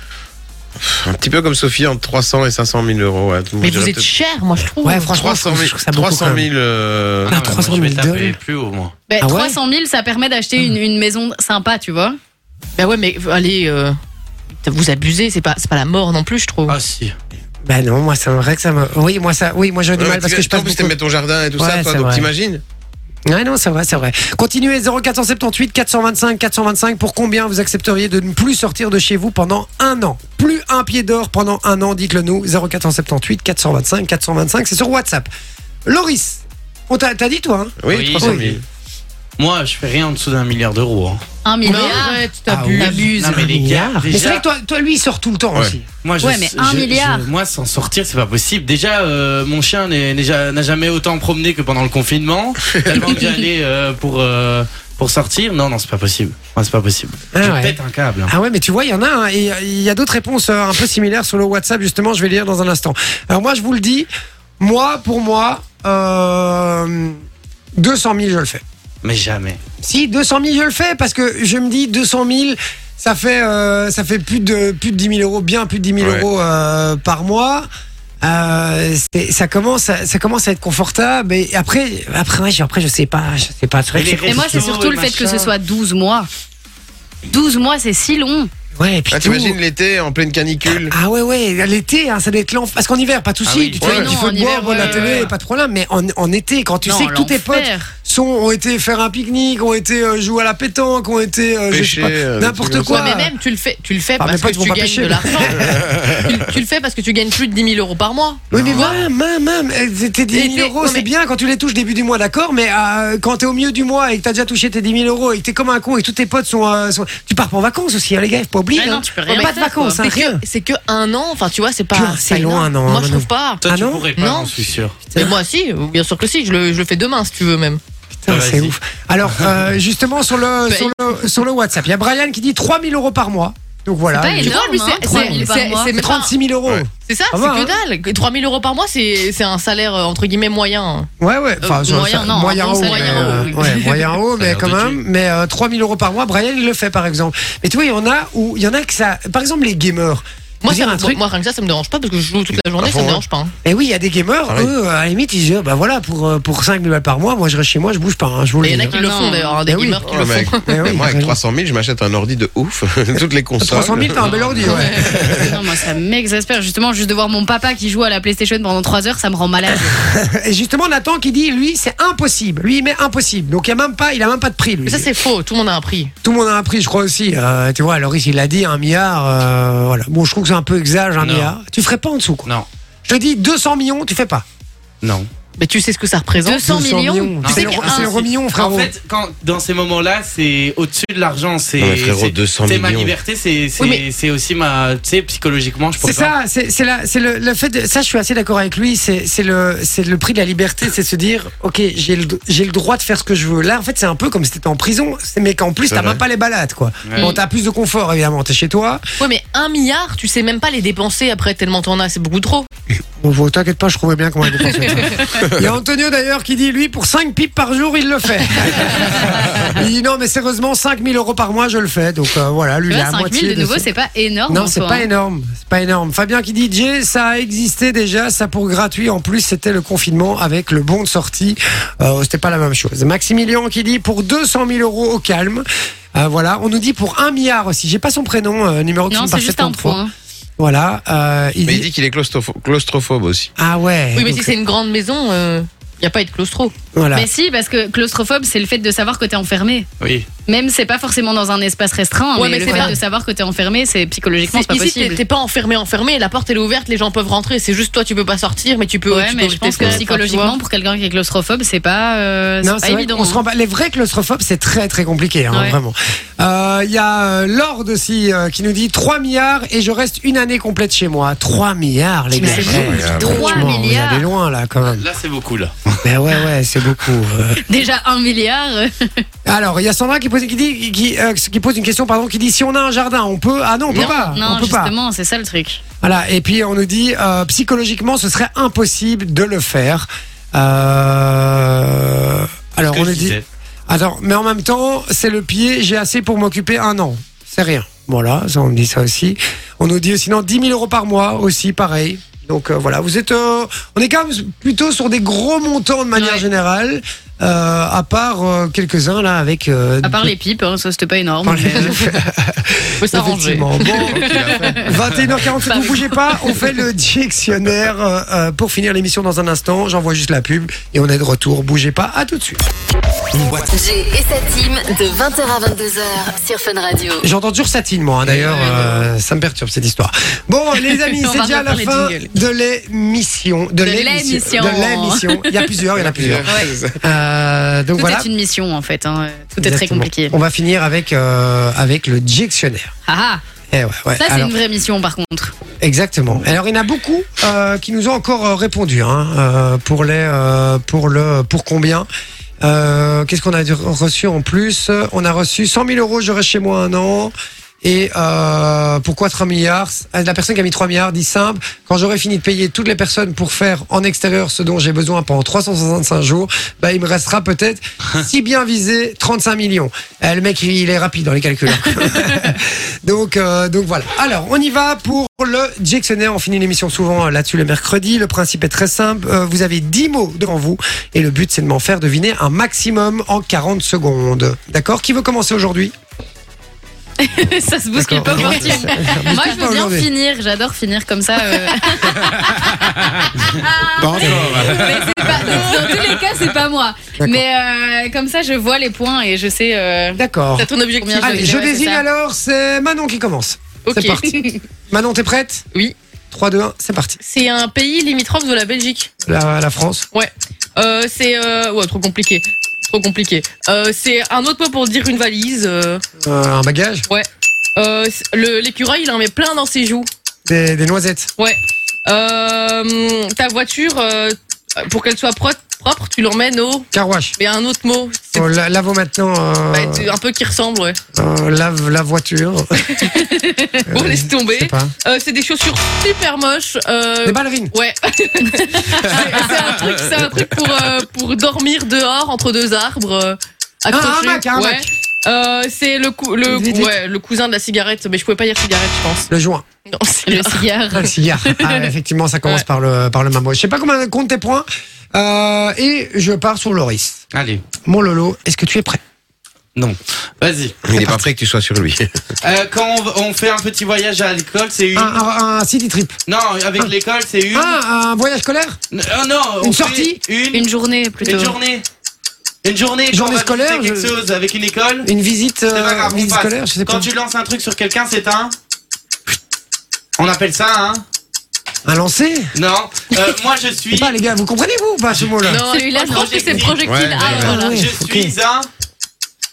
Un petit peu comme Sophie, entre 300 et 500 000 euros. ouais. Tout le monde Mais dirait vous êtes peut-être cher, moi je trouve. Ouais, franchement, je 300 trouve, 000. je trouve ça beaucoup. 300 quand 000. même. euh, Ah, Ouais, moi, 300 je 000 vais taper dollars. plus haut, moi. Ben, Ah ouais 300 000, ça permet d'acheter une, une maison sympa, tu vois. Bah ouais, mais allez, euh, vous abusez. C'est pas, c'est pas la mort non plus, je trouve. Ah si. Bah non, moi, c'est vrai que ça me. Oui, moi, ça. Oui, moi, j'ai du Ouais, mal mais parce que je t'imagines- passe en plus, beaucoup. t'aimais ton jardin et tout Ouais, ça, toi, c'est donc vrai. t'imagines Ouais, non, c'est vrai, c'est vrai. Continuez 0478 425 425. Pour combien vous accepteriez de ne plus sortir de chez vous pendant un an Plus un pied d'or pendant un an, dites-le nous. 0478 425 425. C'est sur WhatsApp. Loris, on t'a t'as dit toi hein Oui, Oui. 300 000. Oui. Moi, je fais rien en dessous d'un milliard d'euros. hein. Un Mais milliard. arrête, t'abuses. Non, mais les gars, Ah Mais c'est déjà- vrai que toi, toi, lui, il sort tout le temps Ouais. aussi. Moi, je, Ouais, mais un je- milliard. je- moi, s'en sortir, c'est pas possible. Déjà, euh, mon chien n'est- n'est ja- n'a jamais autant promené que pendant le confinement. Tellement que j'allais euh, pour, euh, pour sortir. Non, non, c'est pas possible. Moi, c'est pas possible. Ah je ouais. pète un câble. hein. Ah ouais, mais tu vois, il y en a. hein, et euh, il y a d'autres réponses euh, un peu similaires sur le WhatsApp, justement. Je vais lire dans un instant. Alors, moi, je vous le dis, moi, pour moi, euh, 200 000, je le fais. Mais jamais. Si, 200 000, je le fais parce que je me dis 200 000. Ça fait, euh, ça fait plus, de, plus de 10 000 euros, bien plus de 10 000 Ouais. euros euh, par mois. Euh, c'est- ça, commence à, ça commence à être confortable. Et après, après, ouais, je- après je sais pas. Je sais pas. C'est vrai Et que les c'est Et moi, c'est Réseau surtout et le fait que machin. ce soit 12 mois. 12 mois, c'est si long. Ouais, et puis Ah, tout. T'imagines l'été en pleine canicule Ah ouais, ouais, l'été, hein, ça doit être l'enfer. Parce qu'en hiver, pas de souci, Ah oui. tu, Ouais, fais- non, tu fais en de hiver, boire, boire de la ouais, télé, ouais. pas de problème. Mais en, en été, quand tu Non, sais que tous tes potes l'enfer. sont, ont été faire un pique-nique, ont été euh, jouer à la pétanque, ont été euh, je Pêcher, sais pas, euh, des n'importe trucs quoi. Ouais, mais même tu le fais, tu le fais Ah, mais parce pas, ils que vont tu pas gagnes pêcher. de l'argent. tu, tu le fais parce que tu gagnes plus de 10 000 euros par mois. Oui, mais voilà, même, même, euh, c'est- tes 10 Et 000 t'es- euros, ouais, c'est mais- bien quand tu les touches début du mois, d'accord, mais euh, quand t'es au milieu du mois et que t'as déjà touché tes 10 000 euros et que t'es comme un con et que tous tes potes sont, euh, sont- Tu pars pas en vacances aussi, hein, les gars, faut pas oublier. Ouais, non, hein. tu peux rien pas de faire, vacances, quoi. hein, C'est que, rien. c'est que un an. Enfin, tu vois, c'est pas. Putain, pas c'est loin, énorme. non, Moi, je Manon. trouve pas. Toi, Ah tu non pourrais pas, Non. j'en suis sûr. Mais moi, si, euh, bien sûr que si. Je le, je le fais demain, si tu veux même. Putain, c'est Vas-y. ouf. Alors, euh, justement, sur le, Paye. sur, le, sur le WhatsApp, il y a Brian qui dit 3000 euros par mois. Donc voilà. C'est pas Ah hein, Mais- Tu vois, lui, c'est- c'est- c'est- c'est même pas- 36 000 euros. C'est ça, Ah c'est bah, que hein. dalle. Que 3000 euros par mois, c'est c'est un salaire euh, entre guillemets moyen. Ouais, ouais. Enfin, Euh, je- moyen, ça- non, moyen un bon haut. salaire, mais, euh, euh, oui. ouais, moyen haut, mais Salaire quand de même. Mais 3000 euros par mois, Brian, il le fait, par exemple. Mais tu vois, il y en a où, il y en a que ça, par exemple, les gamers. Moi, Vous dire ça- un moi- truc. moi, rien que ça, ça me dérange pas parce que je joue toute la Ah, journée, fond, ça me ouais. dérange pas. hein. Mais oui, il y a des gamers, Ah oui. eux, à la limite, ils disent, bah voilà, pour, euh, pour 5000 balles par mois, moi, je reste chez moi, je bouge pas, hein, je vous le Il y en a dis. Ah qui le font d'ailleurs, hein, des Ben Eh Ah gamers oui. qui le Ouais, mais font. avec- mais moi, avec 300 000, je m'achète un ordi de ouf. Toutes les consoles. 300 000, t'as un bel ordi, ouais. Non, moi ça m'exaspère. Justement, juste de voir mon papa qui joue à la PlayStation pendant 3 heures, ça me rend malade. Et justement, Nathan qui dit, lui, c'est impossible. Lui, il met impossible. Donc, il y a même pas, il a même pas de prix, lui. Mais ça, c'est faux, tout le monde a un prix. Tout le monde a un prix, je crois aussi. Euh, tu vois, Loris, il l'a dit, un milliard. euh, voilà. Bon, je trouve que c'est un peu exage, un Non. milliard. Tu ferais pas en dessous, quoi. Non. Je te dis, 200 millions, tu fais pas. Non. Mais tu sais ce que ça représente 200 millions. Non. Ah, C'est le- c'est le million, frérot. En fait, quand, dans ces moments-là, c'est au-dessus de l'argent. C'est Non, mais frérot, c'est- 200 c'est ma millions. liberté, c'est c'est Oui, mais- c'est aussi ma. Tu sais, psychologiquement, je pourrais C'est ça, c'est c'est la- c'est le, le fait de. Ça, je suis assez d'accord avec lui. C'est c'est le, c'est le prix de la liberté, c'est se dire, ok, j'ai le, j'ai le droit de faire ce que je veux. Là, en fait, c'est un peu comme si t'étais en prison, c'est- mais qu'en plus, C'est t'as vrai. même pas les balades, quoi. Ouais. Bon, t'as plus de confort, évidemment. T'es chez toi. Ouais, mais un milliard, tu sais même pas les dépenser après tellement t'en as, c'est beaucoup trop. Bon, vous- t'inquiète pas, je trouvais bien comment il dépensait ça. Il y a Antonio d'ailleurs qui dit, lui, pour 5 pipes par jour, il le fait. il dit, non, mais sérieusement, 5000 euros par mois, je le fais. Donc euh, voilà, lui, Tu il vois, a la 5000 moitié. de nouveau, ses- c'est pas énorme. en Non, c'est soi, pas hein. énorme. C'est pas énorme. Fabien qui dit Jay, ça a existé déjà, ça pour gratuit. En plus, c'était le confinement avec le bon de sortie. Euh, c'était pas la même chose. Maximilien qui dit pour 200 000 euros au calme. Euh, voilà, on nous dit pour 1 milliard aussi. J'ai pas son prénom, euh, numéro qui Non, finit par c'est juste un 73. point. Voilà, euh, il Mais il dit- dit qu'il est claustropho- claustrophobe aussi. Ah Eh, ouais. Oui, mais donc- si c'est une grande maison, euh, y a pas à être claustro. Voilà. Mais si, parce que claustrophobe, c'est le fait de savoir que t'es enfermé. Oui. Même c'est pas forcément dans un espace restreint, Ouais, mais, mais le c'est fait pas- de savoir que t'es enfermé, c'est psychologiquement c'est C'est- pas Ici, t'es- possible. t'es pas enfermé, enfermé, la porte elle est ouverte, les gens peuvent rentrer, c'est juste toi tu peux pas sortir, mais tu peux. Ouais, tu mais peux je pense rester que seul, psychologiquement, tu pour quelqu'un qui est claustrophobe, c'est pas, euh, c'est Non, pas c'est vrai évident. qu'on se rend pas- Les vrais claustrophobes, c'est très très compliqué, hein, Ouais. vraiment. Euh, Il y a euh, Lord aussi euh, qui nous dit 3 milliards et je reste une année complète chez moi. 3 milliards, les Mais gars. c'est Ouais, beaucoup, euh, 3 franchement, milliards. Vous allez loin là quand même. Là, c'est beaucoup, là. Mais ouais, ouais, c'est beaucoup. euh. Déjà un milliard. Alors, il y a Sandra qui pose, qui dit, qui, euh, qui pose une question, pardon, qui dit si on a un jardin, on peut. Ah non, on peut non, pas. non, on peut pas. justement, c'est ça le truc. Voilà, et puis on nous dit euh, psychologiquement, ce serait impossible de le faire. Euh, Alors que on je nous dit. disais. Attends, mais en même temps, c'est le pied, j'ai assez pour m'occuper un an. C'est rien. Voilà, ça, on me dit ça aussi. On nous dit sinon 10 000 euros par mois aussi, pareil. Donc euh, voilà, vous êtes. euh, on est quand même plutôt sur des gros montants de manière générale, euh, à part euh, quelques-uns là avec. euh, À part les pipes, hein, ça c'était pas énorme. Par les- mais- Faut s'arranger. Effectivement. Bon, qu'il a fait. 21h47, vous bougez pas, on fait le dictionnaire euh, euh, pour finir l'émission dans un instant. J'envoie juste la pub et on est de retour. Bougez pas, à tout de suite. Jay et sa team de 20h à 22h sur Fun Radio. J'entends toujours Satine, moi, hein, d'ailleurs, euh, ça me perturbe cette histoire. Bon, les amis, On c'est va déjà la refaire les fin jingles. de l'émission. De l'émission. De l'émission. Il y a plusieurs, il y en a plusieurs. Euh, donc Tout voilà. est une mission en fait. hein. Tout est très Exactement. compliqué. On va finir avec, euh, avec le dictionnaire. Ah, Eh ouais, ah, ouais. ça c'est Alors- une vraie mission par contre. Exactement. Alors il y en a beaucoup euh, qui nous ont encore euh, répondu hein, euh, pour les euh, pour le pour combien. Euh, Qu'est-ce qu'on a reçu en plus On a reçu 100 000 euros. Je reste chez moi un an. Et euh, pourquoi 3 milliards Ah, La personne qui a mis 3 milliards dit simple. Quand j'aurai fini de payer toutes les personnes pour faire en extérieur ce dont j'ai besoin pendant 365 jours, bah, il me restera peut-être, si bien visé, 35 millions. Eh, le mec, il est rapide dans les calculs. hein. Donc, euh, donc voilà. Alors, on y va pour le dictionnaire. On finit l'émission souvent euh, là-dessus le mercredi. Le principe est très simple. Euh, vous avez 10 mots devant vous et le but, c'est de m'en faire deviner un maximum en 40 secondes. D'accord Qui veut commencer aujourd'hui ça se bouscule pas D'accord. aujourd'hui. Ça- ça- ça bouscule Moi je pas veux bien aujourd'hui. finir. J'adore finir comme ça. euh. Pas encore. Mais c'est pas- dans tous les cas, c'est pas moi. D'accord. Mais euh, comme ça, je vois les points et je sais. euh, D'accord. T'as ton objectif. Combien Allez, Ouais, je c'est désigne ça. alors. C'est Manon qui commence. Ok. C'est parti. Manon, t'es prête Oui. 3, 2, 1, c'est parti. C'est un pays limitrophe de la Belgique. La, la France. Ouais. Euh, c'est. euh, Ouais, trop compliqué. Trop compliqué. Euh, c'est un autre mot pour dire une valise. euh, Euh, un bagage. Ouais. Euh, c'est- le- L'écureuil, il en met plein dans ses joues. Des, des noisettes. Ouais. Euh, ta voiture, euh, pour qu'elle soit propre, propre, tu l'emmènes au. Carwash. Mais un autre mot. C'est- On Oh, la- lave maintenant euh, bah, tu- un peu qui ressemble, ouais. euh, lave la voiture. Euh, bon, laisse tomber. pas. Euh, c'est des chaussures super moches. euh, Des ballerines. Ouais. c'est c'est un truc, c'est un truc pour, euh, pour dormir dehors entre deux arbres. euh, accroché. Ah, un hamac, un Ouais. hamac. Euh, c'est le, cou- le, Vite, vite. ouais, le cousin de la cigarette, mais je pouvais pas dire cigarette, je pense. Le joint. Non, c'est le cigare. Ah, le cigare. Ah, effectivement, ça commence par le par le mambo. Je sais pas combien compte tes points. Euh, et je pars sur Loris. Allez. Mon Lolo, est-ce que tu es prêt Non. Vas-y. Il n'est pas prêt que tu sois sur lui. Euh, quand on, on fait un petit voyage à l'école, c'est une. Un, un, un city trip. Non, avec l'école, c'est une. Ah, un voyage scolaire Oh non, Une on fait sortie Une, Une journée plutôt. une journée. Une journée. quand Journée on va visiter scolaire, quelque je- chose avec une école. Une visite, C'est pas euh, grave, on visite passe. scolaire Je sais Quand pas. tu lances un truc sur quelqu'un, c'est un. On appelle ça un. Un lancer Non. Euh, moi, je suis. Je sais pas, les gars, vous comprenez vous ou pas ce mot-là Non, Celui-là, je pense que c'est projectile. Ouais, ouais, ah, ouais. voilà. oui. Je suis un.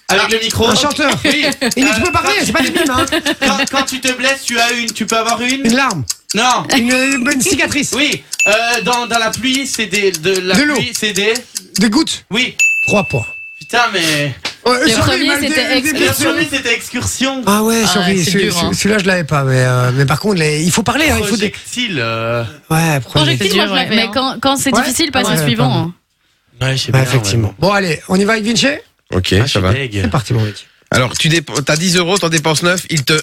Avec le micro. Un chanteur. Oui. Et Euh, tu peux parler, c'est pas des mimes, hein. Quand, quand tu te blesses, tu as une. Tu peux avoir une. Une larme, Non. une, une cicatrice, Oui. Euh, dans, dans la pluie, c'est des. De la De l'eau. pluie, c'est des. des gouttes, Oui. 3 points. Euh, Putain, mais. Ouais, Le sur lui, premier, mal c'était dé- dé- ex- dé- Bien sûr, mais c'était excursion. Ah ouais, sur ouais, lui, c'est celui- dur, hein. celui- celui-là je l'avais pas, mais, euh, mais par contre les- il faut parler, hein, il faut des... Projectile. euh, Ouais, prenez- Projectile, C'est moi, dur, je l'avais, Mais hein. quand, quand c'est Ouais. difficile, passe Ah ouais, au suivant. pardon. hein. Ouais, je sais Ouais, bien, effectivement. Bon allez, on y va avec Vinci Ok, ouais. Ah, je ça suis va. deg. C'est parti mon mec. Alors, tu dépenses, t'as 10 euros, t'en dépenses 9, il te,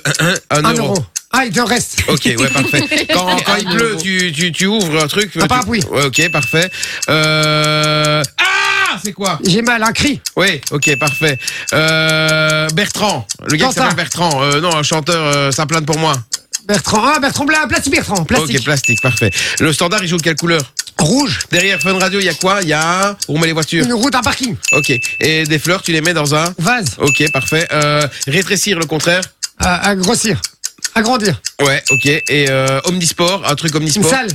1 1 euro. euro. Ah, il te reste. Ok, ouais, parfait. Quand, quand il Un pleut, euro. tu, tu, tu ouvres un truc. tu- parapluie. Ouais, ok, parfait. Euh... Ah C'est quoi J'ai mal, un cri. Oui, ok, parfait. Euh... Bertrand. Le gars qui Quentin. s'appelle Bertrand. Euh, non, un chanteur, euh, ça plainte pour moi. Bertrand, ah Bertrand Bla, plastique Bertrand, plastique. Ok, plastique, parfait. Le standard, il joue de quelle couleur Rouge, Derrière Fun Radio, il y a quoi Il y a un... On met les voitures. une route, un parking, Ok. Et des fleurs, tu les mets dans un... vase, Ok, parfait. Euh... Rétrécir, le contraire à, à grossir, agrandir, Ouais, ok. Et euh, Omnisport, un truc une Omnisport. salle,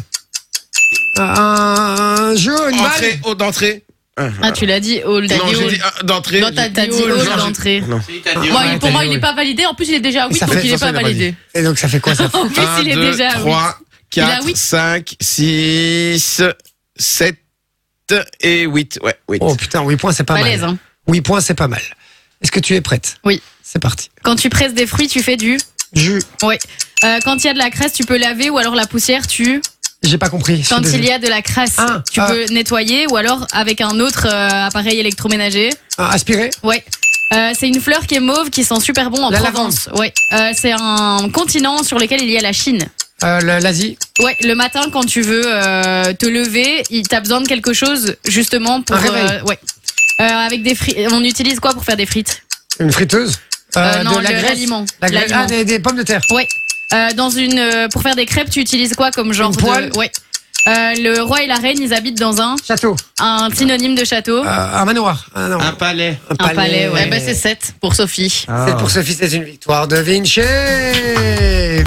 Euh, un jeu, une Entrée, balle, haut d'entrée. Ah, Ah, tu l'as dit, hall. non, j'ai dit ah, d'entrée. Non, t'as- T'as dit Vidéo, hall genre, d'entrée. Si, t'as dit Moi, ouais. il- pour moi, il est pas validé. En plus, il est déjà à 8, Ah ça donc fait- il est ça, pas il est validé. et donc ça fait quoi ça En plus, il est déjà à 3, Il a 4, huit. 5, 6, 7 et 8. Ouais, 8. Oh putain, 8 points c'est pas Malaise, mal. hein. 8 points c'est pas mal. Est-ce que tu es prête Oui. C'est parti. Quand tu presses des fruits, tu fais du. Je, Oui. Euh, quand il y a de la crasse, tu peux laver ou alors la poussière, tu. j'ai pas compris. je suis Quand il désolé. y a de la crasse, Ah, tu ah. peux nettoyer ou alors avec un autre euh, appareil électroménager. Ah, aspirer, Ouais. Euh, c'est une fleur qui est mauve, qui sent super bon en La Provence. Ouais. Euh, c'est un continent sur lequel il y a la Chine. euh, la- l'Asie, Ouais, le matin quand tu veux euh, te lever, il- t'as besoin de quelque chose justement pour. Un réveil. euh, ouais. Euh, avec des frites, on utilise quoi pour faire des frites une friteuse, euh, Euh, Non, de la le- graisse, l'aliment. la graisse- L'aliment. ah, des, des pommes de terre, Ouais. Euh, dans une, euh, pour faire des crêpes, tu utilises quoi comme genre Une de- poêle Ouais. Euh, le roi et la reine, ils habitent dans un, château, un synonyme de château. euh, un manoir, Ah, non, Un palais. un palais, ouais. Eh ben, c'est 7 pour Sophie. Ah. C'est pour Sophie, c'est une victoire de Vinci.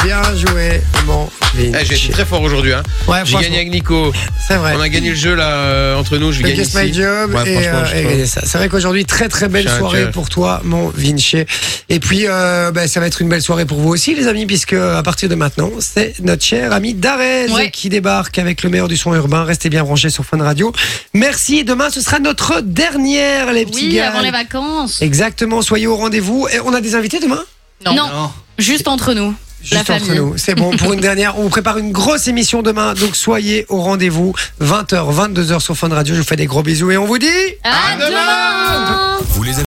Bien joué, mon Vinci. Eh, J'ai été très fort aujourd'hui. Hein. Ouais, J'ai franchement, gagné avec Nico. C'est vrai. On a gagné le jeu là euh, entre nous. Je Fais gagne Guess My ici. Job Ouais, et, franchement, euh, je et sais pas. gagner ça. C'est vrai qu'aujourd'hui, très très belle Je suis un soirée cœur. pour toi, mon Vinci. Et puis, euh, bah, ça va être une belle soirée pour vous aussi, les amis, puisque à partir de maintenant, c'est notre cher ami Darez Ouais. qui débarque avec le meilleur du son urbain. Restez bien branchés sur Fun Radio. Merci. Demain, ce sera notre dernière, les petits Oui, gars. avant les vacances. Exactement. Soyez au rendez-vous. Et on a des invités demain. Non, Non. juste entre nous. Juste la entre famille. nous. C'est bon. Pour une dernière, on vous prépare une grosse émission demain. Donc soyez au rendez-vous. 20h, 22h sur Fun Radio. Je vous fais des gros bisous et on vous dit. À, demain Vous les avez